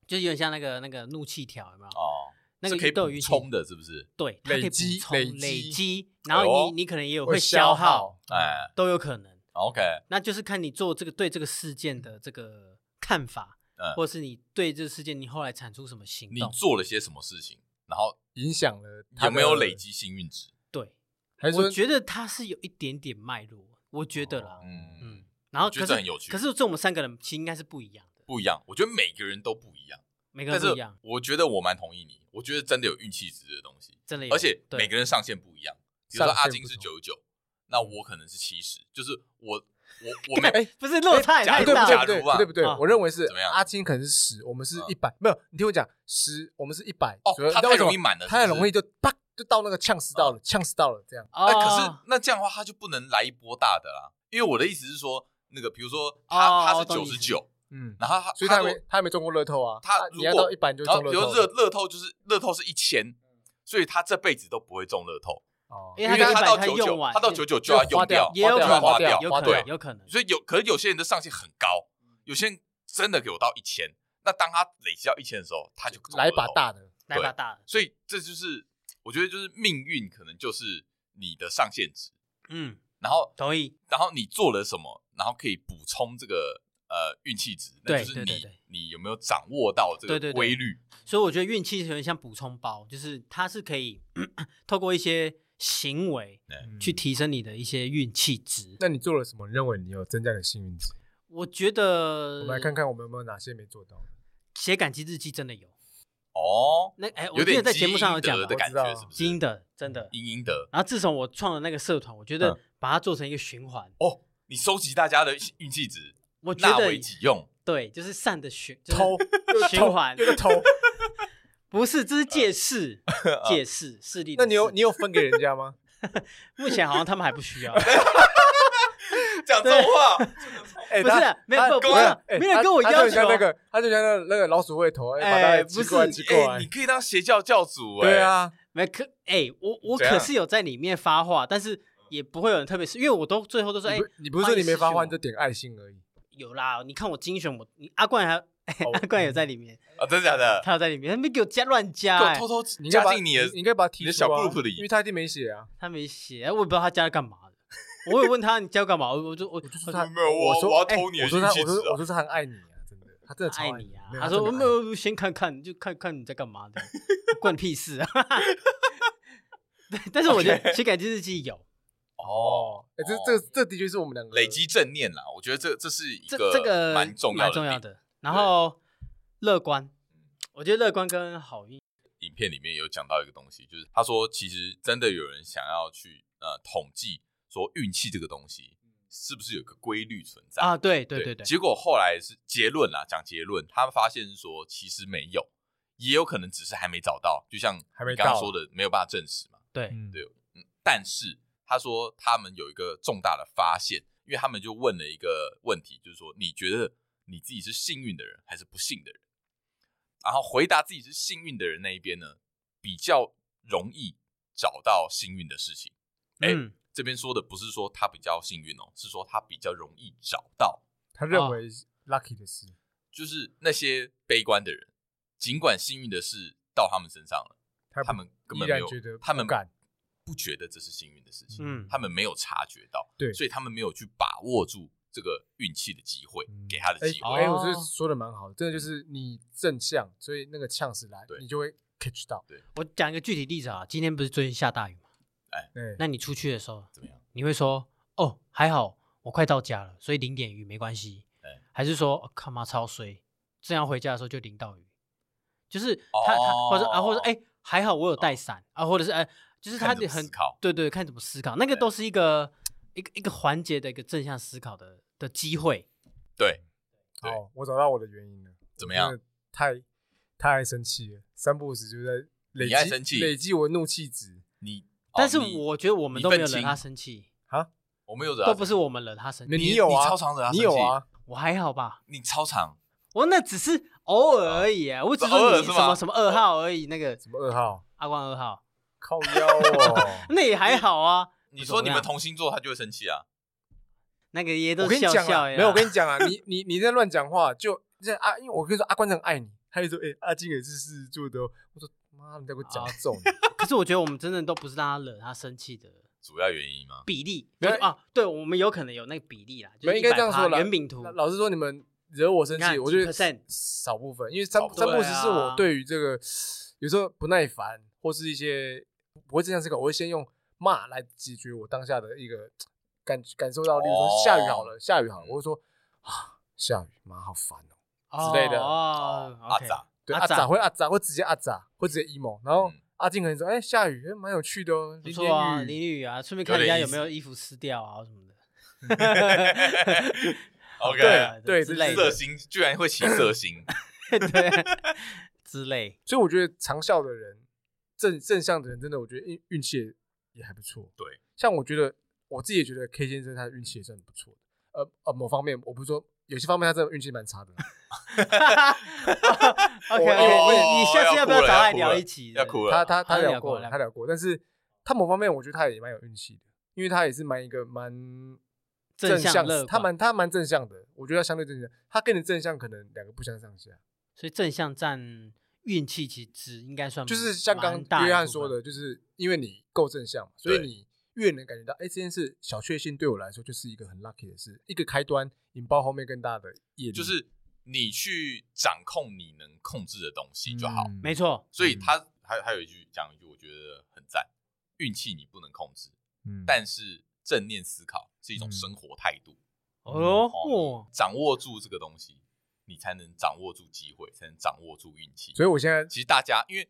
[SPEAKER 3] 就是有点像那个那个怒气条，有没有？
[SPEAKER 2] 哦，
[SPEAKER 3] 那个
[SPEAKER 2] 是可以
[SPEAKER 3] 都有
[SPEAKER 2] 补
[SPEAKER 3] 运气
[SPEAKER 2] 充的，是不是？
[SPEAKER 3] 对，它可以
[SPEAKER 1] 累
[SPEAKER 3] 补
[SPEAKER 1] 积
[SPEAKER 3] 充
[SPEAKER 1] 累
[SPEAKER 3] 累
[SPEAKER 1] 积
[SPEAKER 3] 积，然后
[SPEAKER 2] 哎
[SPEAKER 3] 你、
[SPEAKER 2] 呦
[SPEAKER 3] 你可能也有
[SPEAKER 1] 会
[SPEAKER 3] 会
[SPEAKER 1] 消
[SPEAKER 3] 耗
[SPEAKER 1] 耗，
[SPEAKER 2] 哎
[SPEAKER 3] 都有可能。
[SPEAKER 2] ，OK，
[SPEAKER 3] 那就是看你做这个对这个事件的这个看法，
[SPEAKER 2] 嗯
[SPEAKER 3] 或是你对这个事件你后来产出什么行
[SPEAKER 2] 你
[SPEAKER 3] 动。
[SPEAKER 2] 做了些什么事情，然后
[SPEAKER 1] 影响了他
[SPEAKER 2] 有
[SPEAKER 1] 的
[SPEAKER 2] 没有累？积幸运值？
[SPEAKER 3] 对，
[SPEAKER 1] 还是
[SPEAKER 3] 我
[SPEAKER 1] 说
[SPEAKER 3] 觉得它是有一点点脉络，我觉得啦，
[SPEAKER 2] 嗯
[SPEAKER 3] 嗯。然后
[SPEAKER 2] 我觉得
[SPEAKER 3] 可
[SPEAKER 2] 这
[SPEAKER 3] 是
[SPEAKER 2] 很有趣
[SPEAKER 3] 可是这我们三个人其实应该是不一样的，
[SPEAKER 2] 不一样，我觉得每个人都不一样，
[SPEAKER 3] 每个
[SPEAKER 2] 但是
[SPEAKER 3] 人不一样，
[SPEAKER 2] 我觉得我蛮同意你，我觉得真的有运气值的东西。
[SPEAKER 3] 真的有。
[SPEAKER 2] 而且
[SPEAKER 3] 对
[SPEAKER 2] 每个人上限不一样。比如说
[SPEAKER 1] 上限
[SPEAKER 2] 阿金
[SPEAKER 1] 不
[SPEAKER 2] 是
[SPEAKER 1] 同
[SPEAKER 2] 九九，那我可能是七十，就是我我 我没有
[SPEAKER 1] 哎
[SPEAKER 3] 不是落差也
[SPEAKER 2] 假
[SPEAKER 3] 太
[SPEAKER 1] 不
[SPEAKER 2] 如
[SPEAKER 1] 对
[SPEAKER 3] 大
[SPEAKER 1] 不
[SPEAKER 3] 了
[SPEAKER 1] 对
[SPEAKER 2] 假
[SPEAKER 1] 不
[SPEAKER 2] 如
[SPEAKER 1] 对
[SPEAKER 2] 啊
[SPEAKER 1] 不对不对
[SPEAKER 3] 啊，
[SPEAKER 1] 我认为是
[SPEAKER 2] 怎么样
[SPEAKER 1] 阿金可能是十，我们是
[SPEAKER 2] 嗯
[SPEAKER 1] 一百，没有，你听我讲，十我们是一百
[SPEAKER 2] 哦
[SPEAKER 1] 左右，
[SPEAKER 2] 他
[SPEAKER 1] 你知道为
[SPEAKER 2] 太
[SPEAKER 1] 什么
[SPEAKER 2] 容易满了
[SPEAKER 1] 太
[SPEAKER 2] 是不
[SPEAKER 1] 容易
[SPEAKER 2] 是
[SPEAKER 1] 就啪就到那个呛死到了，呛死到了这样。
[SPEAKER 2] 哎，
[SPEAKER 3] 哦，
[SPEAKER 2] 可是那这样的话他就不能来一波大的啦，因为我的意思是说，那个比如说
[SPEAKER 3] 哦
[SPEAKER 2] 他他
[SPEAKER 3] 我
[SPEAKER 2] 是
[SPEAKER 3] 懂
[SPEAKER 2] 九
[SPEAKER 3] 你意
[SPEAKER 2] 十
[SPEAKER 3] 思
[SPEAKER 2] 九，
[SPEAKER 1] 嗯，
[SPEAKER 2] 然后他
[SPEAKER 1] 所以他还
[SPEAKER 2] 说
[SPEAKER 1] 没他还没中过乐透啊。
[SPEAKER 2] 他
[SPEAKER 1] 啊
[SPEAKER 2] 如
[SPEAKER 1] 你要
[SPEAKER 2] 果
[SPEAKER 1] 到一百你就
[SPEAKER 2] 然
[SPEAKER 1] 中
[SPEAKER 2] 后
[SPEAKER 1] 乐
[SPEAKER 2] 比
[SPEAKER 1] 透
[SPEAKER 2] 如
[SPEAKER 1] 了。
[SPEAKER 2] 说乐乐透就是乐透是一千，所以他这辈子都不会中乐透，
[SPEAKER 1] 哦
[SPEAKER 3] 因为
[SPEAKER 2] 因
[SPEAKER 3] 他
[SPEAKER 2] 为他
[SPEAKER 3] 100
[SPEAKER 2] 到
[SPEAKER 3] 他
[SPEAKER 2] 九
[SPEAKER 3] 用
[SPEAKER 2] 九，
[SPEAKER 3] 完
[SPEAKER 2] 他到九九就要
[SPEAKER 1] 就
[SPEAKER 2] 用
[SPEAKER 1] 花掉
[SPEAKER 3] 也有可能
[SPEAKER 2] 花
[SPEAKER 1] 掉
[SPEAKER 2] 掉，
[SPEAKER 3] 有
[SPEAKER 1] 花
[SPEAKER 3] 可能，
[SPEAKER 2] 对，
[SPEAKER 3] 有可能。
[SPEAKER 2] 所以有可能有些人的上限很高，有些人真的有到一千，那当他累积到一千的时候，他就中
[SPEAKER 1] 来一
[SPEAKER 2] 乐
[SPEAKER 1] 把
[SPEAKER 2] 透
[SPEAKER 1] 大的，
[SPEAKER 3] 来把大的，
[SPEAKER 2] 所以这就是我觉得就是命运可能就是你的上限值，
[SPEAKER 3] 嗯，
[SPEAKER 2] 然后
[SPEAKER 3] 同意。
[SPEAKER 2] 然后你做了什么，然后可以补充这个呃运气值，那
[SPEAKER 3] 对
[SPEAKER 2] 就是你
[SPEAKER 3] 对对对
[SPEAKER 2] 你有没有掌握到这
[SPEAKER 3] 对
[SPEAKER 2] 个
[SPEAKER 3] 对对
[SPEAKER 2] 规律？
[SPEAKER 3] 所以我觉得运气有点像补充包，就是它是可以 透过一些行为
[SPEAKER 1] 嗯
[SPEAKER 3] 去。提升你的一些运气值。
[SPEAKER 1] 那你做了什么？你认为你有增加你的幸运值？
[SPEAKER 3] 我觉得
[SPEAKER 1] 我们来看看我们有没有哪些没做到。
[SPEAKER 3] 写感激日记真的有。
[SPEAKER 2] 哦，
[SPEAKER 3] 那哎，我
[SPEAKER 2] 有
[SPEAKER 3] 记得
[SPEAKER 2] 点
[SPEAKER 3] 在节目上有讲
[SPEAKER 2] 基
[SPEAKER 3] 嘛
[SPEAKER 2] 因德的感
[SPEAKER 1] 我知
[SPEAKER 2] 觉，
[SPEAKER 1] 道
[SPEAKER 2] 是不
[SPEAKER 3] 基因
[SPEAKER 2] 是？
[SPEAKER 3] 的真的。
[SPEAKER 1] 嗯
[SPEAKER 2] 因因德
[SPEAKER 3] 然后自从我创了那个社团，我觉得
[SPEAKER 2] 嗯
[SPEAKER 3] 把它做成一个循环，
[SPEAKER 2] 哦，你收集大家的运气值，
[SPEAKER 3] 我觉
[SPEAKER 2] 纳
[SPEAKER 3] 得
[SPEAKER 2] 为己用。
[SPEAKER 3] 对，就是善的循就是
[SPEAKER 1] 偷，又
[SPEAKER 3] 循
[SPEAKER 1] 偷
[SPEAKER 3] 环
[SPEAKER 1] 又在偷。
[SPEAKER 3] 不是，这是借 势，借势势力
[SPEAKER 1] 嗯那
[SPEAKER 3] 的势。
[SPEAKER 1] 你有你有分给人家吗？
[SPEAKER 3] 目前好像他们还 不需要，
[SPEAKER 2] 讲这种话，
[SPEAKER 1] 哎，
[SPEAKER 3] 不是
[SPEAKER 1] 他
[SPEAKER 3] 没有
[SPEAKER 1] 他
[SPEAKER 3] 不
[SPEAKER 1] 没
[SPEAKER 3] 不
[SPEAKER 1] 有
[SPEAKER 3] 是
[SPEAKER 1] 哎
[SPEAKER 3] 没人
[SPEAKER 1] 他
[SPEAKER 3] 跟我
[SPEAKER 1] 他
[SPEAKER 3] 要
[SPEAKER 1] 就很像
[SPEAKER 3] 求
[SPEAKER 1] 那个，他就像那个那个老鼠会头，哎，把
[SPEAKER 3] 哎
[SPEAKER 1] 它
[SPEAKER 3] 不
[SPEAKER 1] 击
[SPEAKER 3] 是
[SPEAKER 1] 过来击过
[SPEAKER 2] 哎
[SPEAKER 1] 来
[SPEAKER 2] 你。可以当邪教教主哎。
[SPEAKER 1] 对，啊，
[SPEAKER 3] 没可哎、我我
[SPEAKER 2] 怎
[SPEAKER 3] 可
[SPEAKER 2] 样
[SPEAKER 3] 是有在里面发话，但是也不会有人特别是，因为我都最后都说哎、
[SPEAKER 1] 你不你不是说你没发
[SPEAKER 3] 欢
[SPEAKER 1] 话，
[SPEAKER 3] 迎
[SPEAKER 1] 你
[SPEAKER 3] 私
[SPEAKER 1] 就
[SPEAKER 3] 讯
[SPEAKER 1] 点爱心 而已。
[SPEAKER 3] 有啦，你看我精选我你阿冠还、
[SPEAKER 1] 哦
[SPEAKER 3] 阿冠有在里面，
[SPEAKER 2] 啊，真的假的？
[SPEAKER 3] 他有在里面，他没给我加乱加、
[SPEAKER 2] 给我
[SPEAKER 3] 哎
[SPEAKER 2] 偷偷
[SPEAKER 1] 你应该
[SPEAKER 2] 加
[SPEAKER 1] 把
[SPEAKER 2] 进你的
[SPEAKER 1] 你应该把它提
[SPEAKER 2] 你的小
[SPEAKER 1] 出啊
[SPEAKER 2] group 里
[SPEAKER 1] 因为他一定没写啊。
[SPEAKER 3] 他没写，我也不知道他加了干嘛的，我有问他你加干嘛，我我就我
[SPEAKER 1] 我就说他，
[SPEAKER 2] 没有我
[SPEAKER 1] 我说
[SPEAKER 2] 我要
[SPEAKER 1] 哎
[SPEAKER 2] 偷你的
[SPEAKER 1] 我说他，
[SPEAKER 2] 运气
[SPEAKER 1] 我
[SPEAKER 2] 值啊
[SPEAKER 1] 说我说他很爱你啊，真的。他真的超
[SPEAKER 3] 爱
[SPEAKER 1] 你
[SPEAKER 3] 你啊！
[SPEAKER 1] 没有
[SPEAKER 3] 他说
[SPEAKER 1] 真的
[SPEAKER 3] 没
[SPEAKER 1] 爱
[SPEAKER 3] 有，先看看，就看看你在干嘛的，关你屁事啊！对，但是我觉得
[SPEAKER 2] OK
[SPEAKER 3] 情感监视器有，
[SPEAKER 2] 哦，
[SPEAKER 1] 哎、这这这的确是我们两个
[SPEAKER 2] 累积正念啦，我觉得这这是一
[SPEAKER 3] 这这个
[SPEAKER 2] 蛮重要
[SPEAKER 3] 蛮
[SPEAKER 2] 的
[SPEAKER 3] 重要
[SPEAKER 2] 点。
[SPEAKER 3] 的。然后乐观，我觉得乐观跟好运
[SPEAKER 2] 影片里面有讲到一个东西，就是他说其实真的有人想要去呃统计说运气这个东西是不是有个规律存在
[SPEAKER 3] 啊，对对对对，
[SPEAKER 2] 结果后来是结论啦，讲结论，他们发现是说其实没有，也有可能只是还没找到，就像
[SPEAKER 1] 还没
[SPEAKER 2] 你刚刚
[SPEAKER 1] 到
[SPEAKER 2] 说的，没有办法证实嘛。
[SPEAKER 3] 对
[SPEAKER 1] 嗯
[SPEAKER 2] 对嗯，但是他说他们有一个重大的发现，因为他们就问了一个问题，就是说你觉得你自己是幸运的人还是不幸的人？然后回答自己是幸运的人那一边呢，比较容易找到幸运的事情。哎、
[SPEAKER 3] 嗯，
[SPEAKER 2] 这边说的不是说他比较幸运哦，是说他比较容易找到，
[SPEAKER 1] 他
[SPEAKER 2] 啊
[SPEAKER 1] 认为 lucky 的事，
[SPEAKER 2] 就是那些悲观的人，尽管幸运的事到他们身上了，
[SPEAKER 1] 他
[SPEAKER 2] 他们根本
[SPEAKER 1] 依然
[SPEAKER 2] 没有
[SPEAKER 1] 觉得，
[SPEAKER 2] 他们
[SPEAKER 1] 不敢
[SPEAKER 2] 不觉得这是幸运的事情，
[SPEAKER 3] 嗯
[SPEAKER 2] 他们没有察觉到，
[SPEAKER 1] 对
[SPEAKER 2] 所以他们没有去把握住这个运气的机会，
[SPEAKER 1] 嗯
[SPEAKER 2] 给他的
[SPEAKER 1] 哎
[SPEAKER 2] 机
[SPEAKER 1] 哎、
[SPEAKER 2] 会，
[SPEAKER 3] 哦
[SPEAKER 1] 我觉得说的蛮好的，真的就是你正向，所以那个呛死来
[SPEAKER 2] 对，
[SPEAKER 1] 你就会 catch 到。
[SPEAKER 3] 我讲一个具体例子啊，今天不是最近下大雨嘛？
[SPEAKER 1] 对，
[SPEAKER 3] 那你出去的时候，
[SPEAKER 2] 怎么样？
[SPEAKER 3] 你会说哦还好，我快到家了，所以淋点雨没关系
[SPEAKER 2] 哎，
[SPEAKER 3] 还是说哦看嘛超衰，正要回家的时候就淋到雨，就是他他
[SPEAKER 2] 哦
[SPEAKER 3] 或者啊或者哎还好我有带伞啊，或者是哎就是他
[SPEAKER 2] 看怎么
[SPEAKER 3] 很
[SPEAKER 2] 思考
[SPEAKER 3] 对对看怎么思考，那个
[SPEAKER 2] 对
[SPEAKER 3] 都是一个一个一个环节的一个正向思考的的机会，
[SPEAKER 2] 对，对
[SPEAKER 1] 好，哦我找到我的原因了。
[SPEAKER 2] 怎么样？
[SPEAKER 1] 太太爱生气了，三不五时就在累
[SPEAKER 2] 你爱
[SPEAKER 1] 积
[SPEAKER 2] 生气
[SPEAKER 1] 累积我的怒气值。
[SPEAKER 2] 你，
[SPEAKER 3] 但是
[SPEAKER 2] 哦你
[SPEAKER 3] 我觉得我们
[SPEAKER 2] 你
[SPEAKER 3] 都没有
[SPEAKER 2] 愤
[SPEAKER 3] 惹
[SPEAKER 2] 青
[SPEAKER 3] 他生气，
[SPEAKER 2] 我没有惹他
[SPEAKER 3] 都不是
[SPEAKER 2] 生气，
[SPEAKER 3] 我们惹他生
[SPEAKER 1] 那
[SPEAKER 3] 气，
[SPEAKER 2] 啊你
[SPEAKER 1] 有啊？
[SPEAKER 2] 你超常惹他
[SPEAKER 1] 你
[SPEAKER 2] 生
[SPEAKER 1] 有
[SPEAKER 2] 气
[SPEAKER 1] 啊？
[SPEAKER 3] 我还好吧。
[SPEAKER 2] 你超常
[SPEAKER 3] 我那只是偶
[SPEAKER 1] 哦
[SPEAKER 3] 尔而已啊，我只
[SPEAKER 2] 偶
[SPEAKER 3] 说
[SPEAKER 2] 尔
[SPEAKER 3] 你
[SPEAKER 2] 是
[SPEAKER 3] 什
[SPEAKER 2] 吗
[SPEAKER 3] 么什么二号而已，那个
[SPEAKER 1] 什么二号？
[SPEAKER 3] 阿光二号，
[SPEAKER 1] 靠腰哦！
[SPEAKER 3] 那也还好啊。
[SPEAKER 2] 你说你们
[SPEAKER 3] 不怎么样
[SPEAKER 2] 同星座，他就会生气啊。
[SPEAKER 3] 那个也
[SPEAKER 1] 我
[SPEAKER 3] 都
[SPEAKER 1] 跟你
[SPEAKER 3] 笑
[SPEAKER 1] 讲
[SPEAKER 3] 笑
[SPEAKER 1] 啊，
[SPEAKER 3] 而已啦
[SPEAKER 1] 没有，我跟你讲啊，你你你在乱讲话，就这啊，因为我跟你说，阿关很爱你，他就说，哎，阿金也是狮子座的哦。我说，妈，你在给我讲
[SPEAKER 3] 啊
[SPEAKER 1] 中，
[SPEAKER 3] 可是我觉得我们真的都不是让他惹他生气的
[SPEAKER 2] 主要原因吗？
[SPEAKER 3] 比例，
[SPEAKER 1] 没有
[SPEAKER 3] 就是啊，对我们有可能有那个比例啦，就
[SPEAKER 1] 没有
[SPEAKER 3] 是
[SPEAKER 1] 应该这样说
[SPEAKER 3] 100%
[SPEAKER 1] 啦
[SPEAKER 3] 圆饼图
[SPEAKER 1] 老，老实说，你们惹我生
[SPEAKER 3] 嗯你
[SPEAKER 1] 气，
[SPEAKER 3] 看
[SPEAKER 1] 我觉得
[SPEAKER 3] 10%
[SPEAKER 1] 少部分，因为三
[SPEAKER 2] 少部
[SPEAKER 1] 三
[SPEAKER 2] 分
[SPEAKER 1] 不五时是
[SPEAKER 3] 对
[SPEAKER 1] 我
[SPEAKER 3] 啊
[SPEAKER 1] 对于这个有时候不耐烦或是一些不会正向思考，我会先用骂来解决我当下的一个感感受到，例如
[SPEAKER 2] 哦
[SPEAKER 1] 说下雨好了，下雨
[SPEAKER 3] 嗯
[SPEAKER 1] 好了，我会说啊，下雨妈好烦哦。
[SPEAKER 3] 哦
[SPEAKER 1] 之类的
[SPEAKER 3] 哦
[SPEAKER 2] 阿
[SPEAKER 3] ，OK，
[SPEAKER 2] 杂，
[SPEAKER 1] 对，
[SPEAKER 3] 阿
[SPEAKER 1] 阿
[SPEAKER 3] 杂
[SPEAKER 1] 杂会阿杂会直接阿杂会直接 emo，然后
[SPEAKER 2] 嗯
[SPEAKER 1] 阿静可能说，哎，下雨，哎，蛮有趣的哦，
[SPEAKER 3] 不
[SPEAKER 1] 淋
[SPEAKER 3] 错啊，
[SPEAKER 1] 点
[SPEAKER 3] 淋
[SPEAKER 1] 雨，
[SPEAKER 3] 雨啊，顺便看
[SPEAKER 2] 有
[SPEAKER 3] 人家
[SPEAKER 2] 点意
[SPEAKER 3] 有
[SPEAKER 2] 思
[SPEAKER 3] 没有衣服湿掉啊什么的。
[SPEAKER 2] OK
[SPEAKER 3] 啊
[SPEAKER 1] 对
[SPEAKER 3] 之
[SPEAKER 1] 对
[SPEAKER 3] 类
[SPEAKER 2] 色
[SPEAKER 3] 的，
[SPEAKER 2] 星居然会起色星，
[SPEAKER 3] 对，之 类，
[SPEAKER 1] 所以我觉得长效的人，正正向的人，真的我觉得运运气也也还不错。
[SPEAKER 2] 对，
[SPEAKER 1] 像我觉得我自己也觉得 K 先生他的运气也算不错的，呃呃，某方面我不是说有些方面他真的运气蛮差的，
[SPEAKER 3] OK，
[SPEAKER 1] 我
[SPEAKER 3] 哦你你下次要不
[SPEAKER 2] 要哭了
[SPEAKER 3] 找
[SPEAKER 2] 要
[SPEAKER 3] 艾
[SPEAKER 2] 哭
[SPEAKER 3] 聊
[SPEAKER 2] 了
[SPEAKER 3] 一起？
[SPEAKER 2] 要哭了。
[SPEAKER 1] 他他
[SPEAKER 3] 他
[SPEAKER 1] 聊
[SPEAKER 3] 聊
[SPEAKER 1] 过
[SPEAKER 3] 过
[SPEAKER 1] 了，
[SPEAKER 3] 了
[SPEAKER 1] 他聊过，但是他某方面我觉得他也蛮有运气的，因为他也是蛮一个蛮
[SPEAKER 3] 正向
[SPEAKER 1] 向
[SPEAKER 3] 乐，观
[SPEAKER 1] 他蛮他蛮正向的，我觉得他相对正向，他跟你正向可能两个不相上下，
[SPEAKER 3] 所以正向占运气其实应该算
[SPEAKER 1] 就是像刚
[SPEAKER 3] 蛮大
[SPEAKER 1] 约
[SPEAKER 3] 一
[SPEAKER 1] 翰
[SPEAKER 3] 部
[SPEAKER 1] 说
[SPEAKER 3] 分，
[SPEAKER 1] 的，就是因为你够正向嘛，所以
[SPEAKER 2] 对
[SPEAKER 1] 你越能感觉到，哎，这件事小确幸对我来说就是一个很 lucky 的事，一个开端引爆后面更大的业 力，
[SPEAKER 2] 就是你去掌控你能控制的东西就好。
[SPEAKER 1] 嗯
[SPEAKER 3] 没错，
[SPEAKER 2] 所以他还还有一句讲一句，我觉得很赞，运气你不能控制，
[SPEAKER 1] 嗯
[SPEAKER 2] 但是正念思考是一种生活态度，
[SPEAKER 3] 哦
[SPEAKER 2] 哦，掌握住这个东西，你才能掌握住机会，才能掌握住运气。
[SPEAKER 1] 所以我现在
[SPEAKER 2] 其实大家因为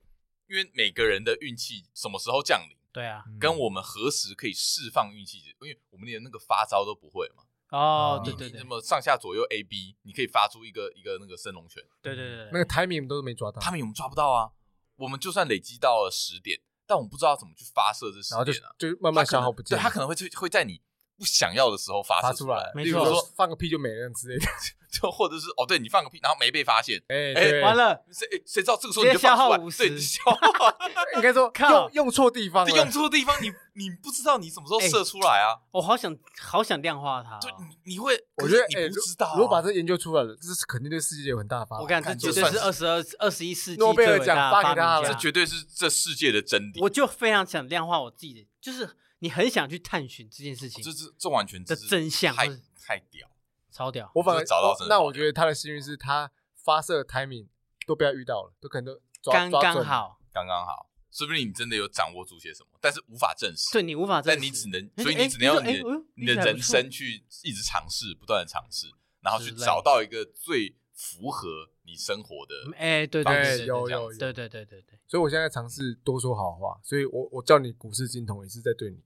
[SPEAKER 2] 因为每个人的运气什么时候降临，
[SPEAKER 3] 对啊，
[SPEAKER 1] 嗯
[SPEAKER 2] 跟我们何时可以释放运气，因为我们连那个发招都不会嘛。
[SPEAKER 3] 哦
[SPEAKER 1] 啊，
[SPEAKER 3] 对
[SPEAKER 2] 你
[SPEAKER 3] 对
[SPEAKER 2] 你
[SPEAKER 3] 对
[SPEAKER 2] 那，么上下左右 A B，你可以发出一个一个那个升龙拳，
[SPEAKER 3] 对对对，
[SPEAKER 1] 那个 timing 都没抓到，
[SPEAKER 2] 他们我们抓不到啊。我们就算累积到了十点，但我们不知道怎么去发射这十
[SPEAKER 1] 然后就
[SPEAKER 2] 点啊，
[SPEAKER 1] 就慢
[SPEAKER 2] 它可
[SPEAKER 1] 慢
[SPEAKER 2] 能
[SPEAKER 1] 消耗不尽，
[SPEAKER 2] 对，它可能会就会在你不想要的时候发
[SPEAKER 1] 发
[SPEAKER 2] 射
[SPEAKER 1] 出
[SPEAKER 2] 来
[SPEAKER 1] 来，，
[SPEAKER 3] 没
[SPEAKER 1] 例
[SPEAKER 3] 错
[SPEAKER 1] 如说放个屁就没了之类的。
[SPEAKER 2] 就或者是哦，对你放个屁，然后没被发现，
[SPEAKER 1] 哎，
[SPEAKER 2] 哎
[SPEAKER 1] 对，
[SPEAKER 3] 完，了，
[SPEAKER 2] 谁哎谁知道这个时候你就
[SPEAKER 3] 直接消
[SPEAKER 2] 放
[SPEAKER 3] 耗
[SPEAKER 2] 出来，
[SPEAKER 3] 50
[SPEAKER 2] 对，你消 耗，
[SPEAKER 1] 应该说
[SPEAKER 3] 靠
[SPEAKER 1] 用用错地方了，
[SPEAKER 2] 对用错地方，你你不知道你什么时候
[SPEAKER 3] 哎
[SPEAKER 2] 射出来啊，
[SPEAKER 3] 我好想好想量化它哦，
[SPEAKER 2] 对，你你会，
[SPEAKER 1] 啊我觉得
[SPEAKER 2] 可是
[SPEAKER 1] 哎
[SPEAKER 2] 你不知道啊，
[SPEAKER 1] 如果把这研究出来了，这是肯定对世界有很大的发展。
[SPEAKER 3] 我感觉
[SPEAKER 2] 看
[SPEAKER 3] 这
[SPEAKER 2] 这
[SPEAKER 3] 绝
[SPEAKER 2] 算
[SPEAKER 3] 对是
[SPEAKER 2] 是
[SPEAKER 3] 二十二二十一世纪
[SPEAKER 1] 诺贝尔
[SPEAKER 3] 最伟大的
[SPEAKER 1] 奖发给他
[SPEAKER 3] 明
[SPEAKER 1] 了
[SPEAKER 3] 家
[SPEAKER 2] 啊这绝对是这世界的真理，
[SPEAKER 3] 我就非常想量化我自己的，就是你很想去探寻这件事情
[SPEAKER 2] 这，这这完全
[SPEAKER 3] 的
[SPEAKER 2] 就是
[SPEAKER 3] 真相
[SPEAKER 2] 太
[SPEAKER 3] 或者
[SPEAKER 2] 太屌，
[SPEAKER 3] 超屌，
[SPEAKER 1] 我反而
[SPEAKER 2] 你就找到真的
[SPEAKER 1] 那我觉得他的幸运是他发射的 timing 都被他遇到了，都可能都抓
[SPEAKER 3] 刚
[SPEAKER 1] 抓
[SPEAKER 3] 刚
[SPEAKER 1] 准
[SPEAKER 3] 好，
[SPEAKER 2] 刚刚好，说不定你真的有掌握住些什么，但是无法证实。
[SPEAKER 3] 对，你无法证
[SPEAKER 2] 但
[SPEAKER 3] 实。
[SPEAKER 2] 你只能，
[SPEAKER 3] 哎
[SPEAKER 2] 所以
[SPEAKER 3] 哎
[SPEAKER 2] 你只能用
[SPEAKER 3] 你
[SPEAKER 2] 你
[SPEAKER 3] 说哎哎
[SPEAKER 2] 的你
[SPEAKER 3] 听
[SPEAKER 2] 的
[SPEAKER 3] 起来不
[SPEAKER 2] 人
[SPEAKER 3] 错
[SPEAKER 2] 生去一直尝试，不断的尝试，然后去
[SPEAKER 3] 之类
[SPEAKER 2] 找到一个最符合你生活的。
[SPEAKER 3] 哎，对
[SPEAKER 2] 方
[SPEAKER 3] 对
[SPEAKER 2] 式
[SPEAKER 1] 对，
[SPEAKER 3] 对，
[SPEAKER 1] 有
[SPEAKER 2] 这样
[SPEAKER 1] 有有
[SPEAKER 3] 对，对对对对，
[SPEAKER 1] 所以我现在尝试多说好话，所以我我叫你股市金童也是在对 你，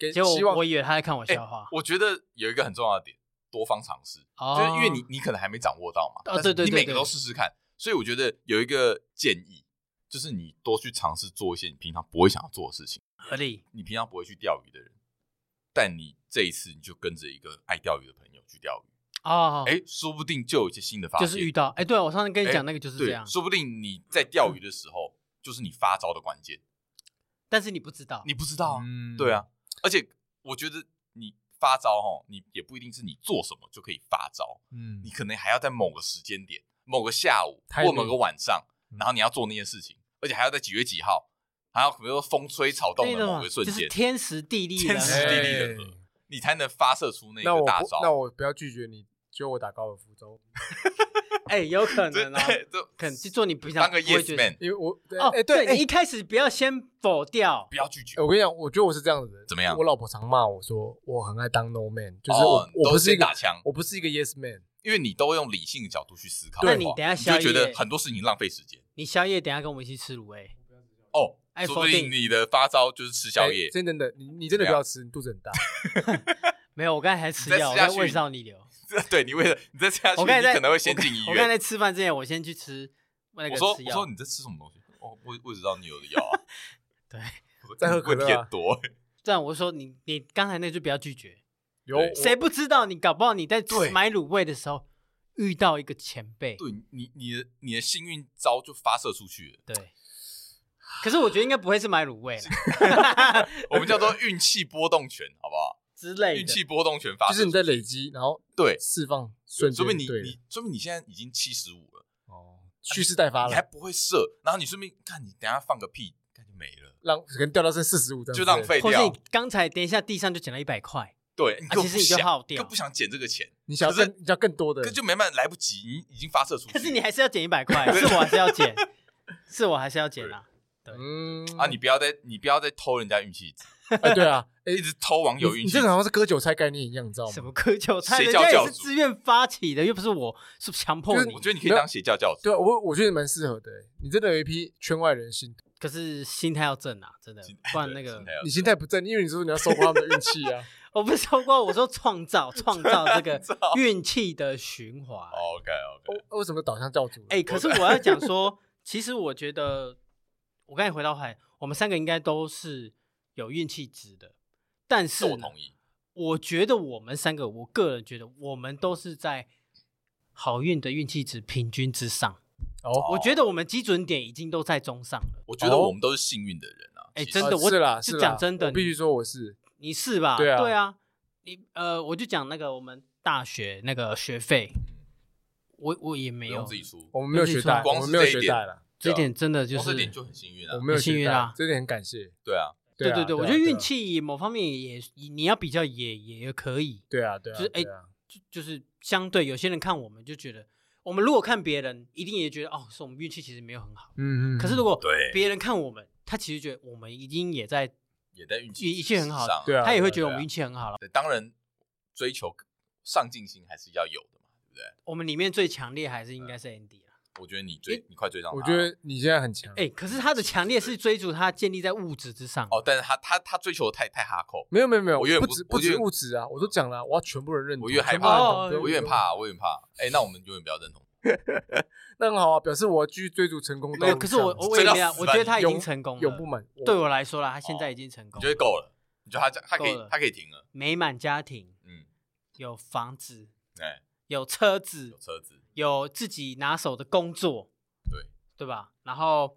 [SPEAKER 1] 给
[SPEAKER 3] 结
[SPEAKER 1] 希
[SPEAKER 3] 果
[SPEAKER 1] 望哎
[SPEAKER 3] 我以为他在看我笑话，
[SPEAKER 2] 我觉得有一个很重要的点，多方尝试，
[SPEAKER 3] 哦
[SPEAKER 2] 就是因为你你可能还没掌握到嘛，
[SPEAKER 3] 哦
[SPEAKER 2] 但是
[SPEAKER 3] 对对
[SPEAKER 2] 你
[SPEAKER 3] 对
[SPEAKER 2] 每个
[SPEAKER 3] 对
[SPEAKER 2] 都试试看。所以我觉得有一个建议，就是你多去尝试做一些你平常不会想要做的事情。
[SPEAKER 3] 合理，
[SPEAKER 2] 你平常不会去钓鱼的人，但你这一次你就跟着一个爱钓鱼的朋友去钓鱼，
[SPEAKER 3] 哦，
[SPEAKER 2] 哎、说不定就有一些新的发现。
[SPEAKER 3] 就是遇到，哎，对啊我上次跟你讲那个就是这
[SPEAKER 2] 对
[SPEAKER 3] 样，，
[SPEAKER 2] 说不定你在钓鱼的时候，就是你发招的关键，
[SPEAKER 3] 但是你不知道，
[SPEAKER 2] 你不知道啊，
[SPEAKER 1] 嗯
[SPEAKER 2] 对，啊，而且我觉得你发招哈，你也不一定是你做什么就可以发招，
[SPEAKER 1] 嗯
[SPEAKER 2] 你可能还要在某个时间点、某个下午
[SPEAKER 1] Timing
[SPEAKER 2] 或某个晚上，
[SPEAKER 1] 嗯
[SPEAKER 2] 然后你要做那件事情，而且还要在几月几号，还要比如说风吹草动
[SPEAKER 3] 那
[SPEAKER 2] 的某
[SPEAKER 3] 嘛
[SPEAKER 2] 个瞬
[SPEAKER 3] 就是
[SPEAKER 2] 间，
[SPEAKER 3] 天时地利
[SPEAKER 2] 天
[SPEAKER 3] 人
[SPEAKER 2] 时
[SPEAKER 3] 和
[SPEAKER 2] 地利人
[SPEAKER 1] 哎
[SPEAKER 2] 和，你才能发射出那
[SPEAKER 1] 那
[SPEAKER 2] 个
[SPEAKER 1] 我不
[SPEAKER 2] 大招。
[SPEAKER 1] 那我不要拒绝你，就我打高尔夫周，
[SPEAKER 3] 哎，有可
[SPEAKER 2] 这
[SPEAKER 3] 能啊，
[SPEAKER 2] 这 这
[SPEAKER 3] 可能就做你不想
[SPEAKER 2] 当个
[SPEAKER 3] 不会觉
[SPEAKER 2] yes
[SPEAKER 3] 得
[SPEAKER 2] man，
[SPEAKER 1] 因为我对
[SPEAKER 3] 哦，
[SPEAKER 1] 哎
[SPEAKER 3] 对
[SPEAKER 1] 哎
[SPEAKER 3] 你一开始不要先否掉
[SPEAKER 2] 不，要拒绝
[SPEAKER 1] 哎，我跟你讲，我觉得我是这样子的人，
[SPEAKER 2] 怎么样
[SPEAKER 1] 我老婆常骂我说我很爱当 no man，就是
[SPEAKER 2] 哦
[SPEAKER 1] 我我不
[SPEAKER 2] 都
[SPEAKER 1] 是一
[SPEAKER 2] 先
[SPEAKER 1] 个
[SPEAKER 2] 打枪，
[SPEAKER 1] 我不是一个 yes man，
[SPEAKER 2] 因为你都会用理性的角度去思考的话，
[SPEAKER 3] 对那你等一下宵
[SPEAKER 2] 就觉得
[SPEAKER 3] 夜
[SPEAKER 2] 很多事情浪费时间
[SPEAKER 3] 你宵夜等一下跟我们一起吃卤味，
[SPEAKER 2] 哦
[SPEAKER 3] 哎，
[SPEAKER 2] 说不
[SPEAKER 3] 否
[SPEAKER 2] 定
[SPEAKER 3] 定
[SPEAKER 2] 你的发招就是吃宵夜
[SPEAKER 1] 哎，真的真的，你你真的
[SPEAKER 2] 怎么样
[SPEAKER 1] 不要吃，你肚子 很大，
[SPEAKER 3] 没有，我刚才还吃
[SPEAKER 2] 再吃
[SPEAKER 3] 药，我
[SPEAKER 2] 下
[SPEAKER 3] 在
[SPEAKER 2] 去
[SPEAKER 3] 胃
[SPEAKER 2] 你
[SPEAKER 3] 上逆流。
[SPEAKER 2] 对你为了你再这样下去，
[SPEAKER 3] 我刚才在
[SPEAKER 2] 你可能会先进医
[SPEAKER 3] 我刚才
[SPEAKER 2] 院。
[SPEAKER 3] 在吃饭之前，我先去吃那个
[SPEAKER 2] 我说
[SPEAKER 3] 吃
[SPEAKER 2] 我
[SPEAKER 3] 药
[SPEAKER 2] 说。你在吃什么东西？哦，我我只知道你有的药啊。
[SPEAKER 3] 对，
[SPEAKER 2] 我说
[SPEAKER 1] 在喝
[SPEAKER 2] 你
[SPEAKER 1] 可
[SPEAKER 2] 问
[SPEAKER 1] 乐啊
[SPEAKER 2] 题很 多，
[SPEAKER 3] 这样啊我说你你刚才那就不要拒绝，
[SPEAKER 1] 有
[SPEAKER 2] 对
[SPEAKER 1] 我
[SPEAKER 3] 谁不知道你搞不好你在吃
[SPEAKER 2] 对
[SPEAKER 3] 买卤味的时候遇到一个前辈，
[SPEAKER 2] 对你你的你的幸运招就发射出去了，
[SPEAKER 3] 对。可是我觉得应该不会是买卤味啦
[SPEAKER 2] 我们叫做运气波动拳，好不好？
[SPEAKER 3] 之类
[SPEAKER 2] 运
[SPEAKER 3] 的，
[SPEAKER 2] 气波动拳发
[SPEAKER 1] 就
[SPEAKER 2] 射
[SPEAKER 1] 是
[SPEAKER 2] 出
[SPEAKER 1] 你
[SPEAKER 2] 去，
[SPEAKER 1] 在累积，然后
[SPEAKER 2] 对，
[SPEAKER 1] 释放瞬间
[SPEAKER 2] 说明你
[SPEAKER 1] 对
[SPEAKER 2] 你
[SPEAKER 1] 了
[SPEAKER 2] 说明你现在已经七十五了，
[SPEAKER 1] 哦蓄势待发
[SPEAKER 2] 你还
[SPEAKER 1] 了，
[SPEAKER 2] 不会射，然后你顺便看你等一下放个屁，看就没了，
[SPEAKER 1] 浪可能掉到剩四十五这样
[SPEAKER 2] 就
[SPEAKER 1] 子，
[SPEAKER 2] 浪费
[SPEAKER 3] 或是
[SPEAKER 2] 掉
[SPEAKER 3] 你。刚才等一下地上就捡了一百块，
[SPEAKER 2] 对，你
[SPEAKER 3] 啊，
[SPEAKER 2] 根本
[SPEAKER 3] 其实
[SPEAKER 2] 不
[SPEAKER 3] 你就
[SPEAKER 2] 想，
[SPEAKER 3] 耗
[SPEAKER 2] 就
[SPEAKER 3] 掉
[SPEAKER 2] 不，想捡这个钱，
[SPEAKER 1] 你想要
[SPEAKER 2] 可是
[SPEAKER 1] 更你想要更多的，
[SPEAKER 2] 可就没办法，来不及，你已经发射出去。
[SPEAKER 3] 可是你还是要捡一百块，是我还是要捡，是我还是要捡啊。
[SPEAKER 1] 嗯
[SPEAKER 2] 啊，你不要再你不要再偷人家运气值，
[SPEAKER 1] 哎对啊，
[SPEAKER 2] 一直偷网友
[SPEAKER 1] 你
[SPEAKER 2] 运
[SPEAKER 1] 你
[SPEAKER 2] 气
[SPEAKER 1] 这
[SPEAKER 2] 值
[SPEAKER 1] 个。好像是割韭菜概念一样，你知道吗？
[SPEAKER 3] 什么割韭菜？
[SPEAKER 2] 邪
[SPEAKER 3] 人
[SPEAKER 2] 教
[SPEAKER 3] 家
[SPEAKER 2] 教
[SPEAKER 3] 也是
[SPEAKER 2] 主
[SPEAKER 3] 自愿发起的，又不是我，是强迫
[SPEAKER 1] 就是
[SPEAKER 3] 你
[SPEAKER 2] 我。觉得你可以当邪教教主，
[SPEAKER 1] 对啊，我我觉得蛮适合的欸。你真的有一批圈外人信徒，
[SPEAKER 3] 可是心态要正啊，真的
[SPEAKER 2] 心，
[SPEAKER 3] 不然
[SPEAKER 2] 对
[SPEAKER 3] 那个
[SPEAKER 2] 心态要
[SPEAKER 1] 你心态不正，因为你说你要收刮他们的运气 啊。
[SPEAKER 3] 我不是说过，我说创造创造这个
[SPEAKER 2] 造
[SPEAKER 3] 运气的循环。
[SPEAKER 2] OK OK，
[SPEAKER 1] 哦为什么导向教主了？
[SPEAKER 3] 哎、可是我要讲说，其实我觉得，我刚才回到海，我们三个应该都是有运气值的，但是
[SPEAKER 2] 这我
[SPEAKER 3] 呢
[SPEAKER 2] 同意。
[SPEAKER 3] 我觉得我们三个，我个人觉得我们都是在好运的运气值平均之上。
[SPEAKER 1] 哦，
[SPEAKER 3] 我觉得我们基准点已经都在中上了。
[SPEAKER 2] 我觉得我们都是幸运的人啊。
[SPEAKER 3] 哎
[SPEAKER 2] 其实
[SPEAKER 3] 真的
[SPEAKER 1] 啊
[SPEAKER 3] 我
[SPEAKER 1] 是啦，
[SPEAKER 3] 就是
[SPEAKER 1] 啦
[SPEAKER 3] 讲真的
[SPEAKER 1] 我必须说我是
[SPEAKER 3] 你是吧？
[SPEAKER 1] 对啊
[SPEAKER 3] 你呃，我就讲那个我们大学那个学费，我我也
[SPEAKER 2] 嗯
[SPEAKER 3] 没
[SPEAKER 2] 不
[SPEAKER 3] 有
[SPEAKER 2] 用自，己出，
[SPEAKER 1] 我们没有学贷，
[SPEAKER 2] 光
[SPEAKER 1] 我
[SPEAKER 2] 是
[SPEAKER 1] 们没有学贷了，
[SPEAKER 3] 这一点真的就
[SPEAKER 2] 光
[SPEAKER 3] 是
[SPEAKER 2] 这点就很幸运啊
[SPEAKER 1] 我。们没有
[SPEAKER 3] 很幸
[SPEAKER 1] 学
[SPEAKER 3] 运
[SPEAKER 1] 贷
[SPEAKER 3] 啊，
[SPEAKER 1] 这点很感谢。
[SPEAKER 2] 对啊，
[SPEAKER 3] 对
[SPEAKER 1] 啊
[SPEAKER 3] 对
[SPEAKER 1] 对啊，
[SPEAKER 3] 我觉得
[SPEAKER 1] 对啊
[SPEAKER 3] 运气某方面也你要比较也也可以，
[SPEAKER 1] 对啊，对啊，
[SPEAKER 3] 就是哎
[SPEAKER 1] 对啊
[SPEAKER 3] 就就是相对有些人看我们就觉得，我们如果看别人，一定也觉得哦，是我们运气其实没有很好。
[SPEAKER 1] 嗯嗯。
[SPEAKER 3] 可是
[SPEAKER 1] 嗯
[SPEAKER 3] 如果
[SPEAKER 2] 对
[SPEAKER 3] 别人看我们，他其实觉得我们已经也在，
[SPEAKER 2] 也在运气
[SPEAKER 3] 运气很好
[SPEAKER 2] 上啊
[SPEAKER 1] 对啊，
[SPEAKER 3] 他也会
[SPEAKER 1] 对
[SPEAKER 3] 觉得我们
[SPEAKER 2] 对啊
[SPEAKER 3] 运气很好了。
[SPEAKER 2] 对，当然追求上进心还是要有的嘛，对不对？
[SPEAKER 3] 我们里面最强烈还是
[SPEAKER 1] 啊
[SPEAKER 3] 应该是 Andy 啦。
[SPEAKER 2] 我觉得你追，你快追上他
[SPEAKER 1] 我
[SPEAKER 2] 了。
[SPEAKER 1] 觉得你现在很强，
[SPEAKER 3] 哎，可是他的强烈是追逐他建立在物质之上。
[SPEAKER 2] 哦，但是他他他追求的太太哈扣，
[SPEAKER 1] 没有没有没有，
[SPEAKER 2] 我有点
[SPEAKER 1] 不
[SPEAKER 2] 不
[SPEAKER 1] 止
[SPEAKER 2] 我
[SPEAKER 1] 不
[SPEAKER 2] 有
[SPEAKER 1] 止
[SPEAKER 2] 点
[SPEAKER 1] 物质啊，我都讲了啊，我要全部人认同，
[SPEAKER 2] 我有点害
[SPEAKER 1] 全部
[SPEAKER 2] 怕
[SPEAKER 1] 认同
[SPEAKER 3] 哦
[SPEAKER 1] 对
[SPEAKER 2] 我有点怕，我有点怕。哎，那我们永远不要认同。
[SPEAKER 1] 那很好啊，表示我要继续追逐成功道路上。
[SPEAKER 3] 没有，可是我我我
[SPEAKER 2] 追
[SPEAKER 3] 也
[SPEAKER 2] 到
[SPEAKER 3] 没有，
[SPEAKER 2] 死
[SPEAKER 3] 我
[SPEAKER 2] 吧
[SPEAKER 3] 觉得
[SPEAKER 2] 你
[SPEAKER 3] 他已经
[SPEAKER 1] 永
[SPEAKER 3] 成功
[SPEAKER 1] 永不
[SPEAKER 3] 了。
[SPEAKER 1] 满，我哦
[SPEAKER 3] 对我来说啦，他现在已经成
[SPEAKER 2] 你
[SPEAKER 3] 功
[SPEAKER 2] 觉得
[SPEAKER 3] 了，
[SPEAKER 2] 够了？你觉得他这样他可
[SPEAKER 3] 够
[SPEAKER 2] 以
[SPEAKER 3] 了
[SPEAKER 2] 他可以停了？
[SPEAKER 3] 美满家庭，
[SPEAKER 2] 嗯，
[SPEAKER 3] 有房子，
[SPEAKER 2] 哎，
[SPEAKER 3] 有车子，
[SPEAKER 2] 有车子，
[SPEAKER 3] 有自己拿手的工作，
[SPEAKER 2] 对
[SPEAKER 3] 对吧？然后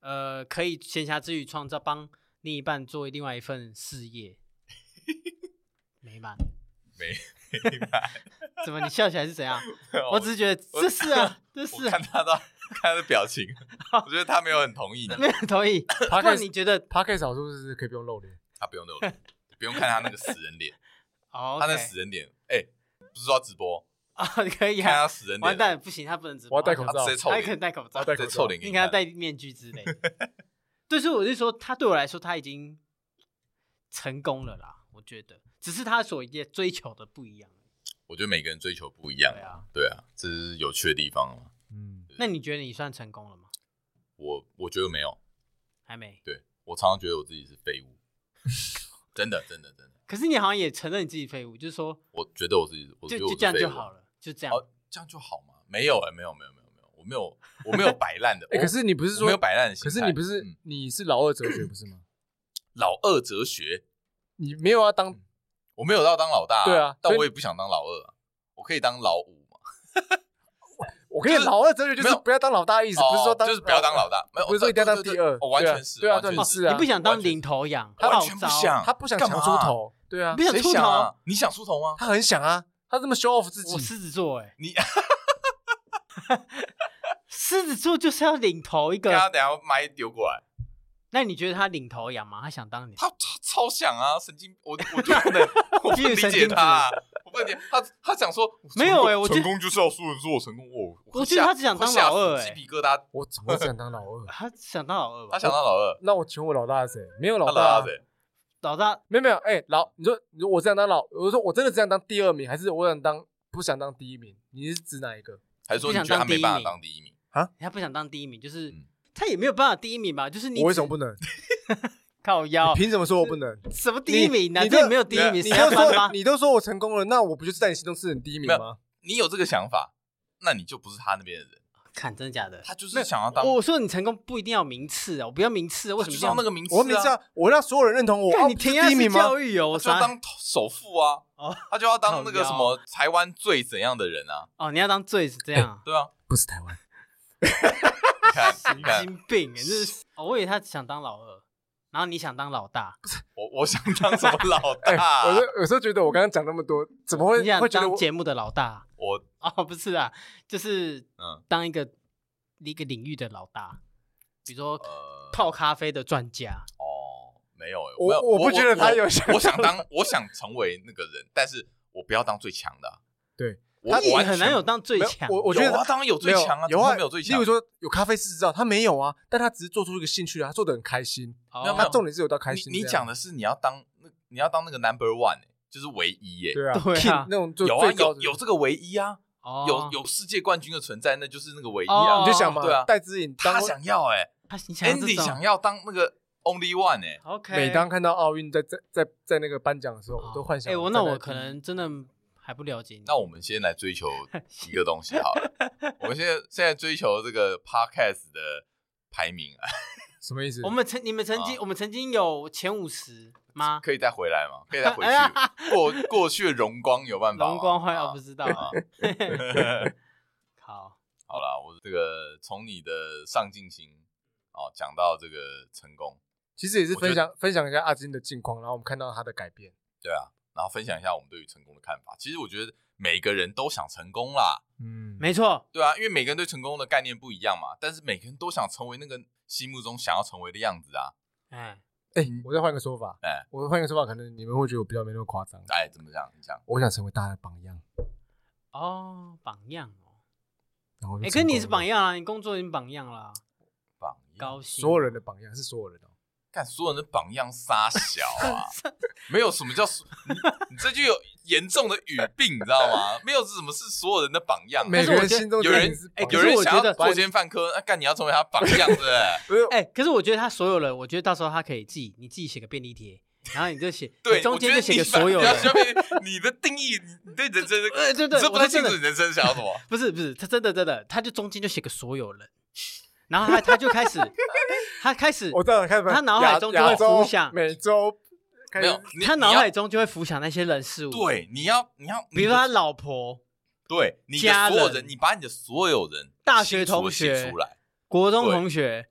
[SPEAKER 3] 呃，可以闲暇之余创造帮另一半做另外一份事 业，美满。
[SPEAKER 2] 没没办
[SPEAKER 3] 怎么你笑起来是 怎样？
[SPEAKER 2] 法
[SPEAKER 3] 我只是觉得
[SPEAKER 2] 哦我
[SPEAKER 3] 这是啊，这
[SPEAKER 2] 我
[SPEAKER 3] 是啊
[SPEAKER 2] 看，他的看他的表 情，我觉得他没有很同意
[SPEAKER 3] 没
[SPEAKER 2] 你，
[SPEAKER 3] 有同意。不然你
[SPEAKER 1] Podcast
[SPEAKER 3] 觉得
[SPEAKER 1] Podcast 少数是可以不用露脸，
[SPEAKER 2] 他不用 露脸，不用看他那个死人脸，
[SPEAKER 3] 哦
[SPEAKER 2] 他那死人脸，哎，不是说要直播，
[SPEAKER 3] 啊，可以
[SPEAKER 2] 看
[SPEAKER 3] 啊
[SPEAKER 2] 他，死人
[SPEAKER 3] 完
[SPEAKER 2] 脸，
[SPEAKER 3] 蛋，不行，他不能直
[SPEAKER 1] 我
[SPEAKER 3] 播，
[SPEAKER 1] 要戴口
[SPEAKER 2] 他
[SPEAKER 1] 罩
[SPEAKER 2] 直接臭
[SPEAKER 3] 他可能
[SPEAKER 2] 脸，
[SPEAKER 3] 戴口罩
[SPEAKER 1] 我要，戴
[SPEAKER 2] 直
[SPEAKER 1] 口
[SPEAKER 2] 接臭
[SPEAKER 1] 罩，
[SPEAKER 2] 脸给
[SPEAKER 3] 应
[SPEAKER 2] 你
[SPEAKER 3] 该要
[SPEAKER 2] 看。
[SPEAKER 3] 戴面具之类的。 对，所以我就说，他对我来说，他已经成功了啦，我觉得，只是他所追求的不一样。
[SPEAKER 2] 我觉得每个人追求不一样
[SPEAKER 3] 对，啊，
[SPEAKER 2] 对啊，这是有趣的地方嘛。
[SPEAKER 1] 嗯，
[SPEAKER 3] 那你觉得你算成功了吗？
[SPEAKER 2] 我我觉得没有，
[SPEAKER 3] 还没。
[SPEAKER 2] 对我常常觉得我自己是废物， 真的真的真的，
[SPEAKER 3] 可是你好像也承认你自己废物，就是说，
[SPEAKER 2] 我觉得我自己，我觉
[SPEAKER 3] 就
[SPEAKER 2] 得我
[SPEAKER 3] 就是这样
[SPEAKER 2] 废
[SPEAKER 3] 就
[SPEAKER 2] 物啊
[SPEAKER 3] 好。了，就这样。
[SPEAKER 2] 哦，这样就好吗？没有哎、没有没有没有没有，我没有我没有摆烂的。
[SPEAKER 1] 哎，
[SPEAKER 2] 我
[SPEAKER 1] 可是你不是
[SPEAKER 2] 我
[SPEAKER 1] 说
[SPEAKER 2] 没有摆烂的心
[SPEAKER 1] 可
[SPEAKER 2] 态？
[SPEAKER 1] 是你不是
[SPEAKER 2] 嗯
[SPEAKER 1] 你是老二哲学不是吗？
[SPEAKER 2] 老二哲学，
[SPEAKER 1] 你没有要
[SPEAKER 2] 嗯
[SPEAKER 1] 当
[SPEAKER 2] 我没有要当老大、
[SPEAKER 1] 对啊
[SPEAKER 2] 但
[SPEAKER 1] 所以
[SPEAKER 2] 我也不想当老二、啊，我可以当老五嘛。
[SPEAKER 1] 我跟你
[SPEAKER 2] 就是
[SPEAKER 1] 讲，老二哲学就
[SPEAKER 2] 没
[SPEAKER 1] 是
[SPEAKER 2] 有
[SPEAKER 1] 不要当老大的意思，不是说
[SPEAKER 2] 哦
[SPEAKER 1] 当
[SPEAKER 2] 就是不要当老大，没有，
[SPEAKER 1] 不是说一定要当第二
[SPEAKER 2] 我哦完
[SPEAKER 1] 对啊
[SPEAKER 2] 全是，
[SPEAKER 1] 对啊
[SPEAKER 2] 完
[SPEAKER 1] 对啊
[SPEAKER 2] 全
[SPEAKER 1] 你是啊
[SPEAKER 3] 哦你不想当
[SPEAKER 2] 完全是
[SPEAKER 3] 领头羊，他
[SPEAKER 2] 完
[SPEAKER 3] 好
[SPEAKER 2] 全不
[SPEAKER 3] 糟。
[SPEAKER 2] 想，
[SPEAKER 1] 他不想
[SPEAKER 2] 干
[SPEAKER 1] 想
[SPEAKER 2] 嘛
[SPEAKER 1] 出头，对啊
[SPEAKER 3] 不，想
[SPEAKER 2] 谁
[SPEAKER 3] 出
[SPEAKER 2] 想啊
[SPEAKER 3] 头。？
[SPEAKER 2] 你想出头 吗？
[SPEAKER 1] 他很想啊，他这么 show off 自
[SPEAKER 3] 我
[SPEAKER 1] 己，
[SPEAKER 3] 狮子座哎，
[SPEAKER 2] 你
[SPEAKER 3] 狮子座就是要领头一
[SPEAKER 2] 刚刚
[SPEAKER 3] 个。
[SPEAKER 2] 等一下麦丢过来，
[SPEAKER 3] 那你觉得他领头羊吗？他想当领？
[SPEAKER 2] 他他超想啊，神经，我我就 不能，我不理
[SPEAKER 3] 神
[SPEAKER 2] 解
[SPEAKER 3] 经质
[SPEAKER 2] 他啊，我不理解他，他想说
[SPEAKER 3] 没有
[SPEAKER 2] 成功
[SPEAKER 3] 欸我觉得
[SPEAKER 2] 成功就是要输人做成功，我
[SPEAKER 3] 我觉得他只想当老二
[SPEAKER 2] 会吓死
[SPEAKER 3] 欸
[SPEAKER 2] 鸡皮疙瘩，
[SPEAKER 1] 我怎么会想当老二？
[SPEAKER 3] 他想当老二吧？
[SPEAKER 2] 他想当老二，
[SPEAKER 1] 那我请问我老大是谁？没有
[SPEAKER 2] 他
[SPEAKER 1] 老
[SPEAKER 2] 老
[SPEAKER 1] 大
[SPEAKER 2] 大
[SPEAKER 1] 啊，
[SPEAKER 2] 谁？
[SPEAKER 3] 老大
[SPEAKER 1] 没有没有，哎，老你说你说我这样当老，我说我真的只想当第二名，还是我想当不想当第一名？你是指哪一个？
[SPEAKER 2] 还是说
[SPEAKER 3] 不
[SPEAKER 2] 你
[SPEAKER 3] 想
[SPEAKER 2] 觉得他
[SPEAKER 3] 当第
[SPEAKER 2] 没
[SPEAKER 3] 一
[SPEAKER 2] 办法
[SPEAKER 3] 名
[SPEAKER 2] 当第一名？
[SPEAKER 3] 他不想当第一名，就是、
[SPEAKER 2] 嗯
[SPEAKER 3] 他也没有办法第一名吧？就是你哦
[SPEAKER 1] 我为什
[SPEAKER 3] 只
[SPEAKER 1] 么不能？
[SPEAKER 3] 靠腰
[SPEAKER 1] 你？凭什么说我不能？
[SPEAKER 3] 什么第一名呢、啊？
[SPEAKER 1] 你
[SPEAKER 3] 这
[SPEAKER 1] 这
[SPEAKER 3] 也没有第一名，
[SPEAKER 1] 你
[SPEAKER 3] 谁
[SPEAKER 1] 都
[SPEAKER 3] 要当
[SPEAKER 1] 说
[SPEAKER 3] 吗？
[SPEAKER 1] 你都说我成功了，那我不就是在你心中是很第一名吗？
[SPEAKER 2] 你有这个想法，那你就不是他那边的人，
[SPEAKER 3] 看真的假的？
[SPEAKER 2] 他就
[SPEAKER 3] 没
[SPEAKER 2] 是
[SPEAKER 3] 有
[SPEAKER 2] 想要当，
[SPEAKER 3] 我说你成功不一定要有名次啊，我不要名次啊，为
[SPEAKER 2] 他就
[SPEAKER 3] 什么
[SPEAKER 2] 是
[SPEAKER 3] 这
[SPEAKER 2] 要
[SPEAKER 3] 样
[SPEAKER 2] 那？个名次
[SPEAKER 1] 我没知
[SPEAKER 2] 啊，
[SPEAKER 1] 道，我让所有人认同我，
[SPEAKER 3] 干
[SPEAKER 1] 啊
[SPEAKER 3] 你
[SPEAKER 1] 不是
[SPEAKER 3] 填鸭
[SPEAKER 1] 第一
[SPEAKER 3] 式
[SPEAKER 1] 名吗？
[SPEAKER 3] 教育哦，我
[SPEAKER 2] 他就要
[SPEAKER 3] 啥？
[SPEAKER 2] 当首富啊，
[SPEAKER 3] 哦
[SPEAKER 2] 他就要当那个
[SPEAKER 3] 靠
[SPEAKER 2] 什
[SPEAKER 3] 腰
[SPEAKER 2] 么台湾最怎样的人啊？
[SPEAKER 3] 哦，你要当最是这样 啊，
[SPEAKER 2] 对啊，
[SPEAKER 1] 不是台湾，
[SPEAKER 2] 你看，你
[SPEAKER 3] 神
[SPEAKER 2] 看，
[SPEAKER 3] 经病欸，这是哦，我以为他想当老二，然后你想当老大，
[SPEAKER 2] 我我想当什么 老
[SPEAKER 1] 哎，
[SPEAKER 2] 大？
[SPEAKER 1] 我就有时候觉得我刚刚讲那么多，怎么会
[SPEAKER 3] 啊你想
[SPEAKER 1] 会觉得
[SPEAKER 3] 当
[SPEAKER 1] 我
[SPEAKER 3] 节目的老大
[SPEAKER 2] 我
[SPEAKER 3] 哦，不是啊，就是
[SPEAKER 2] 嗯
[SPEAKER 3] 当一个一个领域的老大，比如说
[SPEAKER 2] 呃
[SPEAKER 3] 泡咖啡的专家，
[SPEAKER 2] 哦，没有欸，
[SPEAKER 1] 我
[SPEAKER 2] 没有
[SPEAKER 1] 我不觉得他有
[SPEAKER 2] 我
[SPEAKER 1] 想
[SPEAKER 2] 我想当，我想成为那个人，但是我不要当最强的啊。
[SPEAKER 1] 对
[SPEAKER 2] 我，
[SPEAKER 3] 他也
[SPEAKER 2] 完
[SPEAKER 3] 很难
[SPEAKER 2] 全
[SPEAKER 3] 有当最
[SPEAKER 1] 没有
[SPEAKER 3] 强。
[SPEAKER 1] 我我
[SPEAKER 2] 有
[SPEAKER 1] 觉得
[SPEAKER 2] 啊
[SPEAKER 1] 他
[SPEAKER 2] 当然有最强啊，怎
[SPEAKER 1] 有
[SPEAKER 2] 么
[SPEAKER 1] 啊，
[SPEAKER 2] 会没有最
[SPEAKER 1] 例
[SPEAKER 2] 强
[SPEAKER 1] 如。说有咖啡师执照，他没有啊，但他只是做出一个兴趣啊，他做的很开心。
[SPEAKER 3] 哦
[SPEAKER 2] 没有没
[SPEAKER 1] 他
[SPEAKER 2] 有
[SPEAKER 1] 重点是有到开心
[SPEAKER 2] 你你
[SPEAKER 1] 这样
[SPEAKER 2] 讲的是你要当那你要当那个 number one，欸就是唯一耶。
[SPEAKER 1] 对啊，
[SPEAKER 3] 对啊
[SPEAKER 1] king 那种就
[SPEAKER 2] 有啊，
[SPEAKER 1] 最高
[SPEAKER 2] 有
[SPEAKER 1] 的
[SPEAKER 2] 有这个唯一啊，
[SPEAKER 3] 哦
[SPEAKER 2] 有有世界冠军的存在，那就是那个唯一
[SPEAKER 3] 哦
[SPEAKER 2] 啊
[SPEAKER 1] 你。就想嘛
[SPEAKER 2] 对啊，
[SPEAKER 1] 戴资颖
[SPEAKER 2] 他
[SPEAKER 1] 当
[SPEAKER 2] 想要哎
[SPEAKER 3] 他你想要这
[SPEAKER 2] ，Andy
[SPEAKER 3] 种
[SPEAKER 2] 想要当那个 only one 哎，
[SPEAKER 3] OK，
[SPEAKER 1] 每当看到奥运在在在在那个颁奖的时候，
[SPEAKER 3] 哦
[SPEAKER 1] 我都幻想
[SPEAKER 3] 哎，我
[SPEAKER 1] 站
[SPEAKER 3] 那
[SPEAKER 1] 在第
[SPEAKER 3] 我可
[SPEAKER 1] 一
[SPEAKER 3] 能真的还不了解你。
[SPEAKER 2] 那我们先来追求一个东西好了， 我们现在现在追求这个 podcast 的排名，
[SPEAKER 1] 什么意思？
[SPEAKER 3] 我们曾你们曾经
[SPEAKER 2] 啊
[SPEAKER 3] 我们曾经有前五十吗？
[SPEAKER 2] 可以再回来吗？可以再回
[SPEAKER 3] 啊哎呀
[SPEAKER 2] 去过过去的荣光有办法吗？
[SPEAKER 3] 荣光坏
[SPEAKER 2] 啊
[SPEAKER 3] 我不 知道。
[SPEAKER 2] 啊
[SPEAKER 3] 好，
[SPEAKER 2] 好啦，我这个从你的上进心哦讲到这个成功，
[SPEAKER 1] 其实也是
[SPEAKER 2] 我觉得
[SPEAKER 1] 分享分享一下阿金的近况，然后我们看到他的改变。
[SPEAKER 2] 对啊，然后分享一下我们对于成功的看法。其实我觉得每个人都想成功啦，
[SPEAKER 1] 嗯，
[SPEAKER 3] 没错，
[SPEAKER 2] 对啊，因为每个人对成功的概念不一样嘛，但是每个人都想成为那个心目中想要成为的样子啊。
[SPEAKER 3] 哎，
[SPEAKER 1] 哎、我再换个说法，
[SPEAKER 2] 哎
[SPEAKER 1] 我换一个说法，可能你们会觉得我比较没那么夸张。
[SPEAKER 2] 哎，怎么讲？你讲
[SPEAKER 1] 我想成为大家的榜样，
[SPEAKER 3] 哦，榜样哦，
[SPEAKER 1] 然后就
[SPEAKER 3] 哎，可
[SPEAKER 1] 成
[SPEAKER 3] 是
[SPEAKER 1] 功
[SPEAKER 3] 你是
[SPEAKER 1] 了
[SPEAKER 3] 榜，样啊，你工作已经榜样了啊，
[SPEAKER 2] 榜样
[SPEAKER 3] 高，兴。
[SPEAKER 1] 所有 人的榜样是所有人哦。
[SPEAKER 2] 看所有人的榜样撒小啊， 没有什么叫所你你这就有严重的语病，你知道吗？没有什么是所有人的榜样，
[SPEAKER 1] 每
[SPEAKER 3] 是
[SPEAKER 1] 个
[SPEAKER 3] 我
[SPEAKER 1] 人
[SPEAKER 3] 觉得
[SPEAKER 1] 心中
[SPEAKER 2] 有
[SPEAKER 1] 的
[SPEAKER 2] 人
[SPEAKER 1] 你是
[SPEAKER 2] 哎、
[SPEAKER 1] 榜
[SPEAKER 2] 有
[SPEAKER 1] 样
[SPEAKER 2] 人
[SPEAKER 3] 可是我
[SPEAKER 2] 想要
[SPEAKER 3] 觉得
[SPEAKER 2] 作奸犯科，那、干你要成为他榜样，对不 对？
[SPEAKER 1] 不是
[SPEAKER 3] 哎，可是我觉得他所有人，我觉得到时候他可以自己你自己写个便利贴，然后你就写，
[SPEAKER 2] 对，
[SPEAKER 3] 你中
[SPEAKER 2] 我觉
[SPEAKER 3] 间
[SPEAKER 2] 得
[SPEAKER 3] 就写
[SPEAKER 2] 你
[SPEAKER 3] 个
[SPEAKER 2] 反
[SPEAKER 3] 所有
[SPEAKER 2] 你要
[SPEAKER 3] 人。
[SPEAKER 2] 消灭你的定义，你对人生的，
[SPEAKER 3] 哎 对对
[SPEAKER 2] 你这不太
[SPEAKER 3] 我
[SPEAKER 2] 清
[SPEAKER 3] 真的
[SPEAKER 2] 楚你人生想要什 么。
[SPEAKER 3] 不是不是，他真的真的，他就中间就写个所有人，然后他他就开始，他开始，
[SPEAKER 1] 我知道，开始
[SPEAKER 3] 他脑海
[SPEAKER 1] 亚
[SPEAKER 3] 中就
[SPEAKER 1] 亚
[SPEAKER 3] 会
[SPEAKER 1] 洲
[SPEAKER 3] 浮想
[SPEAKER 1] 美洲开
[SPEAKER 2] 没
[SPEAKER 1] 始
[SPEAKER 2] 有，你
[SPEAKER 3] 他
[SPEAKER 2] 你
[SPEAKER 3] 脑
[SPEAKER 2] 要
[SPEAKER 3] 海中就会浮想那些人事物，，
[SPEAKER 2] 对，你要你要，
[SPEAKER 3] 比
[SPEAKER 2] 你
[SPEAKER 3] 如
[SPEAKER 2] 的
[SPEAKER 3] 说他老婆、
[SPEAKER 2] 对你的
[SPEAKER 3] 家
[SPEAKER 2] 所有
[SPEAKER 3] 人
[SPEAKER 2] 人，你把你的所有人
[SPEAKER 3] 大学
[SPEAKER 2] 清楚地
[SPEAKER 3] 同
[SPEAKER 2] 写
[SPEAKER 3] 学
[SPEAKER 2] 出来，
[SPEAKER 3] 国中
[SPEAKER 2] 对
[SPEAKER 3] 同学，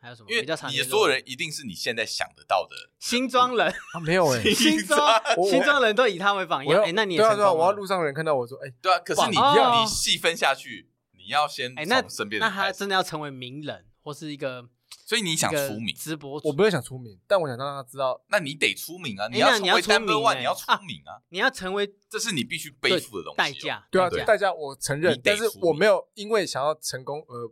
[SPEAKER 3] 还有什么
[SPEAKER 2] 因为
[SPEAKER 3] 比较常
[SPEAKER 2] 你的
[SPEAKER 3] 见
[SPEAKER 2] 所有人一定是你现在想得到的。
[SPEAKER 3] 新庄 人、
[SPEAKER 1] 啊没有哎、
[SPEAKER 3] 新庄
[SPEAKER 1] 我
[SPEAKER 3] 新庄人都以他为榜
[SPEAKER 1] 我
[SPEAKER 3] 样，
[SPEAKER 1] 要
[SPEAKER 3] 哎，那你也
[SPEAKER 1] 对啊
[SPEAKER 3] 成
[SPEAKER 1] 对啊，
[SPEAKER 3] 功
[SPEAKER 1] 我要
[SPEAKER 3] 了
[SPEAKER 1] 路上的人看到我说，哎、
[SPEAKER 2] 对啊，可是你
[SPEAKER 3] 榜
[SPEAKER 2] 要
[SPEAKER 3] 样
[SPEAKER 2] 你细分下去，你要先
[SPEAKER 3] 哦哎，那
[SPEAKER 2] 从身边
[SPEAKER 3] 那
[SPEAKER 2] 人
[SPEAKER 3] 他
[SPEAKER 2] 开始。
[SPEAKER 3] 真的要成为名人或是一个
[SPEAKER 2] 所以你想出名，
[SPEAKER 3] 直播主，
[SPEAKER 1] 我没有想出名，但我想让大家知道，
[SPEAKER 2] 那你得出名啊！你
[SPEAKER 3] 哎那
[SPEAKER 2] 成
[SPEAKER 3] 你要
[SPEAKER 2] 为
[SPEAKER 3] 出
[SPEAKER 2] number
[SPEAKER 3] 名
[SPEAKER 2] one，
[SPEAKER 3] 哎
[SPEAKER 2] 你要出名啊！
[SPEAKER 3] 你要成为
[SPEAKER 2] 这是你必须背负的东西哦。
[SPEAKER 3] 代价，
[SPEAKER 1] 对啊，
[SPEAKER 3] 代
[SPEAKER 1] 这
[SPEAKER 3] 价
[SPEAKER 1] 代价我承认
[SPEAKER 2] 你，得
[SPEAKER 1] 但是
[SPEAKER 2] 出
[SPEAKER 1] 我
[SPEAKER 2] 名
[SPEAKER 1] 没有因为想要成功而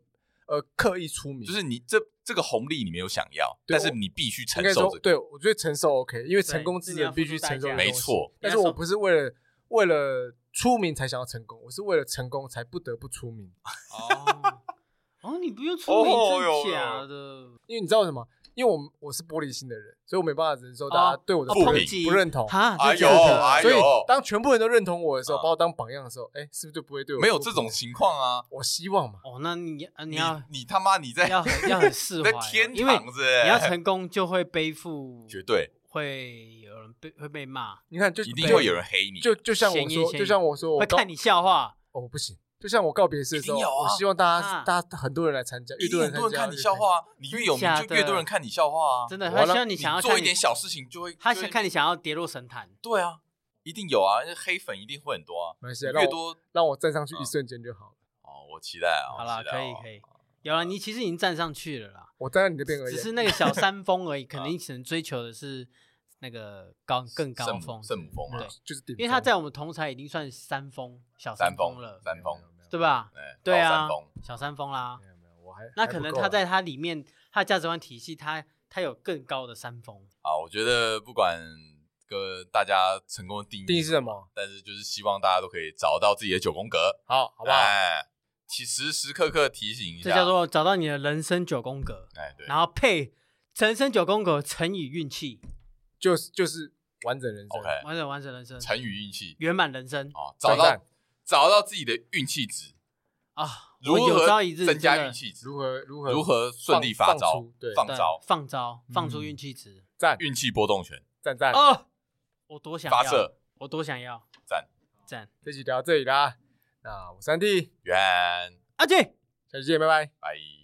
[SPEAKER 1] 而刻意出名，
[SPEAKER 2] 就是你这这个红利你没有想要，
[SPEAKER 1] 对
[SPEAKER 2] 但是你必须承
[SPEAKER 1] 应该
[SPEAKER 2] 受
[SPEAKER 1] 说
[SPEAKER 2] 这，个。
[SPEAKER 1] 对我觉得承受 OK，因为成功
[SPEAKER 3] 是
[SPEAKER 1] 之
[SPEAKER 3] 你要
[SPEAKER 1] 人必
[SPEAKER 3] 付
[SPEAKER 1] 须
[SPEAKER 3] 出代
[SPEAKER 1] 承受
[SPEAKER 3] 价
[SPEAKER 1] 的
[SPEAKER 3] 对
[SPEAKER 2] 没
[SPEAKER 1] 东西
[SPEAKER 2] 错，
[SPEAKER 1] 但是我不是为了为了出名才想要成功，我是为了成功才不得不出名。
[SPEAKER 3] 哦，哦，你不用出名，
[SPEAKER 2] 哦哟
[SPEAKER 3] 真假
[SPEAKER 2] 哟
[SPEAKER 3] 的？
[SPEAKER 1] 因为你知道为什么？因为我我是玻璃心的人，所以我没办法忍受大家对我的
[SPEAKER 3] 哦
[SPEAKER 2] 不
[SPEAKER 1] 不
[SPEAKER 2] 评
[SPEAKER 3] 抨击
[SPEAKER 1] 不认同。
[SPEAKER 3] 哈，
[SPEAKER 2] 哎
[SPEAKER 3] 真
[SPEAKER 2] 呦
[SPEAKER 3] 的假的
[SPEAKER 2] 哎
[SPEAKER 1] 所
[SPEAKER 2] 呦
[SPEAKER 1] 以，当全部人都认同我的时候，
[SPEAKER 2] 啊
[SPEAKER 1] 把我当榜样的时候，哎，是不是就不会对我
[SPEAKER 2] 没有
[SPEAKER 1] 不
[SPEAKER 2] 这
[SPEAKER 1] 评
[SPEAKER 2] 种情况啊！
[SPEAKER 1] 我希望嘛，
[SPEAKER 3] 哦，那你啊， 你
[SPEAKER 2] 你
[SPEAKER 3] 要
[SPEAKER 2] 你他妈你在
[SPEAKER 3] 要很要很释
[SPEAKER 2] 你
[SPEAKER 3] 怀
[SPEAKER 2] 在
[SPEAKER 3] 啊，
[SPEAKER 2] 天
[SPEAKER 3] 因为
[SPEAKER 2] 堂子，欸
[SPEAKER 3] 你要成功就会背负，
[SPEAKER 2] 绝 对
[SPEAKER 3] 会有人被会被骂，
[SPEAKER 1] 你看就
[SPEAKER 2] 一定
[SPEAKER 1] 就
[SPEAKER 2] 会有人黑你，
[SPEAKER 1] 就就像我
[SPEAKER 3] 嫌疑
[SPEAKER 1] 说，
[SPEAKER 3] 嫌疑
[SPEAKER 1] 就像我说，我
[SPEAKER 3] 会
[SPEAKER 1] 告
[SPEAKER 3] 看你笑话。
[SPEAKER 1] 哦不行，就像我告别式的时候，
[SPEAKER 2] 一定有啊
[SPEAKER 1] 我希望大家
[SPEAKER 3] 啊
[SPEAKER 1] 大家很多人来参加，
[SPEAKER 2] 一
[SPEAKER 1] 越
[SPEAKER 2] 定
[SPEAKER 1] 多
[SPEAKER 2] 很
[SPEAKER 1] 人
[SPEAKER 2] 多人
[SPEAKER 1] 参加哎
[SPEAKER 2] 看你笑，话啊！你越有名
[SPEAKER 3] 假
[SPEAKER 2] 就
[SPEAKER 3] 的
[SPEAKER 2] 越多人看你笑话啊！
[SPEAKER 3] 真的，
[SPEAKER 1] 我
[SPEAKER 3] 他
[SPEAKER 1] 让
[SPEAKER 3] 希望你想要
[SPEAKER 2] 做
[SPEAKER 3] 看
[SPEAKER 2] 一点小事情就会，
[SPEAKER 3] 他
[SPEAKER 2] 就
[SPEAKER 3] 想
[SPEAKER 2] 会
[SPEAKER 3] 看你想要跌落神坛，
[SPEAKER 2] 对啊，一定有啊，黑粉一定会很多啊，
[SPEAKER 1] 没关系，让
[SPEAKER 2] 越
[SPEAKER 1] 我
[SPEAKER 2] 多
[SPEAKER 1] 让我站上去
[SPEAKER 2] 嗯
[SPEAKER 1] 一瞬间就好了，
[SPEAKER 2] 哦，我期待啊！
[SPEAKER 3] 好
[SPEAKER 2] 了，
[SPEAKER 3] 啦，可以可以，
[SPEAKER 2] 嗯
[SPEAKER 3] 有了，你其实已经站上去了啦，
[SPEAKER 1] 我站在你这边而已
[SPEAKER 3] 只。是那个小山 峰而已，
[SPEAKER 2] 嗯
[SPEAKER 3] 可能你只能追求的是那个高更高
[SPEAKER 2] 圣
[SPEAKER 3] 峰
[SPEAKER 2] 母，圣母峰啊
[SPEAKER 3] 对，
[SPEAKER 1] 就是顶峰，
[SPEAKER 3] 因为他在我们同才已经算山峰小
[SPEAKER 2] 三
[SPEAKER 3] 峰
[SPEAKER 2] 峰
[SPEAKER 3] 了，
[SPEAKER 2] 三峰，
[SPEAKER 3] 对吧？
[SPEAKER 2] 哎，
[SPEAKER 3] 对
[SPEAKER 2] 高
[SPEAKER 3] 啊
[SPEAKER 2] 山峰，啊
[SPEAKER 3] 小山峰啦
[SPEAKER 1] 没，有没有，我还还
[SPEAKER 3] 那可
[SPEAKER 1] 不
[SPEAKER 3] 能
[SPEAKER 1] 够
[SPEAKER 3] 他
[SPEAKER 1] 啊
[SPEAKER 3] 在他里面，他的价值观体系，他他有更高的山峰，
[SPEAKER 2] 啊，我觉得不管个大家成功的定义
[SPEAKER 1] 定义是什么？
[SPEAKER 2] 但是就是希望大家都可以找到自己的九宫格，
[SPEAKER 1] 好，好不好？
[SPEAKER 2] 哎，其时时刻刻提醒一
[SPEAKER 3] 这
[SPEAKER 2] 下，
[SPEAKER 3] 叫做找到你的人生九宫格，
[SPEAKER 2] 哎啊对，
[SPEAKER 3] 然后配人生九宫格乘以运气，
[SPEAKER 1] 就是就是完整人生。
[SPEAKER 2] OK
[SPEAKER 3] 完整完整人生，
[SPEAKER 2] 成语运气
[SPEAKER 3] 圆满人生
[SPEAKER 2] 啊，找
[SPEAKER 1] 赞
[SPEAKER 2] 到找到自己的运气值，
[SPEAKER 3] 啊！
[SPEAKER 2] 如
[SPEAKER 3] 我有朝
[SPEAKER 2] 何
[SPEAKER 3] 一日
[SPEAKER 2] 增
[SPEAKER 3] 真
[SPEAKER 2] 加
[SPEAKER 3] 的
[SPEAKER 2] 运气值，
[SPEAKER 1] 如何如何
[SPEAKER 2] 如何顺利发
[SPEAKER 1] 放
[SPEAKER 2] 招
[SPEAKER 1] 放出，对
[SPEAKER 2] 放
[SPEAKER 3] 对
[SPEAKER 2] 招，
[SPEAKER 3] 放招，放
[SPEAKER 1] 嗯
[SPEAKER 3] 出运气值
[SPEAKER 1] 赞
[SPEAKER 2] 运气波动拳，
[SPEAKER 1] 赞赞？
[SPEAKER 3] 哦，我多想
[SPEAKER 2] 发
[SPEAKER 3] 要
[SPEAKER 2] 射，
[SPEAKER 3] 我多想要
[SPEAKER 2] 赞
[SPEAKER 3] 赞
[SPEAKER 1] 这期聊到这里啦，那我三弟，
[SPEAKER 2] 圆，
[SPEAKER 3] 阿杰。
[SPEAKER 1] 下期见，拜拜。
[SPEAKER 2] 拜。